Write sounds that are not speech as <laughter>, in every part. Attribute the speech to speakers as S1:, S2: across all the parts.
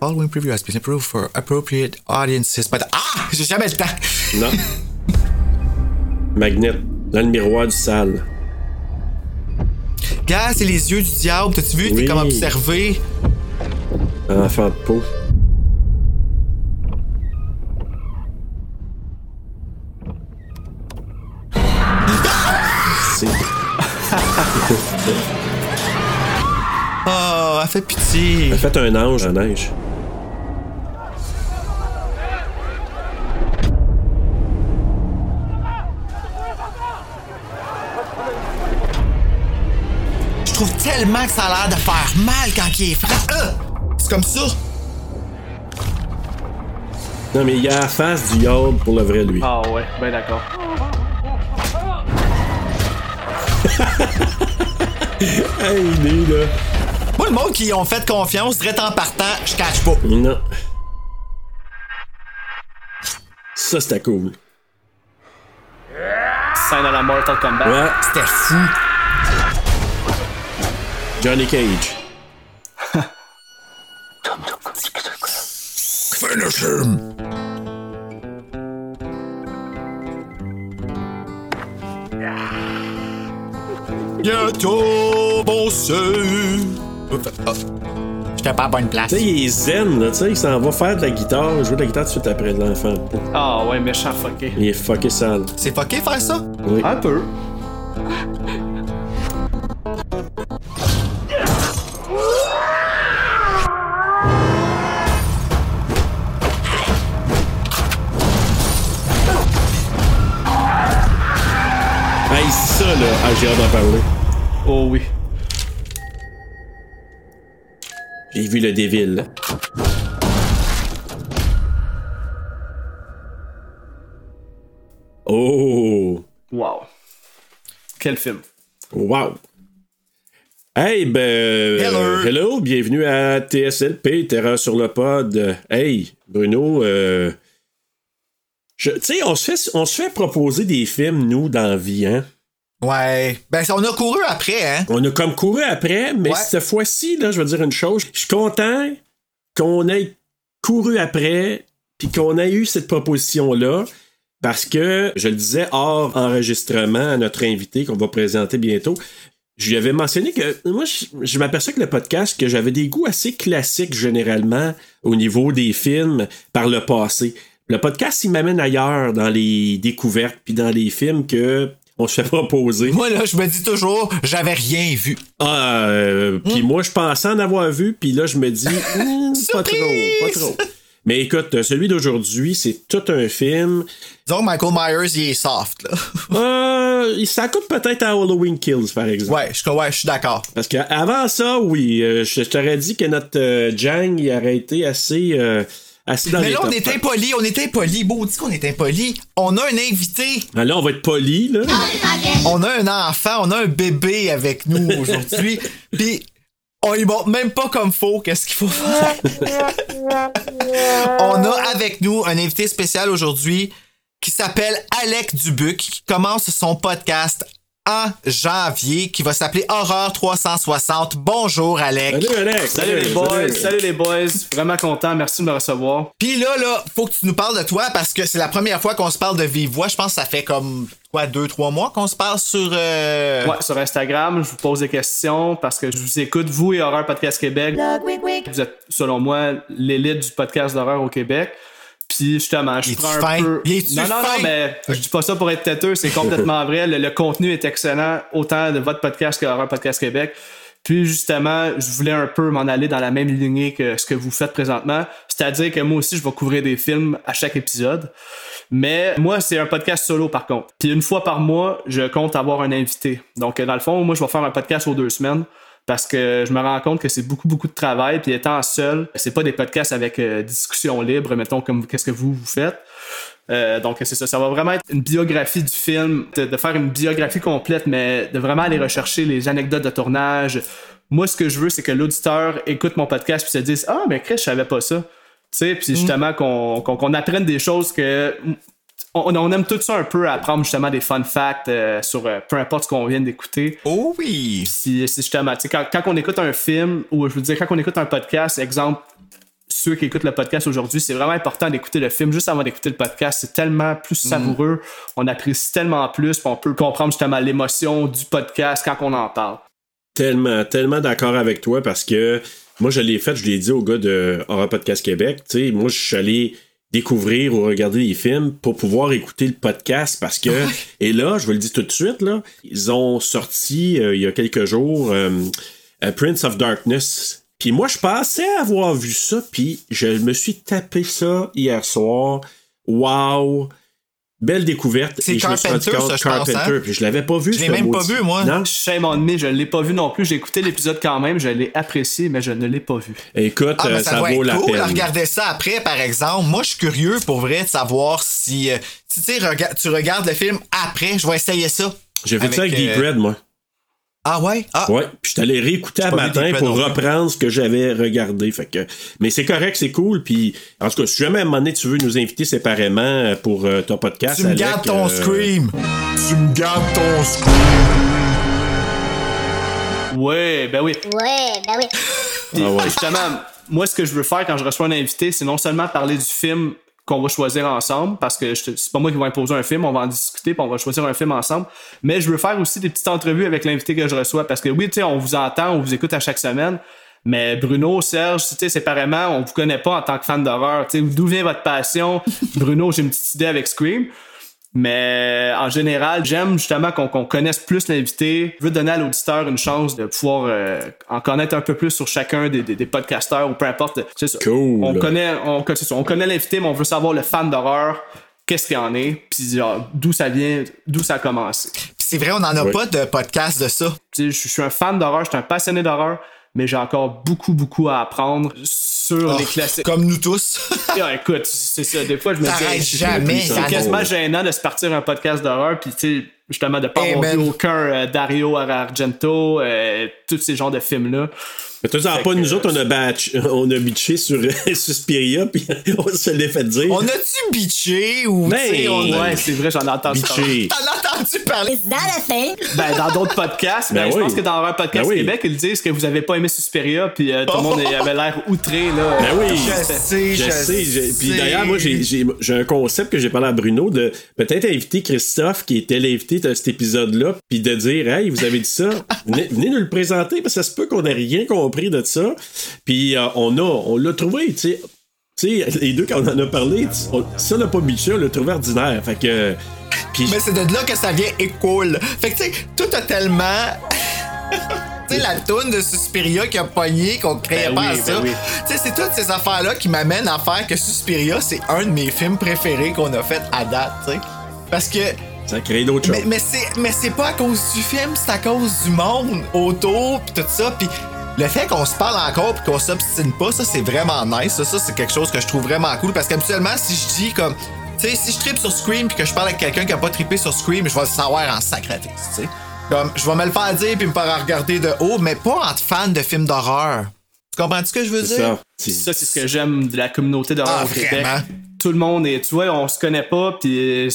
S1: following preview has been approved for appropriate audiences, but... Ah! J'ai jamais le temps!
S2: Non. Magnette, dans le miroir du salle.
S1: Gars, c'est les yeux du diable, t'as-tu vu? T'es
S2: Oui.
S1: comme observé.
S2: Enfant de peau. C'est-
S1: Oh, elle fait pitié.
S2: Faites un ange en neige.
S1: Je trouve tellement que ça a l'air de faire mal quand il est frappé. Ah! C'est comme ça.
S2: Non, mais il y a la face du yard pour le vrai, lui.
S3: Ah ouais, ben d'accord.
S2: Hey, lui, là.
S1: Moi, le monde qui ont fait confiance, direct en partant, je cache pas.
S2: Non. Ça, c'était cool.
S3: Scène à la Mortal Kombat.
S2: Ouais,
S1: C'était fou.
S2: Johnny Cage.
S1: Finish him. Bientôt, bon Dieu. Oh. J'étais pas à bonne place.
S2: Tu sais, il est zen, là. Tu sais, il s'en va faire de la guitare, jouer de la guitare tout de suite après de l'enfant.
S3: Ah ouais, méchant fucké.
S2: Il est fucké sale.
S1: C'est fucké faire ça?
S2: Oui.
S3: Un peu.
S2: Hey, ça, là. Ah, j'ai hâte d'en parler.
S3: Oh oui.
S2: J'ai vu le Devil. Oh!
S3: Wow. Quel film.
S2: Wow! Hey, ben. euh,
S1: Hello.
S2: hello, bienvenue à TSLP, Terreur sur le pod. Hey, Bruno, euh, je- tu sais, on se fait, on se fait proposer des films, nous, dans la vie, hein?
S1: Ouais. Ben, on a couru après, hein?
S2: On a comme couru après, mais
S1: Ouais.
S2: cette fois-ci, là, je veux dire une chose. Je suis content qu'on ait couru après, puis qu'on ait eu cette proposition-là, parce que, je le disais hors enregistrement à notre invité qu'on va présenter bientôt, je lui avais mentionné que moi, je, je m'aperçois que le podcast, que j'avais des goûts assez classiques généralement au niveau des films par le passé. Le podcast, il m'amène ailleurs dans les découvertes, puis dans les films que on se fait <laughs> proposer.
S1: Moi, là, je me dis toujours, j'avais rien vu.
S2: Ah,
S1: Hmm.
S2: euh, puis moi, je pensais en avoir vu, puis là, je me
S1: <laughs>
S2: dis, Hmm, pas trop, pas
S1: Surprise!
S2: trop. Mais écoute, euh, celui d'aujourd'hui, c'est tout un film.
S1: Disons que Michael Myers, il est soft, là.
S2: Euh, il- ça coûte peut-être à Halloween Kills, par exemple.
S1: <laughs> ouais, je ouais, je suis d'accord.
S2: Parce qu'avant ça, oui, euh, je, je t'aurais dit que notre euh, Jang, il aurait été assez, euh, assez dans
S1: Mais
S2: les
S1: là, on
S2: top.
S1: est impoli, on est impoli. Beau, dit qu'on est impoli. On a un invité,
S2: Ah, Là, on va être poli, là.
S1: on a un enfant, on a un bébé avec nous aujourd'hui. Puis, on lui montre même pas comme faux qu'est-ce qu'il faut faire. on a avec nous un invité spécial aujourd'hui qui s'appelle Alec Dubuc, qui commence son podcast en janvier, qui va s'appeler Horreur 360. Bonjour, Alec.
S2: Salut, Alex.
S3: Salut les boys, salut les boys. Vraiment content, merci de me recevoir.
S1: Pis là, là, faut que tu nous parles de toi parce que c'est la première fois qu'on se parle de vive voix. Je pense que ça fait comme, quoi, deux, trois mois qu'on se parle sur. euh,
S3: Ouais, sur Instagram, je vous pose des questions parce que je vous écoute, vous et Horreur Podcast Québec. Vous êtes, selon moi, l'élite du podcast d'horreur au Québec. Puis justement, je
S1: Il est-tu
S3: prends un
S1: fin?
S3: peu.
S1: Il est-tu
S3: non, non,
S1: fin?
S3: non, mais je dis pas ça pour être têteux,
S1: <laughs>
S3: c'est complètement vrai. Le, le contenu est excellent, autant de votre podcast que Horreur Podcast Québec. Puis justement, je voulais un peu m'en aller dans la même lignée que ce que vous faites présentement. C'est-à-dire que moi aussi, je vais couvrir des films à chaque épisode. Mais moi, c'est un podcast solo par contre. Puis une fois par mois, je compte avoir un invité. Donc, dans le fond, moi, je vais faire un podcast aux deux semaines parce que je me rends compte que c'est beaucoup, beaucoup de travail. Puis étant seul, c'est pas des podcasts avec euh, discussion libre, mettons, comme qu'est-ce que vous, vous faites. Euh, donc, c'est ça. Ça va vraiment être une biographie du film, de, de, faire une biographie complète, mais de vraiment aller rechercher les anecdotes de tournage. Moi, ce que je veux, c'est que l'auditeur écoute mon podcast puis se dise Ah, mais Chris, je savais pas ça. Tu sais, puis justement, mm. qu'on, qu'on, qu'on apprenne des choses que. On, on, aime tout ça un peu, apprendre justement des fun facts euh, sur euh, peu importe ce qu'on vient d'écouter.
S1: Oh oui!
S3: Si, justement, quand, quand on écoute un film, ou je veux dire, quand on écoute un podcast, exemple, ceux qui écoutent le podcast aujourd'hui, c'est vraiment important d'écouter le film juste avant d'écouter le podcast. C'est tellement plus savoureux, mmh. on apprécie tellement plus, on peut comprendre justement l'émotion du podcast quand on en parle.
S2: Tellement, tellement d'accord avec toi parce que moi, je l'ai fait, je l'ai dit au gars de Aura Podcast Québec. Tu sais, moi, je suis allé découvrir ou regarder les films pour pouvoir écouter le podcast parce
S1: Ah
S2: que et là je vous le dis tout de suite là ils ont sorti euh, il y a quelques jours euh, a Prince of Darkness puis moi, je pensais avoir vu ça, puis je me suis tapé ça hier soir. Wow! Belle découverte.
S1: C'est Carpenter, ça, je Carpenter, pense, hein?
S2: puis je l'avais pas vu.
S1: Je l'ai même maudit. pas vu, moi.
S3: Non? Hein? Shame on me, je l'ai pas vu non plus. J'ai écouté l'épisode quand même, je l'ai apprécié, mais je ne l'ai pas vu.
S2: Écoute, euh,
S1: ah, ben, ça,
S2: ça
S1: doit
S2: vaut
S1: être
S2: la
S1: cool
S2: peine.
S1: regarder ça après, par exemple. Moi, je suis curieux, pour vrai, de savoir si... Euh, tu sais, rega- tu regardes le film après, je vais essayer ça.
S2: J'ai fait ça avec Deep euh... Red, moi.
S1: Ah ouais? Ah.
S2: Ouais. Puis je suis allé réécouter à matin pour reprendre ce que j'avais regardé. Fait que, mais c'est correct, c'est cool. Puis, en tout cas, si jamais à un moment donné tu veux nous inviter séparément pour euh, ton podcast.
S1: Tu me
S2: Alec,
S1: gardes ton
S2: euh...
S1: scream! Tu me gardes ton scream!
S3: Ouais, ben oui.
S4: Ouais, ben oui.
S3: Puis, ah ouais. Justement, moi, ce que je veux faire quand je reçois un invité, c'est non seulement parler du film qu'on va choisir ensemble parce que je, c'est pas moi qui vais imposer un film, on va en discuter puis on va choisir un film ensemble. Mais je veux faire aussi des petites entrevues avec l'invité que je reçois parce que oui, tu sais, on vous entend, on vous écoute à chaque semaine. Mais Bruno, Serge, tu sais, séparément, on vous connaît pas en tant que fan d'horreur. Tu sais, d'où vient votre passion? Bruno, j'ai une petite idée avec Scream. Mais en général, j'aime justement qu'on, qu'on connaisse plus l'invité. Je veux donner à l'auditeur une chance de pouvoir euh, en connaître un peu plus sur chacun des, des, des podcasteurs ou peu importe. C'est
S2: cool.
S3: On connaît, on, c'est ça, on connaît l'invité, mais on veut savoir le fan d'horreur, qu'est-ce qu'il en est, puis genre, d'où ça vient, d'où ça a commencé. Pis
S1: c'est vrai, on n'en a oui. pas de podcast de ça.
S3: Je suis un fan d'horreur, je suis un passionné d'horreur mais j'ai encore beaucoup, beaucoup à apprendre sur oh, les classiques.
S1: Comme nous tous. <laughs>
S3: ah, écoute, c'est ça. Des fois, je me
S1: T'arrête
S3: dis.
S1: jamais.
S3: C'est quasiment gênant de se partir un podcast d'horreur, puis tu sais, justement, de pas avoir vu aucun euh, Dario Argento, euh, tous ces genres de films-là.
S2: Mais tu sais, pas nous autres, on a, batch, <laughs> on a bitché sur <laughs> Suspiria, puis <laughs> on se l'est fait dire.
S1: On a-tu bitché ou.
S3: Mais, on a... Ouais, c'est vrai, j'en ai entendu
S2: bitché.
S1: parler. T'en as entendu parler.
S4: Dans la fin.
S3: Ben, dans d'autres podcasts, ben, ben oui. je pense que dans leur podcast
S2: ben oui.
S3: Québec, ils disent que vous avez pas aimé Suspiria, puis euh, tout le monde avait l'air outré, là.
S2: Ben oui.
S1: Je sais,
S2: je,
S1: je
S2: sais. sais. Puis d'ailleurs, moi, j'ai, j'ai, j'ai un concept que j'ai parlé à Bruno de peut-être inviter Christophe, qui était l'invité de cet épisode-là, puis de dire, hey, vous avez dit ça, venez, venez nous le présenter, parce que ça se peut qu'on ait rien qu'on prix de ça. Puis euh, on a, on l'a trouvé, tu sais. les deux, quand on en a parlé, on, ça n'a pas biché, on l'a trouvé ordinaire. Fait que.
S1: Pis... Mais c'est de là que ça vient et cool. Fait que, tu sais, tout a tellement. <laughs> tu sais, la toune de Suspiria qui a pogné, qu'on créait ben pas oui, à ça. Ben oui. Tu sais, c'est toutes ces affaires-là qui m'amènent à faire que Suspiria, c'est un de mes films préférés qu'on a fait à date, tu sais. Parce que.
S2: Ça crée d'autres
S1: mais,
S2: choses.
S1: Mais c'est, mais c'est pas à cause du film, c'est à cause du monde autour, puis tout ça. Puis le fait qu'on se parle encore et qu'on s'obstine pas, ça c'est vraiment nice. Ça, ça c'est quelque chose que je trouve vraiment cool parce qu'habituellement, si je dis comme. Tu sais, si je tripe sur Scream puis que je parle avec quelqu'un qui a pas trippé sur Scream, je vais le savoir en sacratrice, tu sais. Comme, je vais me le faire dire puis me faire regarder de haut, mais pas en fan de films d'horreur. Tu comprends ce que je veux
S2: c'est
S1: dire?
S2: Ça.
S3: C'est... ça, c'est ce que j'aime de la communauté d'horreur
S1: Ah,
S3: au Québec.
S1: vraiment?
S3: Tout le monde est. Tu vois, on se connaît pas puis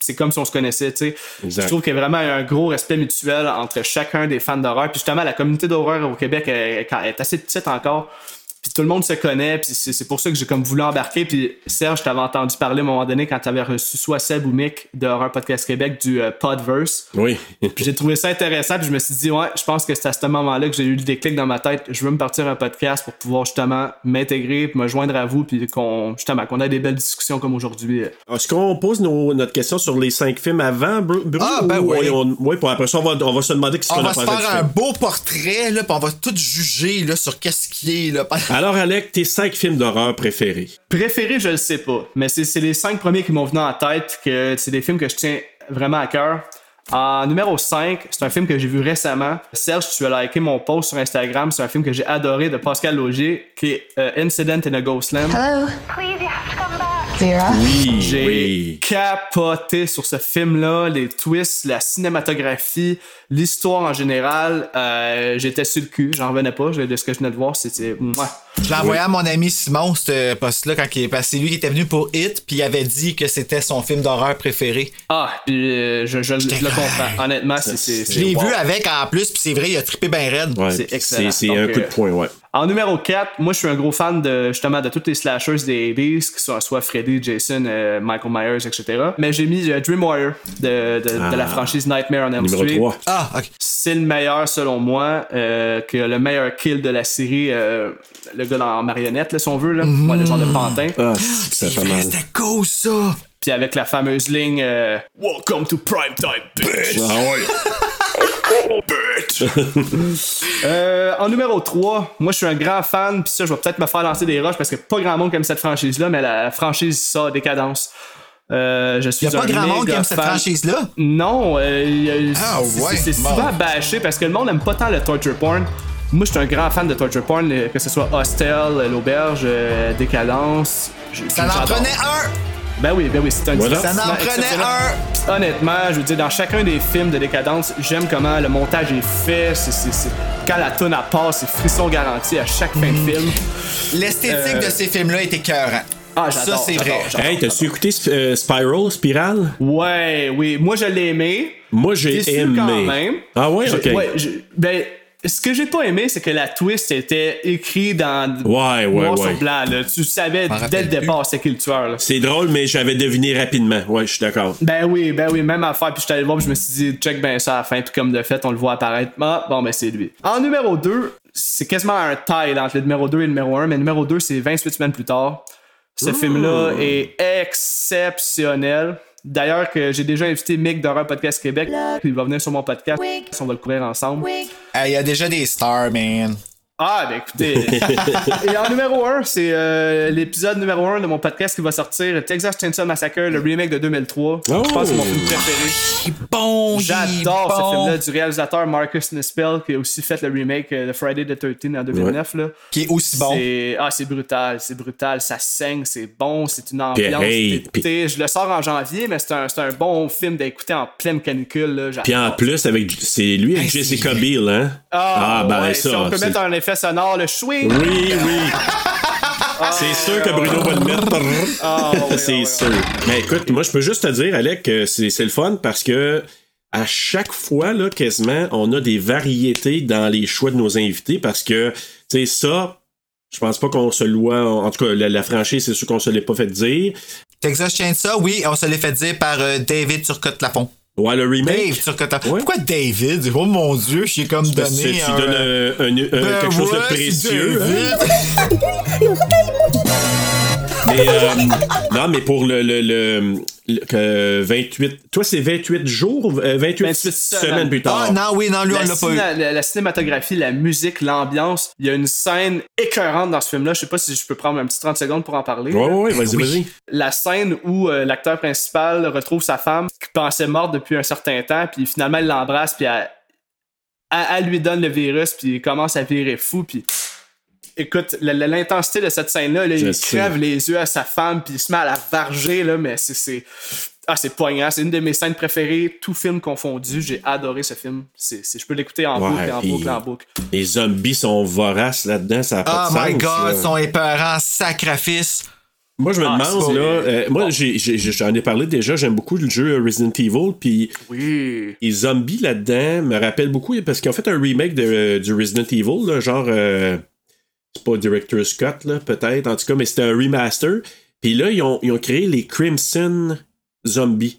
S3: c'est comme si on se connaissait, tu sais.
S2: Exact.
S3: Je trouve qu'il y a vraiment un gros respect mutuel entre chacun des fans d'horreur. Puis justement, la communauté d'horreur au Québec elle, elle est assez petite encore. Puis tout le monde se connaît, puis c'est, c'est pour ça que j'ai comme voulu embarquer. Puis Serge, t'avais entendu parler à un moment donné quand t'avais reçu soit Seb ou Mick de Horror Podcast Québec du euh, Podverse.
S2: Oui.
S3: puis j'ai trouvé ça intéressant, puis je me suis dit, ouais, je pense que c'est à ce moment-là que j'ai eu le déclic dans ma tête. Je veux me partir un podcast pour pouvoir justement m'intégrer, puis me joindre à vous, puis qu'on justement qu'on ait des belles discussions comme aujourd'hui.
S2: Est-ce Ah, qu'on pose nos, notre question sur les cinq films avant, Bruno?
S1: Ah, ben oui.
S2: Oui, on, oui, pour après ça, on va, on va se demander
S1: on
S2: qu'on a
S1: va se
S2: pensé
S1: faire
S2: du
S1: un
S2: film.
S1: beau portrait, là, puis on va tout juger là, sur qu'est-ce qui est. Là, pendant-
S2: Alors, Alec, tes cinq films d'horreur préférés.
S3: Préféré, je le sais pas, mais c'est c'est les cinq premiers qui m'ont venu en tête, que c'est des films que je tiens vraiment à cœur. En numéro 5, c'est un film que j'ai vu récemment. Serge, tu as liké mon post sur Instagram. C'est un film que j'ai adoré de Pascal Logier, qui est euh, Incident in a Ghostland.
S4: Hello,
S5: Please, you have to come back.
S4: Vera.
S2: Oui,
S3: J'ai capoté sur ce film-là, les twists, la cinématographie, l'histoire en général. Euh, J'étais sur le cul, j'en revenais pas. Je- De ce que je venais de voir, c'était. Mouah.
S1: Je l'ai envoyé à mon ami Simon, ce poste-là, quand il est passé. Lui, qui était venu pour Hit, puis il avait dit que c'était son film d'horreur préféré.
S3: Ah, puis euh, je, je- je le comprends. Honnêtement, c'est. c'est-
S1: Je l'ai
S3: wow.
S1: vu avec en plus, puis c'est vrai, il a trippé ben raide.
S2: Ouais,
S3: C'est
S2: puis
S3: excellent.
S2: C'est
S3: Donc,
S2: un coup
S3: euh,
S2: de poing, ouais.
S3: En numéro 4, moi je suis un gros fan de justement de tous les slashers des 80s, qui sont soit Freddy, Jason, euh, Michael Myers, etc. Mais j'ai mis euh, Dream Warrior de, de- de
S2: Ah.
S3: la franchise Nightmare on Elm
S2: Numéro
S3: Street.
S2: 3.
S1: Ah, ok.
S3: C'est le meilleur selon moi, euh, que le meilleur kill de la série, euh, le gars en marionnette, là, si on veut, là.
S1: Mhm.
S3: Ouais, le genre de pantin.
S2: Ah, ça fait mal.
S1: C'était cool, ça!
S3: Puis avec la fameuse ligne euh, Welcome to Prime Time, bitch!
S2: Ah ouais.
S3: Euh, en numéro 3, moi je suis un grand fan, puis ça je vais peut-être me faire lancer des roches parce que pas grand monde qui aime cette franchise-là, mais la franchise ça, décadence. Euh, je suis
S1: Il a pas
S3: un
S1: grand monde qui
S3: méga
S1: aime cette
S3: fan.
S1: franchise-là.
S3: Non, euh, y a-
S1: Ah
S3: c'est-
S1: ouais,
S3: c'est
S1: bon.
S3: souvent bâché parce que le monde aime pas tant le torture porn. Moi, je suis un grand fan de torture porn, euh, que ce soit Hostel, euh, l'auberge, euh, Décadence. je-
S1: Ça en
S3: j'adore.
S1: prenait un!
S3: Ben oui, ben oui, c'est un
S2: Voilà.
S1: Ça
S3: divertissement
S1: en prenait
S3: exceptionnel.
S1: un!
S3: Honnêtement, je veux dire, dans chacun des films de Décadence, j'aime comment le montage est fait. c'est- c'est- c'est- Quand la tonne passe, c'est frisson garanti à chaque fin
S1: Mm.
S3: de film.
S1: L'esthétique de ces films-là était écœurant.
S3: Ah,
S1: Ça,
S3: j'adore.
S1: c'est
S3: j'adore,
S1: vrai.
S3: j'adore,
S2: Hey, t'as-tu
S3: j'adore.
S2: écouté Sp- euh, Spiral, Spiral?
S3: Ouais, oui. Moi, je l'ai aimé.
S2: Moi, j'ai
S3: Déçu
S2: aimé.
S3: quand même.
S2: Ah ouais, ok.
S3: Je- ouais, je- ben, ce que j'ai pas aimé, c'est que la twist était écrite dans
S2: Ouais, ouais,
S3: noir
S2: ouais.
S3: sur blanc. là. Tu
S1: m'en
S3: savais dès le
S1: rappelle plus.
S3: départ c'est qui le tueur. là.
S2: C'est drôle, mais j'avais deviné rapidement. Ouais, je suis d'accord.
S3: Ben oui, ben oui, même affaire. Puis je suis allé voir, puis je me suis dit, check ben ça à la fin. Puis comme de fait, on le voit apparaître. Ah, bon, ben c'est lui. En numéro 2, c'est quasiment un tie entre le numéro 2 et le numéro 1. Mais le numéro 2, c'est 28 semaines plus tard. Ce film-là est exceptionnel. D'ailleurs, que j'ai déjà invité Mick d'Horreur Podcast Québec. Il va venir sur mon podcast. On va le couvrir ensemble.
S1: Ah, Il y a déjà des stars, man.
S3: Ah, ben écoutez. Et en numéro 1, c'est euh, l'épisode numéro 1 de mon podcast qui va sortir Texas Chainsaw Massacre, le remake de 2003.
S2: Oh!
S3: Je pense que c'est mon film préféré.
S1: Il est bon, il est
S3: J'adore
S1: bon.
S3: ce film-là du réalisateur Marcus Nispel qui a aussi fait le remake euh, de Friday the 13 en 2009. là.
S1: Qui est aussi bon.
S3: C'est- Ah, c'est brutal, c'est brutal, ça saigne, c'est bon, c'est une ambiance.
S2: Puis, hey,
S3: d'été. Je le sors en janvier, mais c'est un, c'est un bon film d'écouter en pleine canicule. là. J'adore
S2: Puis en plus, avec c'est lui avec
S1: Hey, c'est
S2: Jessica
S1: vrai.
S2: Biel, hein?
S3: Ah,
S2: ben
S3: ouais,
S2: ça.
S3: Si on peut
S2: c'est-
S3: mettre un effet sonore, le chouing.
S2: Oui, oui. c'est sûr que Bruno va le mettre.
S3: Ah, ouais,
S2: c'est
S3: ouais,
S2: sûr. Mais écoute, moi, je peux juste te dire, Alec, que c'est c'est le fun parce que à chaque fois, là, quasiment, on a des variétés dans les choix de nos invités parce que, tu sais, ça, je pense pas qu'on se loie. En tout cas, la, la franchise, c'est sûr qu'on se l'est pas fait dire.
S1: Texas Chainsaw, oui, on se l'est fait dire par euh, David Turcotte-Lafont.
S2: Ouais, le remake.
S1: Dave Turcotte-Lafont.
S2: Ouais.
S1: Pourquoi David? Oh mon Dieu, j'ai comme
S2: Parce que
S1: donné
S2: tu
S1: un...
S2: donnes
S1: euh,
S2: un- un- un-
S1: Ben
S2: quelque chose
S1: ouais,
S2: de
S1: c'est
S2: précieux. hein.
S1: David. Ah,
S2: Mais, euh, non, mais pour le, le, le- le- que 28. Toi, c'est 28 jours, euh, 28,
S3: 28
S2: semaines,
S3: semaines.
S2: plus tard.
S1: Ah non, oui, non, lui, on
S3: la,
S1: l'a pas eu.
S3: cina- la- la cinématographie, la musique, l'ambiance. Il y a une scène écœurante dans ce film-là. Je sais pas si je peux prendre un petit 30 secondes pour en parler.
S2: Ouais, ouais, ouais, vas-y,
S1: Oui.
S2: vas-y.
S3: La scène où euh, l'acteur principal retrouve sa femme qui pensait morte depuis un certain temps, puis finalement il l'embrasse, puis elle, elle- elle lui donne le virus, puis il commence à virer fou, puis. Écoute, la- la- l'intensité de cette scène-là, là,
S2: Je
S3: il
S2: sais.
S3: crève les yeux à sa femme, puis il se met à la varger, là, mais c'est- c'est. Ah, c'est poignant. C'est une de mes scènes préférées, tout film confondu. J'ai adoré ce film. C'est, c'est- je peux l'écouter en
S2: Ouais,
S3: boucle, en
S2: puis-
S3: boucle, en boucle.
S2: Les zombies sont voraces là-dedans, ça a pas
S1: Oh
S2: de
S1: my
S2: sens,
S1: God,
S2: là.
S1: son épeurant sacrifice.
S2: Moi, je me
S3: Ah, c'est
S2: demande,
S3: pas-
S2: là, euh, moi, j'ai- j'ai- j'en ai parlé déjà, j'aime beaucoup le jeu Resident Evil, puis
S3: Oui.
S2: les zombies là-dedans me rappellent beaucoup, parce qu'ils ont fait un remake de, euh, du Resident Evil, là, genre, euh, c'est pas Director Scott, là, peut-être, en tout cas, mais c'était un remaster. Puis là, ils ont, ils ont créé les Crimson Zombies.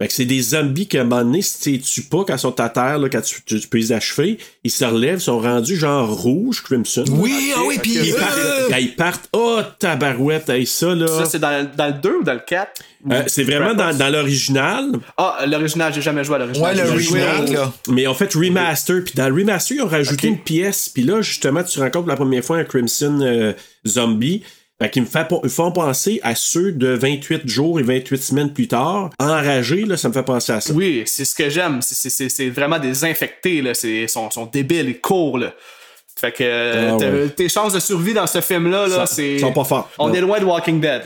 S2: Fait que c'est des zombies qui, à un moment donné, si tu les tues pas, quand ils sont à terre, là, quand tu, tu- tu peux les achever, ils se relèvent, ils sont rendus genre rouge, Crimson.
S1: Oui, ah oui,
S3: ok,
S1: puis.
S3: ok.
S2: Ils partent,
S1: euh,
S2: là, ils partent. Oh, tabarouette, hey, ça, là.
S3: Ça, c'est dans, dans le 2 ou dans le 4
S2: Euh, c'est vraiment dans, dans l'original.
S3: Ah, l'original, j'ai jamais joué à l'original.
S1: Ouais, le
S3: J'ai joué
S1: remake,
S3: au-
S1: là.
S2: Mais en fait, remaster. Puis dans le remaster, ils ont rajouté
S3: Ok.
S2: une pièce. Puis là, justement, tu rencontres la première fois un Crimson euh, Zombie. Fait qu'ils me fait po- font penser à ceux de 28 jours et 28 semaines plus tard. Enragé, là, ça me fait penser à ça.
S3: Oui, c'est ce que j'aime. C'est- c'est- C'est c'est vraiment des infectés, là. C'est- Ils sont, sont débiles, ils courent, là. Fait que euh,
S2: Ah,
S3: t'as-
S2: ouais.
S3: tes chances de survie dans ce film-là, là,
S2: Sont-
S3: c'est.
S2: sont pas fortes,
S3: On
S2: non.
S3: est loin de Walking Dead.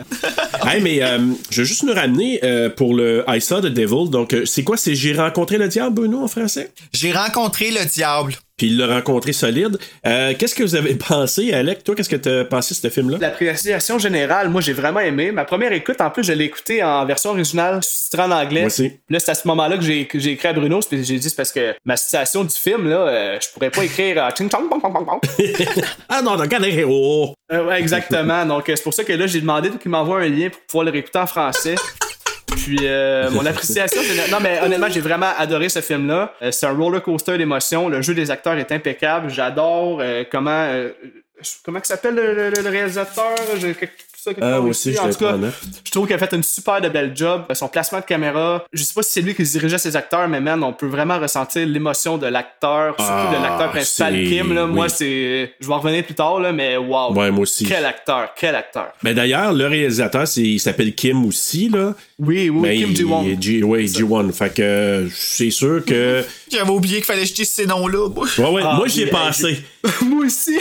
S2: hey, mais euh, je veux juste nous ramener euh, pour le I Saw the Devil. Donc, euh, c'est quoi? C'est J'ai rencontré le diable, Benoît, en français?
S1: J'ai rencontré le diable.
S2: Puis il l'a rencontré solide. Euh, qu'est-ce que vous avez <laughs> pensé, Alec? Toi, qu'est-ce que t'as pensé de ce film-là?
S3: L'appréciation générale, moi j'ai vraiment aimé. Ma première écoute, en plus, je l'ai écoutée en version originale, sous-titrée en anglais.
S2: Moi aussi.
S3: Là, c'est à ce moment-là que j'ai que j'ai écrit à Bruno, puis j'ai dit c'est parce que ma situation du film, là, euh, je pourrais pas écrire euh, ching chong pong pong pong pong.
S2: Ah non, regarde, héros!
S3: Euh, ouais, exactement. Donc euh, c'est pour ça que là, j'ai demandé qu'il m'envoie un lien pour pouvoir le réécouter en français. Puis
S2: <laughs>
S3: euh, mon appréciation, générale- non mais honnêtement, j'ai vraiment adoré ce film-là. Euh, c'est un roller coaster d'émotions. Le jeu des acteurs est impeccable. J'adore euh, comment euh, comment que s'appelle le, le- le réalisateur. J'ai quelque- ça quelque
S2: Ah,
S3: part
S2: moi aussi,
S3: ici.
S2: je
S3: En
S2: l'ai
S3: tout cas,
S2: pas en note.
S3: je trouve qu'il a fait une super de belle job. Euh, Son placement de caméra, je sais pas si c'est lui qui dirigeait ses acteurs, mais man, on peut vraiment ressentir l'émotion de l'acteur, surtout
S2: Ah,
S3: de l'acteur principal
S2: c'est-
S3: Kim. Là.
S2: oui.
S3: Moi, c'est, je vais en revenir plus tard, là, mais wow,
S2: Ouais, moi aussi.
S3: quel acteur, quel acteur.
S2: Mais d'ailleurs, le réalisateur, c'est- il s'appelle Kim aussi, là.
S3: Oui, oui,
S2: Mais
S3: Kim
S2: Ben, il-
S3: Ji-won.
S2: Ji- Oui, Ji-won. Fait que euh, c'est sûr que.
S1: J'avais oublié qu'il fallait jeter ces noms-là. <laughs> moi.
S2: Ouais, ouais, moi, j'y ai
S3: oui,
S2: pensé.
S3: <laughs> Moi aussi.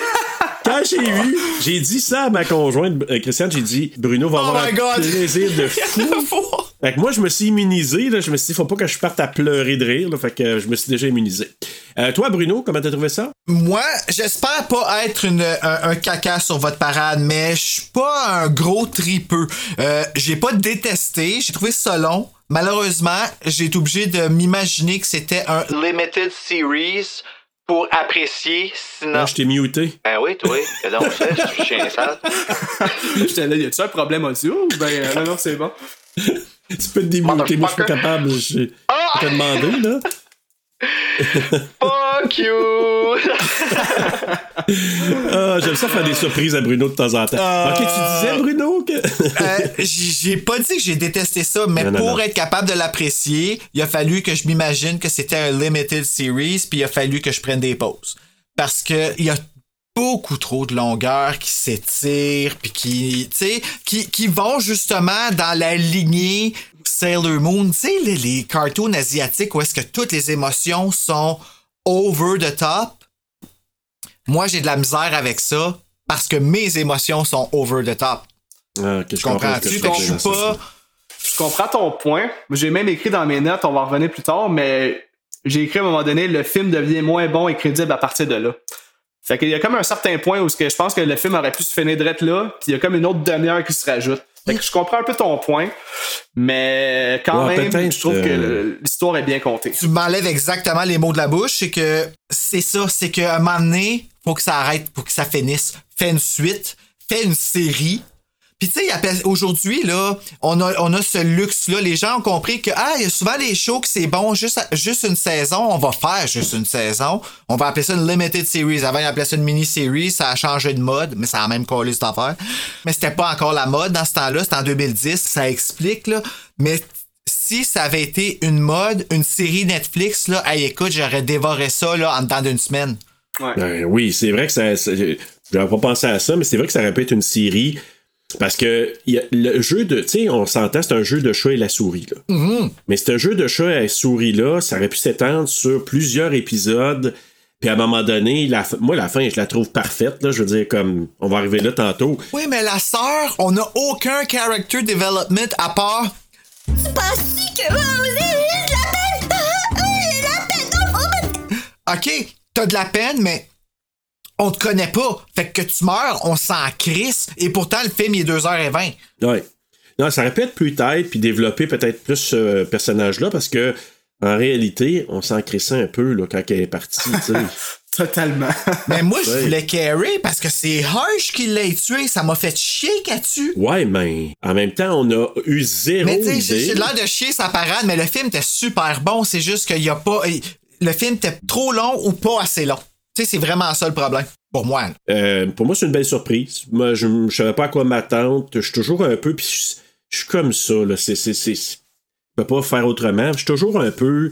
S2: Quand j'ai vu, j'ai dit ça à ma conjointe, euh, Christiane, j'ai dit Bruno va
S1: Oh
S2: avoir un
S1: my God.
S2: plaisir de fou. Fait que moi, je me suis immunisé, là. Je me suis dit, faut pas que je parte à pleurer de rire, là. Fait que euh, je me suis déjà immunisé. Euh, toi, Bruno, comment t'as trouvé ça?
S1: Moi, j'espère pas être une, un, un caca sur votre parade, mais je suis pas un gros tripeux. Euh, j'ai pas détesté, j'ai trouvé ça long. Malheureusement, j'ai été obligé de m'imaginer que c'était un limited series pour apprécier, sinon.
S2: Ah, je t'ai muté.
S4: Ben oui, toi, que donc <laughs> ça, je suis chien sale.
S3: J'étais là, y a-tu un problème audio? Ben euh, non, non, c'est bon.
S2: Tu peux te démuter, moi, je suis pas capable. Je je t'ai demandé, là.
S4: Fuck <laughs> you!
S2: Ah, j'aime ça faire des surprises à Bruno de temps en temps.
S1: Ah.
S2: Ok, tu disais, Bruno, que.
S1: Euh, j'ai j'ai pas dit que j'ai détesté ça, mais
S2: Non, non,
S1: pour
S2: non.
S1: être capable de l'apprécier, il a fallu que je m'imagine que c'était un limited series, puis il a fallu que je prenne des pauses. Parce que il y a beaucoup trop de longueurs qui s'étirent, puis qui, tu sais, qui, qui vont justement dans la lignée Sailor Moon. Tu sais, les, les cartoons asiatiques où est-ce que toutes les émotions sont over the top. Moi, j'ai de la misère avec ça parce que mes émotions sont over the top.
S2: Ah, ok, je comprends ce que
S1: Comprends-tu?
S2: tu fais
S1: Fait que je
S2: dans
S1: suis
S2: ce
S1: pas.
S2: sens.
S3: Je comprends ton point. J'ai même écrit dans mes notes, on va en revenir plus tard, mais j'ai écrit à un moment donné, le film devient moins bon et crédible à partir de là. Fait qu'il y a comme un certain point où ce que je pense que le film aurait pu se finir direct là, puis il y a comme une autre demi-heure qui se rajoute. Fait que je comprends un peu ton point, mais quand
S2: Ouais,
S3: même,
S2: peut-être,
S3: je trouve que
S2: euh,
S3: le- l'histoire est bien contée.
S1: tu m'enlèves exactement les mots de la bouche, c'est que c'est ça, c'est qu'à un moment donné, faut que ça arrête, faut que ça finisse. Fais une suite, fais une série. Puis tu sais, il appelle- aujourd'hui, là, on a, on a ce luxe-là. Les gens ont compris que, ah, il y a souvent des shows que c'est bon, juste, à- juste une saison, on va faire juste une saison. On va appeler ça une limited series. Avant, ils appelaient ça une mini-série, ça a changé de mode, mais ça a même collé cette affaire. Mais c'était pas encore la mode dans ce temps-là, c'était en 2010, ça explique, là. Mais si ça avait été une mode, une série Netflix, là, hey, écoute, j'aurais dévoré ça là, en dedans d'une semaine.
S2: Ben oui, c'est vrai que ça. ça- J'avais pas pensé à ça, mais c'est vrai que ça répète une série. Parce que il y a- le jeu de. Tu sais, on s'entend, c'est un jeu de chat et la souris, là. Mais ce jeu de chat et la souris-là, ça aurait pu s'étendre sur plusieurs épisodes. Puis à un moment donné, la fin- moi, la fin, je la trouve parfaite, là. Je veux dire, comme. On va arriver là tantôt.
S1: Oui, mais la sœur, on n'a aucun character development à part.
S6: penses-tu que. Oh, j'ai de la peine! Ah, ah, j'ai de la peine! Oh, oh, mais-
S1: OK, t'as de la peine, mais on te connaît pas. Fait que tu meurs, on s'en crisse. Et pourtant, le film, il est 2h20.
S2: Ouais. Non, ça aurait pu être plus tête, puis développer peut-être plus ce
S1: <laughs>
S2: personnage-là, parce que, en réalité, on s'en crissait un peu, là, quand elle est partie, tu sais.
S3: Totalement.
S1: Mais moi, je
S2: Oui.
S1: voulais Carrie parce que c'est Hirsch qui l'a tué. Ça m'a fait chier qu'elle tue.
S2: Ouais, mais en même temps, on a eu zéro
S1: Mais tu sais, j'ai-
S2: idée.
S1: j'ai l'air de chier sa parade, mais le film était super bon. C'est juste qu'il y a pas. il- Le film était trop long ou pas assez long. Tu sais, c'est vraiment ça le problème. Pour moi. là.
S2: Euh, pour moi, c'est une belle surprise. Moi, je ne savais pas à quoi m'attendre. Je suis toujours un peu. Puis je- je suis comme ça. Là. C'est, c'est, c'est- c'est- je peux pas faire autrement. Je suis toujours un peu.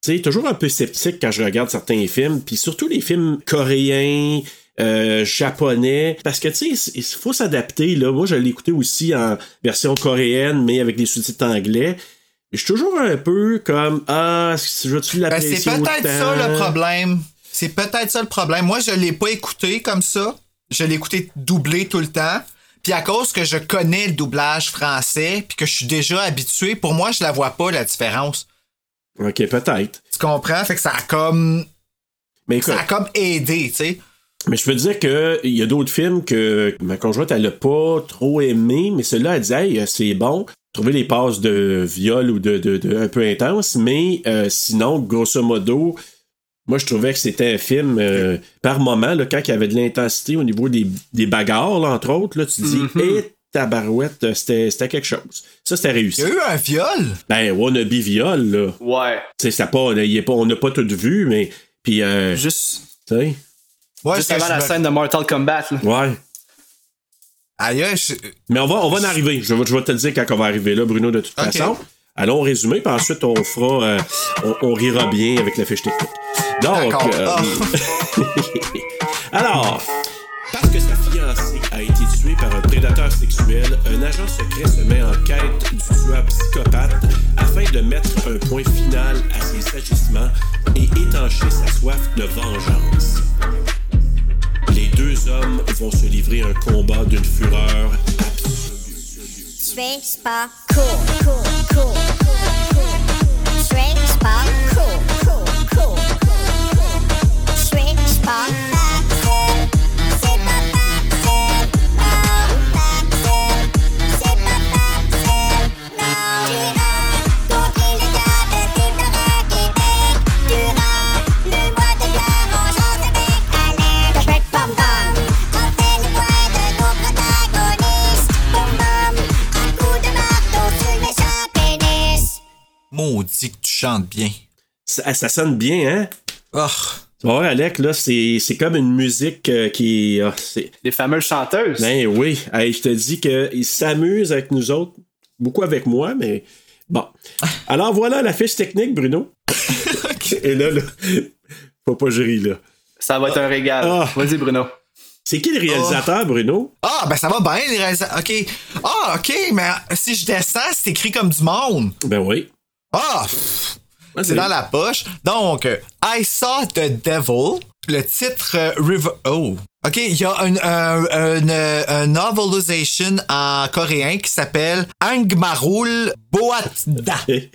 S2: Tu sais, toujours un peu sceptique quand je regarde certains films. Puis surtout les films coréens. euh, japonais parce que tu sais il faut s'adapter là moi je l'ai écouté aussi en version coréenne mais avec des sous-titres anglais je suis toujours un peu comme ah je veux-tu
S1: Ben,
S2: l'apprécier
S1: c'est peut-être ça
S2: autant?
S1: le problème. C'est peut-être ça le problème. Moi, je l'ai pas écouté comme ça. Je l'ai écouté doublé tout le temps. Puis à cause que je connais le doublage français, puis que je suis déjà habitué, pour moi, je la vois pas la différence.
S2: ok peut-être
S1: Tu comprends? Fait que ça a comme.
S2: mais écoute
S1: Ça a comme aidé, tu sais.
S2: Mais je peux te dire que il y a d'autres films que ma conjointe elle a pas trop aimé, mais celui-là elle disait Hey, euh, c'est bon. Trouver les passes de viol ou de, de, de- un peu intense, mais euh, sinon grosso modo, moi je trouvais que c'était un film euh, par moment là, quand il y avait de l'intensité au niveau des, des bagarres là, entre autres là, tu dis et tabarouette euh, c'était c'était quelque chose. Ça c'était réussi.
S1: Il y a eu un viol.
S2: Ben wannabe viol là,
S3: Ouais.
S2: tu sais ça pas on- il est pas on n'a pas tout vu mais puis euh,
S3: Juste,
S2: tu sais
S1: Ouais,
S3: juste
S1: c'est-
S3: avant
S1: je
S3: la
S1: me-
S3: scène de Mortal Kombat. là.
S2: ouais.
S1: Aïe, aïe, je-
S2: Mais on va, on va en arriver. Je, vais- je vais te le dire quand on va arriver là, Bruno, de toute
S1: Ok.
S2: façon. Allons résumer, puis ensuite on fera. euh, on, on rira bien avec la fiche technique. Donc.
S1: D'accord. Ah.
S2: euh, <laughs> alors. Parce que sa fiancée a été tuée par un prédateur sexuel, un agent secret se met en quête du tueur psychopathe afin de mettre un point final à ses agissements et étancher sa soif de vengeance. Les deux hommes vont se livrer un combat d'une fureur absolue.
S6: Tu es pas cool, cool, cool, cool, cool. Tu es pas cool, cool, cool, cool, cool. Tu es pas cool. C'est pas cool. Non, pas cool. C'est pas cool. Non. Tu rentres contre l'illégal de Timbera, Québec. Tu rentres le mois de gloire en jase avec Alain de Bec Bam Bam. Enlevez les poings de nos protagonistes. Bam Bam, un coup de marteau sur le méchant pénis.
S1: Maudit que tu chantes bien.
S2: Ça, ah, ça sonne bien, hein?
S1: Oh,
S3: Ah.
S2: Tu vas voir, Alec, là, c'est c'est comme une musique euh, qui. ah, c'est-
S3: Les fameuses chanteuses.
S2: ben oui, Hey, je te dis qu'il s'amuse avec nous autres, beaucoup avec moi, mais bon. Alors voilà la fiche technique,
S1: <laughs>
S2: Bruno. Et là, là, faut pas gérer, là.
S3: Ça va être un régal.
S2: Ah.
S3: Vas-y, Bruno.
S2: C'est qui le réalisateur, Bruno?
S1: Ah, ben ça va bien, les réalisateurs. OK. Ah, OK, mais si je descends, c'est écrit comme du monde.
S2: Ben oui.
S1: Ah, pff, c'est dans la poche. Donc, euh, I Saw the Devil. Le titre euh, River. Oh. OK, il y a une, euh, une, euh, un novelization en coréen qui s'appelle Angmarul Boatda.
S2: Eh,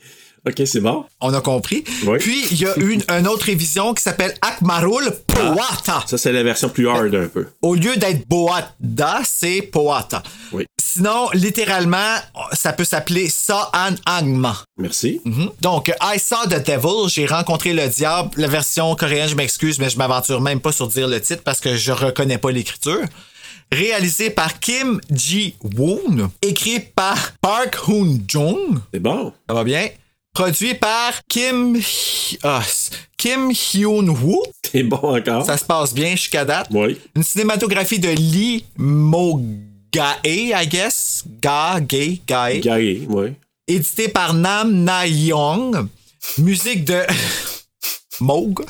S2: Ok, c'est bon.
S1: On a compris.
S2: Oui.
S1: Puis, il y a une, une autre révision qui s'appelle Akmarul Poata.
S2: Ça, c'est la version plus hard un peu.
S1: Au lieu d'être Boada, c'est Poata.
S2: Oui.
S1: Sinon, littéralement, ça peut s'appeler Sa'an Angma.
S2: Merci.
S1: Mhm. Donc, I Saw the Devil, j'ai rencontré le diable. La version coréenne, je m'excuse, mais je m'aventure même pas sur dire le titre parce que je reconnais pas l'écriture. Réalisé par Kim Ji-woon, écrit par Park Hoon-jung.
S2: C'est bon.
S1: Ça va bien? Produit par Kim, Hy- ah, s- Kim Hyun-woo.
S2: C'est bon encore.
S1: Ça se passe bien jusqu'à date.
S2: Oui.
S1: Une cinématographie de Lee Mogae, I guess. Ga, gay, gae.
S2: Gary, oui.
S1: Édité par Nam Na Young. Musique de. <laughs> Moog.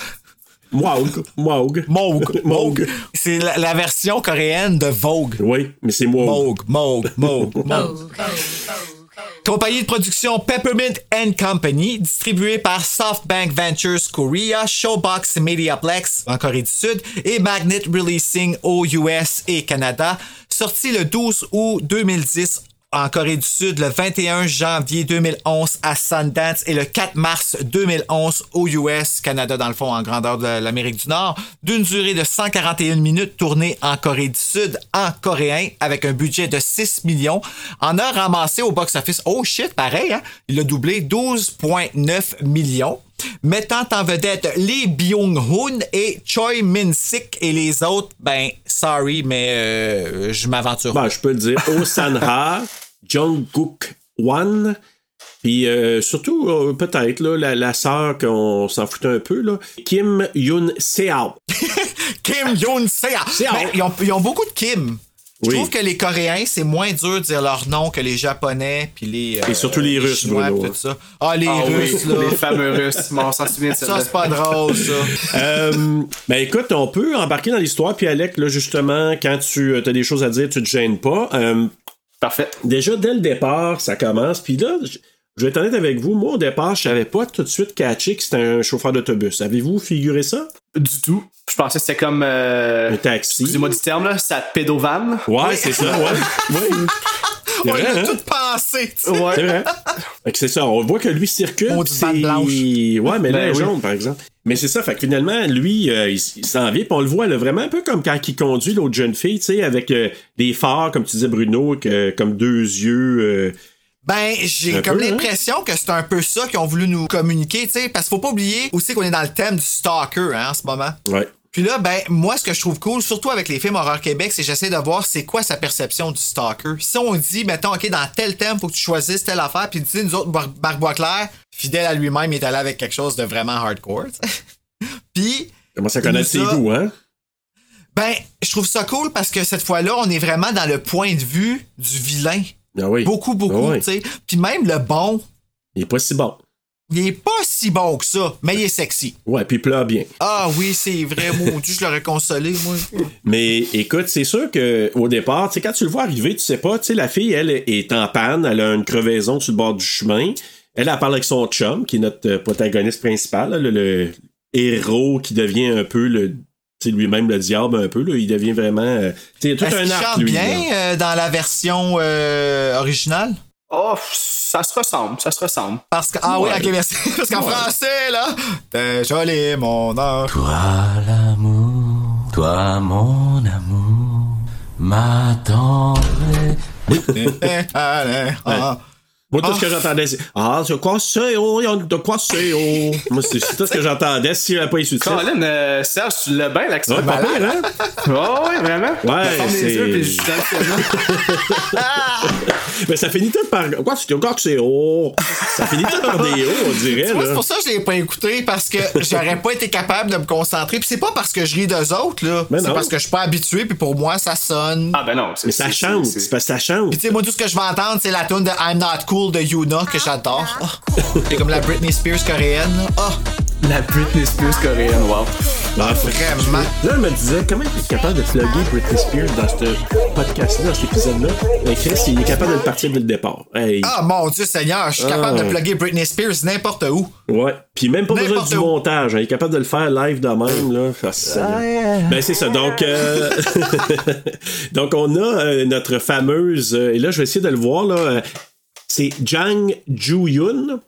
S2: Waug. Waug.
S1: Moog.
S2: Moog.
S1: C'est la, la version coréenne de Vogue.
S2: Oui, mais c'est moi.
S1: Moog, Moog, Moog, Moog. Compagnie de production Peppermint and Company, distribuée par SoftBank Ventures Korea, Showbox Mediaplex en Corée du Sud et Magnet Releasing aux US et Canada, sorti le 12 août 2010 en Corée du Sud, le 21 janvier 2011 à Sundance et le 4 mars 2011 aux US, Canada dans le fond, en grandeur de l'Amérique du Nord, d'une durée de 141 minutes tournée en Corée du Sud, en coréen, avec un budget de 6 millions, en a ramassé au box-office, oh shit, pareil, hein? il a doublé 12,9 millions. mettant en vedette Lee Byung-hun et Choi Min-sik et les autres. Ben, sorry, mais euh, je m'aventure.
S2: Ben, je peux le dire. Oh Sanha, Jungkook Wan, puis euh, surtout, euh, peut-être, là, la, la sœur qu'on s'en foutait un peu, là, Kim Yoon Seao.
S1: Kim Yoon Sea.
S2: Sea.
S1: Ben, ils, ont, ils ont beaucoup de Kim. Je
S2: Oui.
S1: trouve que les Coréens, c'est moins dur de dire leur nom que les Japonais, puis les. euh,
S2: Et surtout les Russes,
S1: Chinois,
S2: Bruno,
S1: puis
S2: hein.
S1: tout ça. Ah, les
S3: Ah oui,
S1: Russes, là.
S3: les fameux Russes. Bon, on s'en souvient de
S1: Ça,
S3: celle-là.
S1: c'est pas drôle,
S2: <laughs>
S1: ça.
S2: Euh, <laughs> ben écoute, on peut embarquer dans l'histoire, puis Alec, là, justement, quand tu as des choses à dire, tu te gênes pas. Euh,
S3: Parfait.
S2: déjà, dès le départ, ça commence, puis là, je, je vais être honnête avec vous, moi, au départ, je savais pas tout de suite catché que c'était un chauffeur d'autobus. Avez-vous figuré ça?
S3: Du tout. Je pensais que c'était comme. euh,
S2: Un taxi?
S3: Excusez-moi du terme, là, sa pédovane.
S2: Ouais, c'est ça, ouais. ouais. C'est
S1: On
S2: vrai,
S1: a
S2: hein?
S1: tout pensé, tu sais.
S2: C'est <laughs>
S3: Ouais.
S2: vrai. Fait que c'est ça. On voit que lui circule.
S1: Maudite
S2: c'est-
S1: bande blanche.
S2: Ouais, mais là, elle
S3: Ben
S2: est
S3: oui.
S2: jaune, par exemple. Mais c'est ça. Fait que finalement, lui, euh, il, s- il s'en vient. Puis on le voit là, vraiment un peu comme quand il conduit l'autre jeune fille, tu sais, avec euh, des phares, comme tu disais, Bruno, que- comme deux yeux. euh,
S1: Ben, j'ai
S2: Un
S1: comme
S2: peu, hein?
S1: l'impression que c'est un peu ça qu'ils ont voulu nous communiquer, tu sais, parce qu'il faut pas oublier aussi qu'on est dans le thème du stalker, hein, en ce moment.
S2: Ouais.
S1: Puis là, ben, moi, ce que je trouve cool, surtout avec les films Horreur Québec, c'est j'essaie de voir c'est quoi sa perception du stalker. Si on dit, mettons, OK, dans tel thème, faut que tu choisisses telle affaire, puis tu sais, nous autres, Bar- Barbois Clair, fidèle à lui-même, il est allé avec quelque chose de vraiment hardcore, tu sais. Puis,
S2: Commence à
S1: Il
S2: connaître ses
S1: nous a-
S2: goûts, hein?
S1: ben, je trouve ça cool parce que cette fois-là, on est vraiment dans le point de vue du vilain.
S2: Ah oui.
S1: Beaucoup, beaucoup,
S2: Ah oui.
S1: tu sais. Puis même le bon,
S2: Il est pas si bon.
S1: il est pas si bon que ça, mais il est sexy.
S2: Ouais, puis il pleure bien.
S1: Ah oui, c'est vrai, mon Dieu, je l'aurais consolé, moi.
S2: Mais écoute, c'est sûr que au départ, tu sais, quand tu le vois arriver, tu sais pas, tu sais, la fille, elle est en panne, elle a une crevaison sur le bord du chemin. Elle, elle parle avec son chum, qui est notre euh, protagoniste principal, là, le, le héros qui devient un peu le. tu sais, lui-même le diable un peu, là. Il devient vraiment. euh, tu sais, il y a tout
S1: Est-ce
S2: un
S1: qu'il
S2: arc,
S1: chante
S2: lui. là.
S1: bien euh, dans la version euh, originale?
S3: Oh, ça se ressemble, ça se ressemble.
S1: Parce que, ah
S2: Ouais.
S1: oui, ok, merci. <laughs> Parce qu'en français, là, t'es joli, mon or.
S7: Toi l'amour, toi mon amour, ma tendresse.
S1: <laughs> Allez, ah.
S2: Moi, tout ce que j'entendais, c'est. Ah, de quoi c'est, oh, de quoi c'est, oh. Moi, c'est c'est tout ce que j'entendais s'il n'y avait pas eu de titre.
S3: Colin, euh, Serge, tu l'as bien l'accent.
S2: Ouais, pas pire, hein?
S3: Oh, ouais, vraiment.
S2: Ouais,
S3: Je ferme
S2: c'est-
S3: les yeux puis je donne le nom.
S2: <laughs> Mais ça finit tout par. Quoi, c'est quoi que c'est, oh? Ça finit tout par
S1: <laughs>
S2: des oh, on dirait,
S1: Tu vois, c'est
S2: là.
S1: pour ça que je l'ai pas écouté, parce que j'aurais pas été capable de me concentrer. Puis c'est pas parce que je ris d'eux autres, là.
S2: Mais non.
S1: C'est parce que je suis pas habitué, puis pour moi, ça sonne.
S3: Ah, ben non. c'est-
S2: Mais ça
S3: c'est-
S2: chante,
S3: c'est-
S2: c'est parce que ça chante.
S1: Puis tu sais, moi, tout ce que je vais entendre, c'est la tune de I'm Not Cool de Yuna, que j'adore. C'est comme la Britney Spears coréenne, là. Ah,
S3: c'est- La Britney Spears coréenne, wow.
S2: Ah, faut-
S1: vraiment.
S2: Là, je me disais, comment il est capable de plugger Britney Spears dans ce podcast-là, dans cet épisode-là? Mais Chris, il est capable de le partir dès le départ. Hey,
S1: Ah, mon Dieu Seigneur, je suis capable de plugger Britney Spears n'importe où.
S2: ouais. Puis même pas besoin
S1: N'importe
S2: du
S1: où.
S2: montage. hein, Il est capable de le faire live de même, là. Ah, Seigneur. ben, c'est ça. Donc, euh, <laughs> donc on a euh, notre fameuse... euh, et là, je vais essayer de le voir, là. euh, C'est Jang Joo-yoon,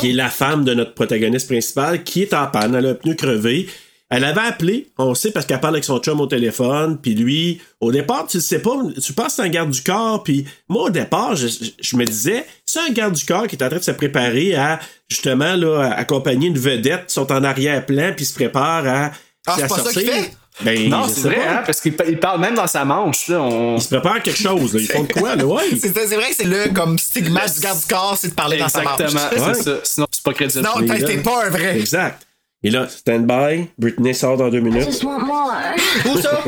S2: qui est la femme de notre protagoniste principal, qui est en panne. Elle a un pneu crevé. Elle avait appelé, on sait, parce qu'elle parle avec son chum au téléphone, puis lui, au départ, tu le sais pas, tu penses que c'est un garde du corps, puis moi, au départ, je, je- je me disais, c'est un garde du corps qui est en train de se préparer à, justement, là, à accompagner une vedette, ils sont en arrière-plan, puis ils se préparent à...
S1: Ah, c'est
S2: à
S1: pas ça qu'il fait?
S2: Ben,
S3: Non,
S2: je
S3: c'est
S2: sais
S3: vrai,
S2: pas.
S3: hein, parce qu'il pa- il parle même dans sa manche, là. On...
S2: Ils se préparent à quelque chose, là. Ils font de quoi, là?
S3: <laughs>
S2: Ouais.
S1: C'est c'est vrai que c'est le comme stigmate du garde du corps, c'est de parler dans sa
S3: Exactement,
S1: marche.
S3: c'est
S2: Ouais.
S3: ça. Sinon, c'est pas crédible.
S1: Non, t'es t'es pas un vrai.
S2: <laughs> Exact. Et là, stand-by, Britney sort dans deux minutes.
S5: Just want more.
S1: Où ça?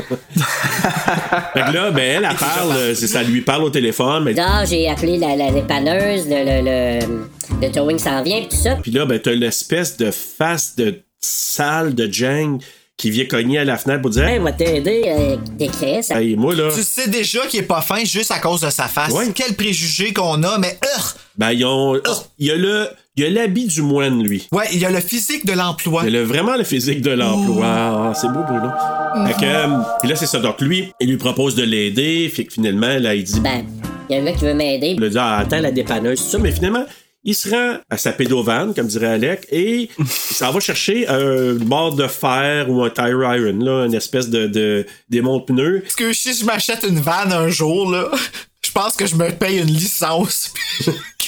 S2: Fait que là, ben, elle, elle parle, euh, c'est ça lui parle au téléphone, mais
S8: Là, Ah, j'ai appelé la, la dépanneuse, le, le, le, le towing s'en vient, pis tout ça.
S2: Puis là, ben, t'as l'espèce de face de sale de Jang qui vient cogner à la fenêtre pour dire
S8: Hey, moi t'aider, euh, t'es créé, ça.
S2: Hey, moi, là,
S1: Tu sais déjà qu'il est pas fin juste à cause de sa face.
S2: Ouais.
S1: Quel préjugé qu'on a, mais urgh!
S2: ben, ils ont. Il y a le. Il y a l'habit du moine, lui.
S1: Ouais, il y a le physique de l'emploi.
S2: Il y a le- vraiment le physique de l'emploi. Ah, c'est beau, Bruno. Fait que, euh, puis là, c'est ça. Donc, lui, il lui propose de l'aider. Fait que finalement, là, il dit
S8: Ben, y a un gars qui veut m'aider.
S2: Il a dit ah, attends la dépanneuse, tout ça, mais finalement, il se rend à sa pédovane, comme dirait Alec, et il s'en va chercher un bord de fer ou un tire iron, là, une espèce de, de démonte-pneu.
S1: Parce que si je m'achète une vanne un jour, là, je pense que je me paye une licence.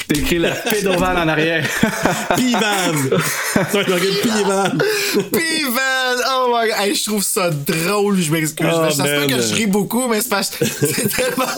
S3: T'écris la pédovane en arrière.
S2: <laughs> Pivan!
S1: <laughs>
S2: Ça va être Pivan!
S1: Pivan! Oh my god! Hey, je trouve ça drôle, je m'excuse.
S2: Oh,
S1: je sais pas
S2: man.
S1: que je ris beaucoup, mais c'est
S2: <laughs>
S1: parce que c'est tellement. <laughs>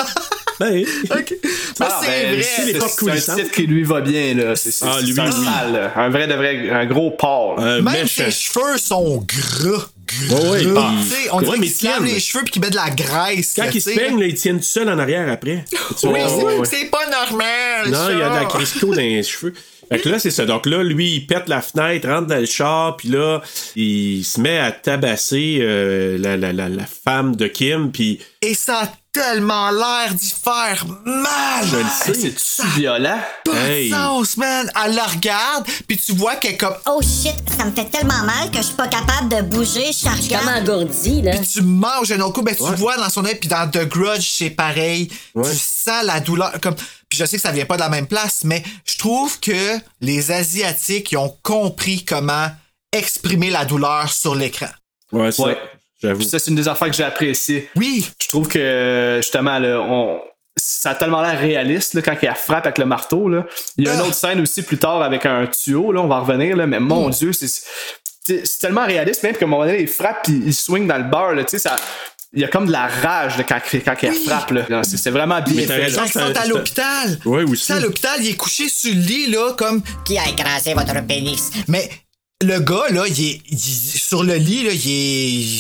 S2: Ben,
S1: Ok. Mais
S3: Ah,
S1: c'est
S3: ben,
S1: vrai!
S3: c'est-
S2: les portes
S3: C'est un
S2: coulissantes.
S3: titre qui lui va bien, là. C'est c'est-
S2: Ah, lui,
S3: c'est un
S2: oui. Euh.
S3: sale, là. Un vrai de vrai, un gros porc. là.
S2: un
S1: Même
S2: méchant.
S1: ses cheveux sont gras. Gras.
S2: Ouais, ouais, puis-
S1: Tu sais, on
S2: Ouais,
S1: dirait
S2: mais
S1: qu'il se
S2: ils
S1: lave
S2: tiennent.
S1: les cheveux puis qu'il met de la graisse.
S2: Quand
S1: là,
S2: ils
S1: tu
S2: se
S1: sais. hein.
S2: peignent, là, ils tiennent tout seuls en arrière après.
S1: Oui,
S3: Ouais,
S1: c'est-
S3: ouais, ouais.
S1: c'est pas normal.
S2: Non,
S1: ça.
S2: il y a de la crisco dans les cheveux. Fait que là, c'est ça. Donc là, lui, il pète la fenêtre, rentre dans le char, puis là, il se met à tabasser euh, la, la, la, la femme de Kim, puis
S1: Et ça a tellement l'air d'y faire mal.
S2: je
S3: Ah,
S2: le sais.
S3: C'est violent.
S1: Pas
S2: Hey.
S1: de sens, man. Elle la regarde, puis tu vois qu'elle est comme.
S6: Oh shit, ça me fait tellement mal que je suis pas capable de bouger, je la
S8: Je suis comme
S6: regarde.
S8: engourdi, là.
S1: Puis tu manges un autre coup, ben tu
S2: Ouais.
S1: vois dans son œil, puis dans The Grudge, c'est pareil.
S2: Ouais.
S1: Tu sens la douleur. Comme... Puis je sais que ça vient pas de la même place, mais je trouve que les Asiatiques, ils ont compris comment exprimer la douleur sur l'écran.
S2: Ouais, ça,
S3: Ouais.
S2: j'avoue.
S3: Puis ça, c'est une des affaires que j'ai appréciées.
S1: Oui,
S3: Je trouve que, justement, là, on... ça a tellement l'air réaliste là, quand il la frappe avec le marteau. Là. Il y a une
S1: Ah.
S3: autre scène aussi plus tard avec un tuyau, là, on va en revenir, là, mais
S2: Mm.
S3: mon Dieu, c'est c'est- c'est tellement réaliste, même qu'à un moment donné, il frappe puis il swing dans le bar. Là, tu sais, ça... Il y a comme de la rage là, quand, quand il la frappe. là. C'est c'est vraiment bien
S2: Mais t'as
S3: fait.
S2: raison,
S1: quand ils
S2: c'est
S1: sont
S2: un-
S1: à
S2: c'est-
S1: l'hôpital.
S2: Ouais, aussi.
S1: Tu sais, à l'hôpital, il est couché sur le lit, là, comme.
S6: Qui a écrasé votre pénis?
S1: Mais le gars, là, il est, il est sur le lit, là, il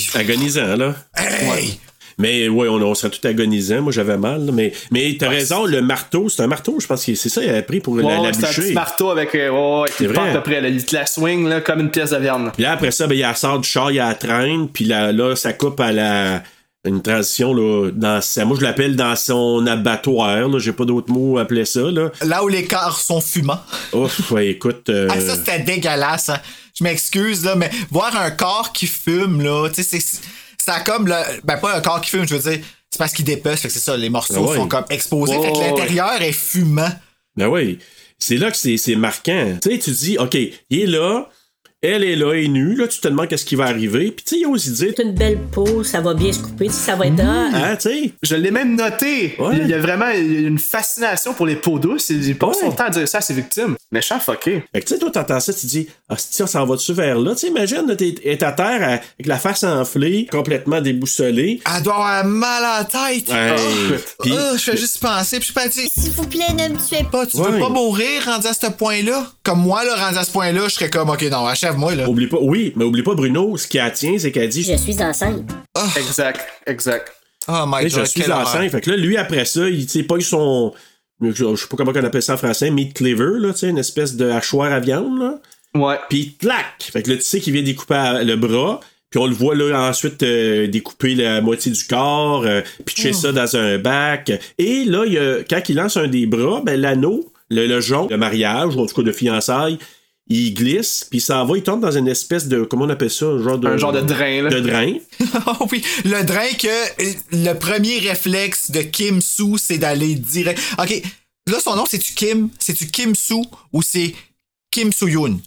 S1: est.
S2: Agonisant, là.
S1: Hey!
S2: Mais ouais, on, on serait tout agonisant. Moi, j'avais mal. là, Mais, mais t'as raison, le marteau, c'est un marteau, je pense que c'est ça qu'il a pris pour la,
S3: Ah, Ouais,
S2: la
S3: c'est un
S2: bûcher.
S3: petit marteau avec. euh, ouais, ouais, qui
S2: C'est
S3: part
S2: vrai.
S3: à peu près. là. il te la swing là, comme une pièce de viande.
S2: Puis là, après ça, ben, il la sort du char, il la traîne, puis là, là, ça coupe à la une transition là, dans sa. Moi, je l'appelle dans son abattoir, là, j'ai pas d'autre mot à appeler ça. Là.
S1: Là où les corps sont fumants.
S2: Ouf, ouais, écoute. euh,
S1: Ah, ça, c'était dégueulasse. hein. Je m'excuse, là, mais voir un corps qui fume, là, tu sais, c'est- ça a comme le. Ben, pas un corps qui fume, je veux dire, c'est parce qu'il dépece, fait que c'est ça, les morceaux
S2: Ah ouais.
S1: sont comme exposés, fait que
S3: Ouais, ouais.
S1: l'intérieur est fumant.
S2: Ben oui. C'est là que c'est c'est marquant. Tu sais, tu dis, OK, il est là, elle est là, elle est nue, là, tu te demandes qu'est-ce qui va arriver. Puis tu sais, il a aussi dit,
S8: C'est une belle peau, ça va bien se couper, tu sais, ça va être. Ah,
S2: ah, tu sais,
S3: Je l'ai même noté.
S2: Ouais.
S3: Il y a vraiment il y a une fascination pour les peaux douces. Il passe
S2: Ouais.
S3: son temps à dire ça à ses victimes. Méchant fucké.
S2: Fait que tu sais, toi, t'entends ça, tu dis, ah, si on s'en va-tu vers là? Tu sais, imagine, là, t'es t'es à terre à- avec la face enflée, complètement déboussolée.
S1: Elle doit avoir mal à la tête.
S2: Hey,
S1: Oh,
S2: puis-
S1: oh, je fais juste penser, puis je peux dire.
S6: S'il vous plaît, ne me tuez pas.
S1: Pas, tu
S2: Ouais.
S1: veux pas mourir rendu à ce point-là? Comme moi, là, rendu à ce point-là, je serais comme, ok, non, achève-moi, là.
S2: Oublie pas, oui, mais oublie pas, Bruno, ce qui attient, c'est qu'elle dit,
S8: Je suis enceinte.
S3: Exact, exact.
S1: Oh my
S2: Hey, je
S1: god,
S2: suis
S1: quelle horreur.
S2: enceinte. Fait que là, lui, après ça, il, tu sais, pas eu son, je sais pas comment on appelle ça en français, meat cleaver, là, tu sais, une espèce de hachoir à viande, là.
S3: Ouais.
S2: Puis clac! Fait que là, tu sais qu'il vient découper à- le bras. Puis on le voit là ensuite euh, découper la moitié du corps, euh, pitcher
S3: Oh.
S2: ça dans un bac. Et là, il y a- quand il lance un des bras, ben l'anneau, le, le jonc de mariage, ou en tout cas de fiançailles, il glisse, puis ça va, il tombe dans une espèce de, comment on appelle ça, un genre de...
S3: Un genre de drain, là.
S2: De drain.
S1: <laughs> Oh oui, le drain que euh, le premier réflexe de Kim Soo, c'est d'aller direct. OK, là, son nom, c'est-tu Kim? C'est-tu Kim Soo ou c'est Kim Soo-yoon?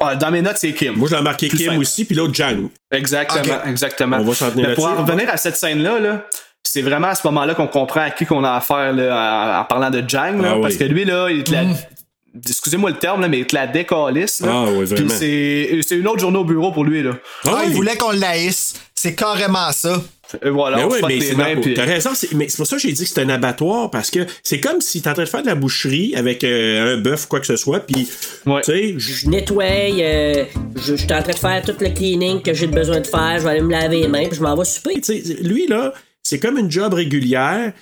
S3: Ah, dans mes notes, c'est Kim.
S2: Moi, je l'ai marqué
S3: Plus
S2: Kim
S3: simple.
S2: aussi, puis l'autre Jang.
S3: Exactement,
S1: Ok.
S3: exactement.
S2: On va s'en tenir
S3: Mais pour en
S2: là-dessus.
S3: revenir à cette scène-là, là, c'est vraiment à ce moment-là qu'on comprend à qui qu'on a affaire là, en, en parlant de Jang. là,
S2: Ah oui.
S3: Parce que lui, là, il te la. Excusez-moi le terme, là, mais il te la décalisse. là.
S2: Ah oui,
S3: Puis
S2: vraiment.
S3: c'est c'est une autre journée au bureau pour lui. Là.
S1: Ah,
S2: oui.
S1: il voulait qu'on l'haïsse. C'est carrément ça.
S3: Et voilà,
S2: Mais
S3: on
S2: oui,
S3: se frotte
S2: Ben mais
S3: les
S2: c'est
S3: mains.
S2: dans-
S3: puis-
S2: t'as raison, c'est, mais c'est pour ça que j'ai dit que c'est un abattoir, parce que c'est comme si t'es en train de faire de la boucherie avec euh, un bœuf, quoi que ce soit, puis
S3: Ouais.
S2: tu sais, je-
S8: Je nettoie, euh, je, je suis en train de faire tout le cleaning que j'ai besoin de faire, je vais aller me laver les mains, puis je m'en vais souper.
S2: Tu sais, lui, là, c'est comme une job régulière.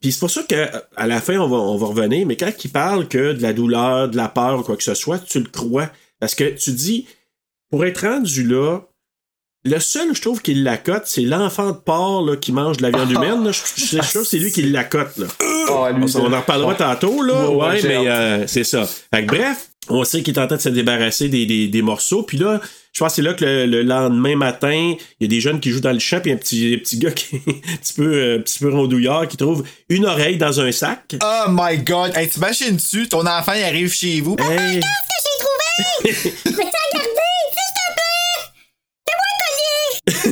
S2: Puis c'est pour ça que euh, à la fin, on va, on va revenir, mais quand il parle que de la douleur, de la peur ou quoi que ce soit, tu le crois. Parce que tu dis, pour être rendu là, le seul, je trouve, qui l'accote, c'est l'enfant de porc là, qui mange de la viande humaine. là. Je je- je suis sûr que c'est lui qui l'accote. là.
S3: Ah, lui,
S2: On, s'en- on en reparlera tantôt, là.
S3: Ouais, ouais,
S2: Ouais,
S3: j'ai
S2: mais euh, c'est ça. Fait que bref, on sait qu'il est en train de se débarrasser des, des- des morceaux. Puis là, je pense que c'est là que le, le lendemain matin, il y a des jeunes qui jouent dans le champ, puis un petit, un petit gars qui est <laughs> un petit peu, euh, un petit peu rondouillard qui trouve une oreille dans un sac.
S1: Oh my god. Hey, t'imagines-tu, ton enfant, il arrive chez vous.
S2: Hey, <laughs> <laughs> tu sais,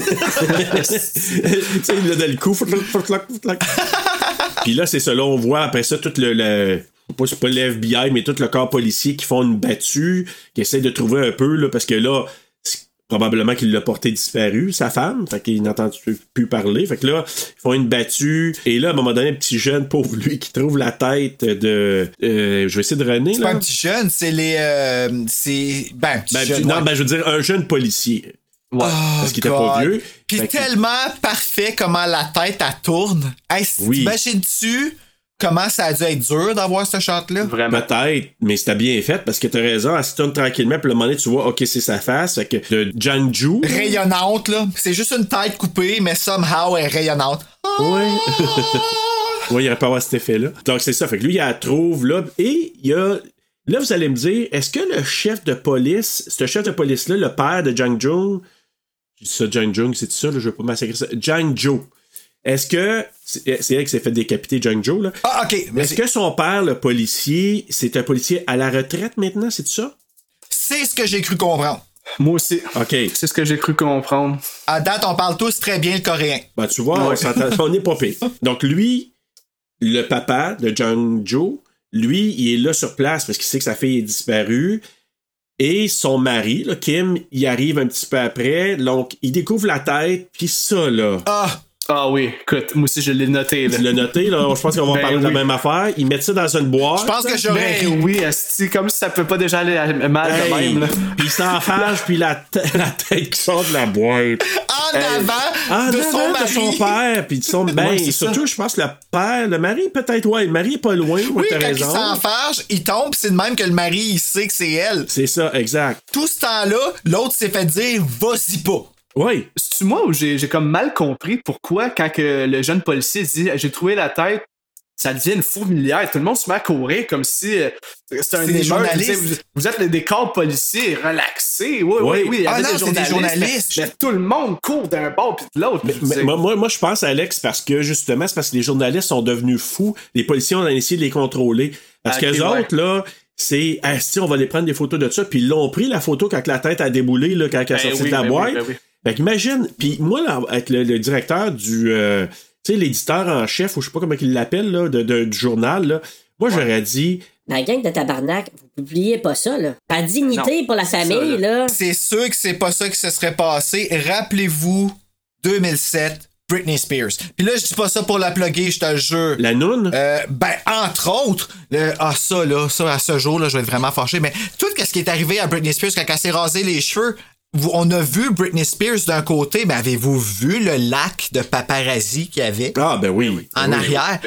S2: il a dans le cou. floc, floc, floc, floc. Puis là, c'est ça. Là, on voit après ça tout le, le- pas c'est pas le FBI, mais tout le corps policier qui font une battue, qui essaie de trouver un peu, là, parce que là, c'est probablement qu'il l'a porté disparu, sa femme, fait qu'il n'entend plus parler. Fait que là, ils font une battue, et là, à un moment donné, un petit jeune, pauvre lui, qui trouve la tête de... euh, je vais essayer de René,
S1: C'est pas
S2: là.
S1: un petit jeune, c'est les. euh, c'est. Ben, un petit
S2: Ben,
S1: jeune.
S2: non,
S1: ouais.
S2: ben, je veux dire, un jeune policier.
S3: Ouais.
S2: parce qu'il était pas
S1: God.
S2: vieux. Ben,
S1: Puis
S2: Fait que-
S1: tellement parfait comment la tête, elle tourne. Hey, si
S2: Oui.
S1: T'imagines-tu comment ça a dû être dur d'avoir ce shot-là?
S3: Vraiment.
S2: Peut-être, mais c'était bien fait parce que t'as raison, elle se tourne tranquillement, puis le moment donné, tu vois, ok, c'est sa face, fait que de Janju.
S1: Rayonnante, là. C'est juste une tête coupée, mais somehow elle est rayonnante.
S2: <laughs> Ouais. ouais, il aurait pas avoir cet effet-là. Donc c'est ça, fait que lui, il la trouve là, et il y a. Là, vous allez me dire, est-ce que le chef de police, ce chef de police-là, le père de Jang Jung, je dis ça, Jang Jung, c'est ça, là, je veux pas massacrer ça, Jang Jo, est-ce que, c'est c'est elle qui s'est fait décapiter Jang Jo, là,
S1: Ah, ok.
S2: Mais est-ce que son père, le policier, c'est un policier à la retraite maintenant, c'est ça?
S1: C'est ce que j'ai cru comprendre.
S3: Moi aussi.
S2: OK.
S3: C'est ce que j'ai cru comprendre.
S1: À date, on parle tous très bien le coréen.
S2: Ben, tu vois, on, s'entend- on est pas pire. Donc, lui, le papa de Jung Jo, lui, il est là sur place parce qu'il sait que sa fille est disparue. Et son mari, là, Kim, il arrive un petit peu après. Donc, il découvre la tête, puis ça, là.
S1: Ah,
S3: Ah oui, écoute, moi aussi je l'ai noté. là.
S2: Tu l'as noté, là. Je pense qu'on va
S3: Ben
S2: parler de la
S3: oui.
S2: même affaire. Ils mettent ça dans une boîte.
S1: je pense que j'aurais
S3: Ben
S1: ri.
S3: oui, asti, comme si ça peut pas déjà aller à- mal de
S2: Hey!
S3: même. Là.
S2: Puis il s'enfarge, puis la, te- <laughs> la tête qui sort de la boîte.
S1: En avant
S2: Ah,
S1: de
S2: non,
S1: son
S2: non,
S1: mari.
S2: de son père, puis de son ben,
S3: Ouais, c'est
S2: surtout, je pense que le père, le mari, peut-être, ouais, le mari est pas loin, ouais,
S1: Oui,
S2: t'as
S1: quand
S2: raison.
S1: il s'enfarge, il tombe, c'est de même que le mari, il sait que c'est elle.
S2: C'est ça, exact.
S1: Tout ce temps-là, l'autre s'est fait dire « Vas-y pas
S2: Oui,
S3: C'est-tu moi où j'ai j'ai comme mal compris pourquoi, quand que le jeune policier dit J'ai trouvé la tête, ça devient une fourmilière. Tout le monde se met à courir comme si euh, c'était un
S1: C'est des
S3: émeute.
S1: journalistes.
S3: Tu sais, Vous, vous êtes des corps policiers relaxés. Oui, oui,
S2: Oui.
S3: oui. il y
S1: Ah
S3: avait
S1: non, c'est
S3: des
S1: des
S3: journalistes.
S1: journalistes.
S3: Mais, mais tout le monde court d'un bord puis de l'autre. Je
S2: mais
S3: disais,
S2: moi, moi, moi, je pense, Alex, parce que justement, c'est parce que les journalistes sont devenus fous. Les policiers ont essayé de les contrôler. Parce
S3: Ah,
S2: que
S3: ok,
S2: les
S3: ouais.
S2: autres, là, c'est, ah, si, on va les prendre des photos de ça. Puis ils l'ont pris, la photo, quand la tête a déboulé, là, quand elle a
S3: Ben
S2: sorti
S3: oui,
S2: de la
S3: ben oui,
S2: boîte.
S3: ben oui.
S2: Fait qu'imagine, puis moi, là, avec le, le directeur du, euh, tu sais, l'éditeur en chef, ou je sais pas comment il l'appelle, là, de- de- du journal, là, moi, j'aurais dit,
S8: La gang de tabarnak, vous publiez pas ça, là. Pas de dignité pour la famille,
S3: ça,
S8: là. ».
S1: C'est sûr que c'est pas ça qui se serait passé. Rappelez-vous 2007, Britney Spears. Puis là, je dis pas ça pour la plugger, je te le jure.
S2: la noune,
S1: Euh, ben, entre autres, le- ah, ça, là, ça, à ce jour, là, je vais être vraiment fâché, mais tout ce qui est arrivé à Britney Spears quand elle s'est rasé les cheveux, vous- on a vu Britney Spears d'un côté, mais avez-vous vu le lac de paparazzi qu'il y avait?
S2: ah, ben oui. ben
S1: En arrière.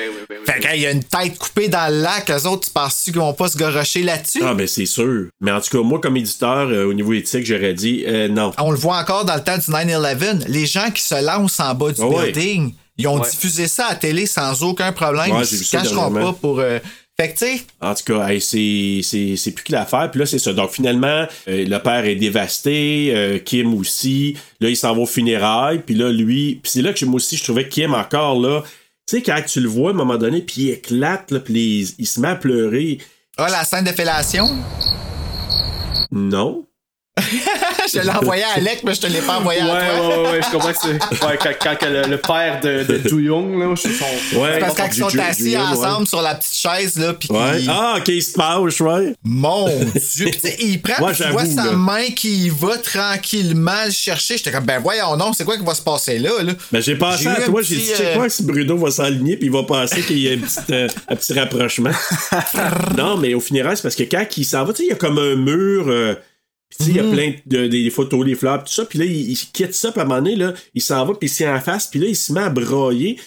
S1: Fait qu'il y a une tête coupée dans le lac. Eux autres, tu penses-tu qu'ils vont pas se gorocher là-dessus?
S2: Ah, ben c'est sûr. Mais en tout cas, moi, comme éditeur, euh, au niveau éthique, j'aurais dit euh, non.
S1: On le voit encore dans le temps du 9-11. Les gens qui se lancent en bas du
S2: Ah ouais.
S1: building, ils ont diffusé ça à la télé sans aucun problème.
S2: Ouais,
S1: ils
S2: j'ai vu
S1: se
S2: ça
S1: cacheront
S2: dernièrement.
S1: pas pour. euh, Fait que, tu sais,
S2: En tout cas, hey, c'est- c'est c'est plus que l'affaire. Puis là, c'est ça. Donc finalement, euh, le père est dévasté, euh, Kim aussi. Là, il s'en va au funérailles. Puis là, lui... Puis c'est là que moi aussi, je trouvais Kim encore là. Tu sais, quand tu le vois à un moment donné, puis il éclate, là, puis il, il se met à pleurer.
S1: ah, la scène de fellation,
S2: Non.
S1: je l'ai
S2: <laughs>
S1: envoyé à Alec, mais je te l'ai pas envoyé
S3: Ouais,
S1: à toi.
S3: ouais, ouais, ouais, je comprends que c'est. Ouais, quand, quand que le, le père de, <laughs> de Do Young, là, je suis son.
S2: Ouais.
S1: Parce que quand
S2: Du-
S1: ils sont
S2: du-
S1: assis
S2: du- ouais.
S1: ensemble sur la petite chaise, là, pis
S2: Ouais.
S1: qu'ils-
S2: Ah, OK, il se penche, ouais. <laughs>
S1: Mon Dieu! Pis tu sais, il prend,
S2: Ouais,
S1: pis tu vois
S2: j'avoue,
S1: sa
S2: là.
S1: main qui va tranquillement le chercher. J'étais comme, ben voyons donc, c'est quoi qui va se passer là, là?
S2: Ben, j'ai pensé
S1: J'ai eu
S2: à
S1: un
S2: toi, j'ai dit,
S1: petit,
S2: je sais
S1: euh,
S2: pas si Bruno va s'aligner, puis il va penser qu'il y a un petit, euh, un petit
S1: <laughs>
S2: rapprochement. non, mais au funérail, c'est parce que quand il s'en va, tu sais, il y a comme un mur, euh, puis tu sais, il
S1: Mm-hmm.
S2: y a plein de, des des photos, des fleurs, tout ça, puis là, il, il quitte ça, puis à un moment donné, là, il s'en va, puis il s'y en face, puis là, il se met à broyer.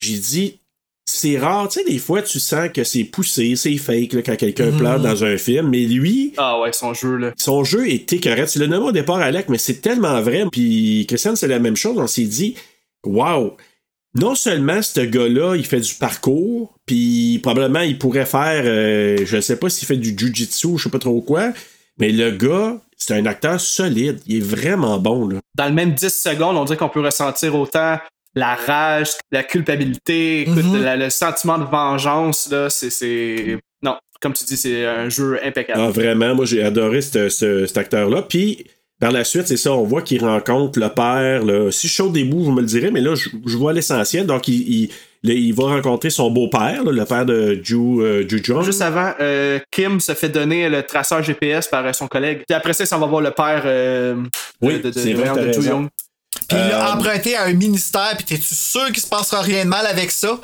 S2: J'ai dit, c'est rare, tu sais, des fois, tu sens que c'est poussé, c'est fake, là, quand quelqu'un
S1: Mm-hmm.
S2: pleure dans un film, mais lui,
S3: Ah ouais, son jeu, là.
S2: son jeu est écœurant. Tu l'as nommé au départ, Alec, mais c'est tellement vrai. Puis, Christiane, c'est la même chose. On s'est dit, wow, non seulement ce gars-là, il fait du parcours, puis probablement il pourrait faire, euh, je sais pas s'il fait du jujitsu ou je sais pas trop quoi, mais le gars, c'est un acteur solide. Il est vraiment bon, là.
S3: dans le même 10 secondes, on dirait qu'on peut ressentir autant la rage, la culpabilité, écoute,
S2: Mm-hmm.
S3: la- le sentiment de vengeance, là, c'est- c'est... Non, comme tu dis, c'est un jeu impeccable.
S2: Ah, vraiment, moi j'ai adoré ce- ce- cet acteur-là. Puis par la suite, c'est ça, on voit qu'il rencontre le père. là. Si je saute des bouts, vous me le direz, mais là, je, je vois l'essentiel. Donc, il, il- Là, il va rencontrer son beau-père, là, le père de Ju, euh, Ju Jung.
S3: Juste avant, euh, Kim se fait donner le traceur GPS par euh, son collègue. Puis après ça, ça va voir le père euh,
S2: Oui,
S3: de, de,
S2: c'est
S3: de-
S2: vrai,
S3: de
S2: t'as
S3: Ju
S2: raison.
S3: Young.
S1: Puis il
S2: Euh,
S1: l'a emprunté à un ministère, puis t'es-tu sûr qu'il se passera rien de mal avec ça?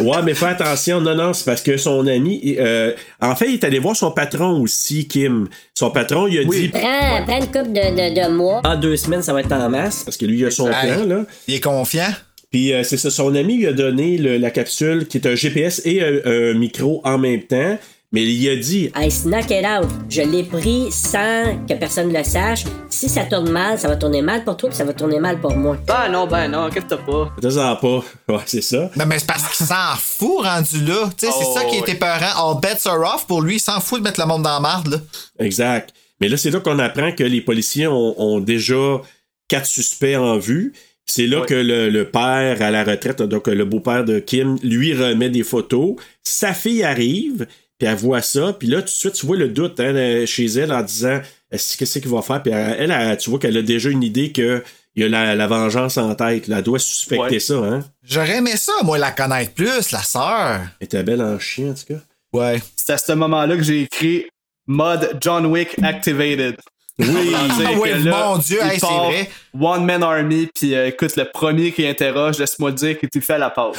S2: Ouais, mais fais attention. Non, non, c'est parce que son ami. euh, en fait, il est allé voir son patron aussi, Kim. Son patron, il a dit.
S6: Prends, prends une coupe de, de, de mois.
S8: En deux semaines, ça va être en masse.
S2: Parce que lui, il a son
S1: Exact.
S2: plan, là.
S1: il est confiant.
S2: Puis euh, c'est ça, son ami lui a donné le- la capsule qui est un GPS et un, un micro en même temps. Mais il a dit.
S8: Hey, snack it out. Je l'ai pris sans que personne le sache. Si ça tourne mal, ça va tourner mal pour toi, puis ça va tourner mal pour moi.
S9: Ben non, ben non, inquiète-toi pas.
S2: Fais-en pas. <laughs> Ouais, c'est ça.
S1: Non, mais c'est parce qu'il s'en fout rendu là. Tu sais,
S4: Oh,
S1: c'est ça qui est
S4: oui.
S1: épeurant. All bets are off pour lui. Il s'en fout de mettre le monde dans la marde, là.
S2: Exact. Mais là, c'est là qu'on apprend que les policiers ont, ont déjà quatre suspects en vue. C'est là que le, le père à la retraite, donc le beau-père de Kim, lui remet des photos. Sa fille arrive, puis elle voit ça, puis là, tout de suite, tu vois le doute hein, chez elle en disant Est-ce- qu'est-ce qu'il va faire Puis elle, elle, elle, tu vois qu'elle a déjà une idée que il y a la, la vengeance en tête. là. Elle doit suspecter
S3: Ouais.
S2: ça, hein.
S1: J'aurais aimé ça, moi, la connaître plus, la sœur.
S2: Elle était belle en chien, en tout cas.
S1: Ouais.
S3: C'est à ce moment-là que j'ai écrit Mod John Wick Activated. Oui,
S1: Ah oui, mon Dieu, hey, c'est vrai.
S3: One Man Army, puis euh, écoute, le premier qui interroge, laisse-moi dire que tu fais la passe.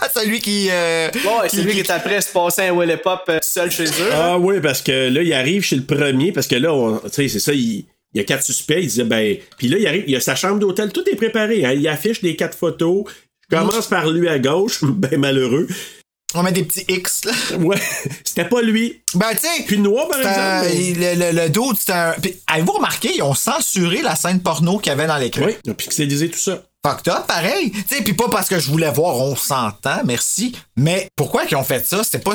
S1: Ah, celui qui. euh,
S3: Ouais,
S1: qui-
S3: c'est lui qui est après se passer un Willy Pop euh, seul chez eux.
S2: Ah oui, parce que là, il arrive chez le premier, parce que là, on- tu sais, c'est ça, il, il y a quatre suspects, il disait, ben, puis là, il arrive, il y a sa chambre d'hôtel, tout est préparé, hein, il affiche les quatre photos, je commence par lui à gauche, <laughs> ben malheureux.
S1: On met des petits X, là.
S2: Ouais, c'était pas lui.
S1: Ben, tu sais.
S2: Puis noir, par
S1: c'est un-
S2: exemple. mais-
S1: Le, le, le dude, c'est un. Puis, avez-vous remarqué, ils ont censuré la scène porno qu'il y avait dans l'écran.
S2: Oui, ils ont pixelisé tout ça.
S1: Fucked up, pareil. Tu sais, puis pas parce que je voulais voir, on s'entend, merci. Mais pourquoi qu'ils ont fait ça? C'était pas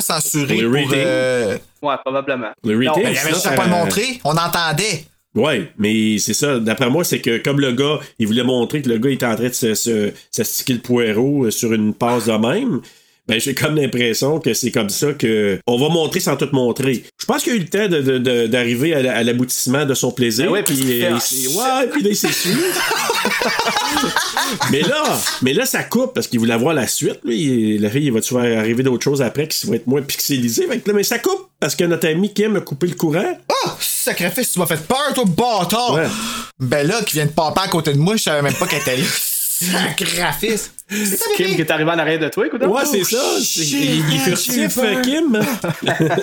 S2: Pour
S1: censuré
S2: les
S1: pour.
S2: ratings.
S1: euh,
S3: Ouais, probablement.
S2: Le
S3: Non,
S2: rating,
S3: mais
S1: Il avait
S2: ça, euh,
S1: juste
S2: ça-
S1: à pas le montrer. On entendait.
S2: Ouais, mais c'est ça. D'après moi, c'est que comme le gars, il voulait montrer que le gars était en train de se, se, se sticker le poireau euh, sur une passe de même. Ben, j'ai comme l'impression que c'est comme ça que on va montrer sans tout montrer. Je pense qu'il a eu le temps de- de- de- d'arriver à la- à l'aboutissement de son plaisir.
S3: Ben ouais,
S2: puis
S3: parce
S2: euh,
S3: qu'il fait,
S2: il
S3: ah,
S2: s'est-
S3: shit.
S2: ouais, puis là, il s'est su. <laughs> mais là, mais là, ça coupe parce qu'il voulait voir la suite. Lui, la fille, il va-tu faire arriver d'autres choses après qui vont être moins pixelisées. Fait que là, mais ça coupe parce que notre ami Kim a coupé le courant.
S1: Ah! Sacrifice, tu m'as fait peur, toi, bâtard!
S2: Ouais.
S1: Ben là, qui vient de papa à côté de moi, je savais même pas qu'elle était là. <laughs> Sacrifice!
S3: Kim qui est arrivé en arrière de toi, écoute.
S2: Ouais, c'est
S1: Oh,
S2: ça. c'est-
S1: shit, Ah,
S2: Il est
S1: j'ai
S2: furtif,
S1: peur.
S2: Kim.
S1: Mais ben,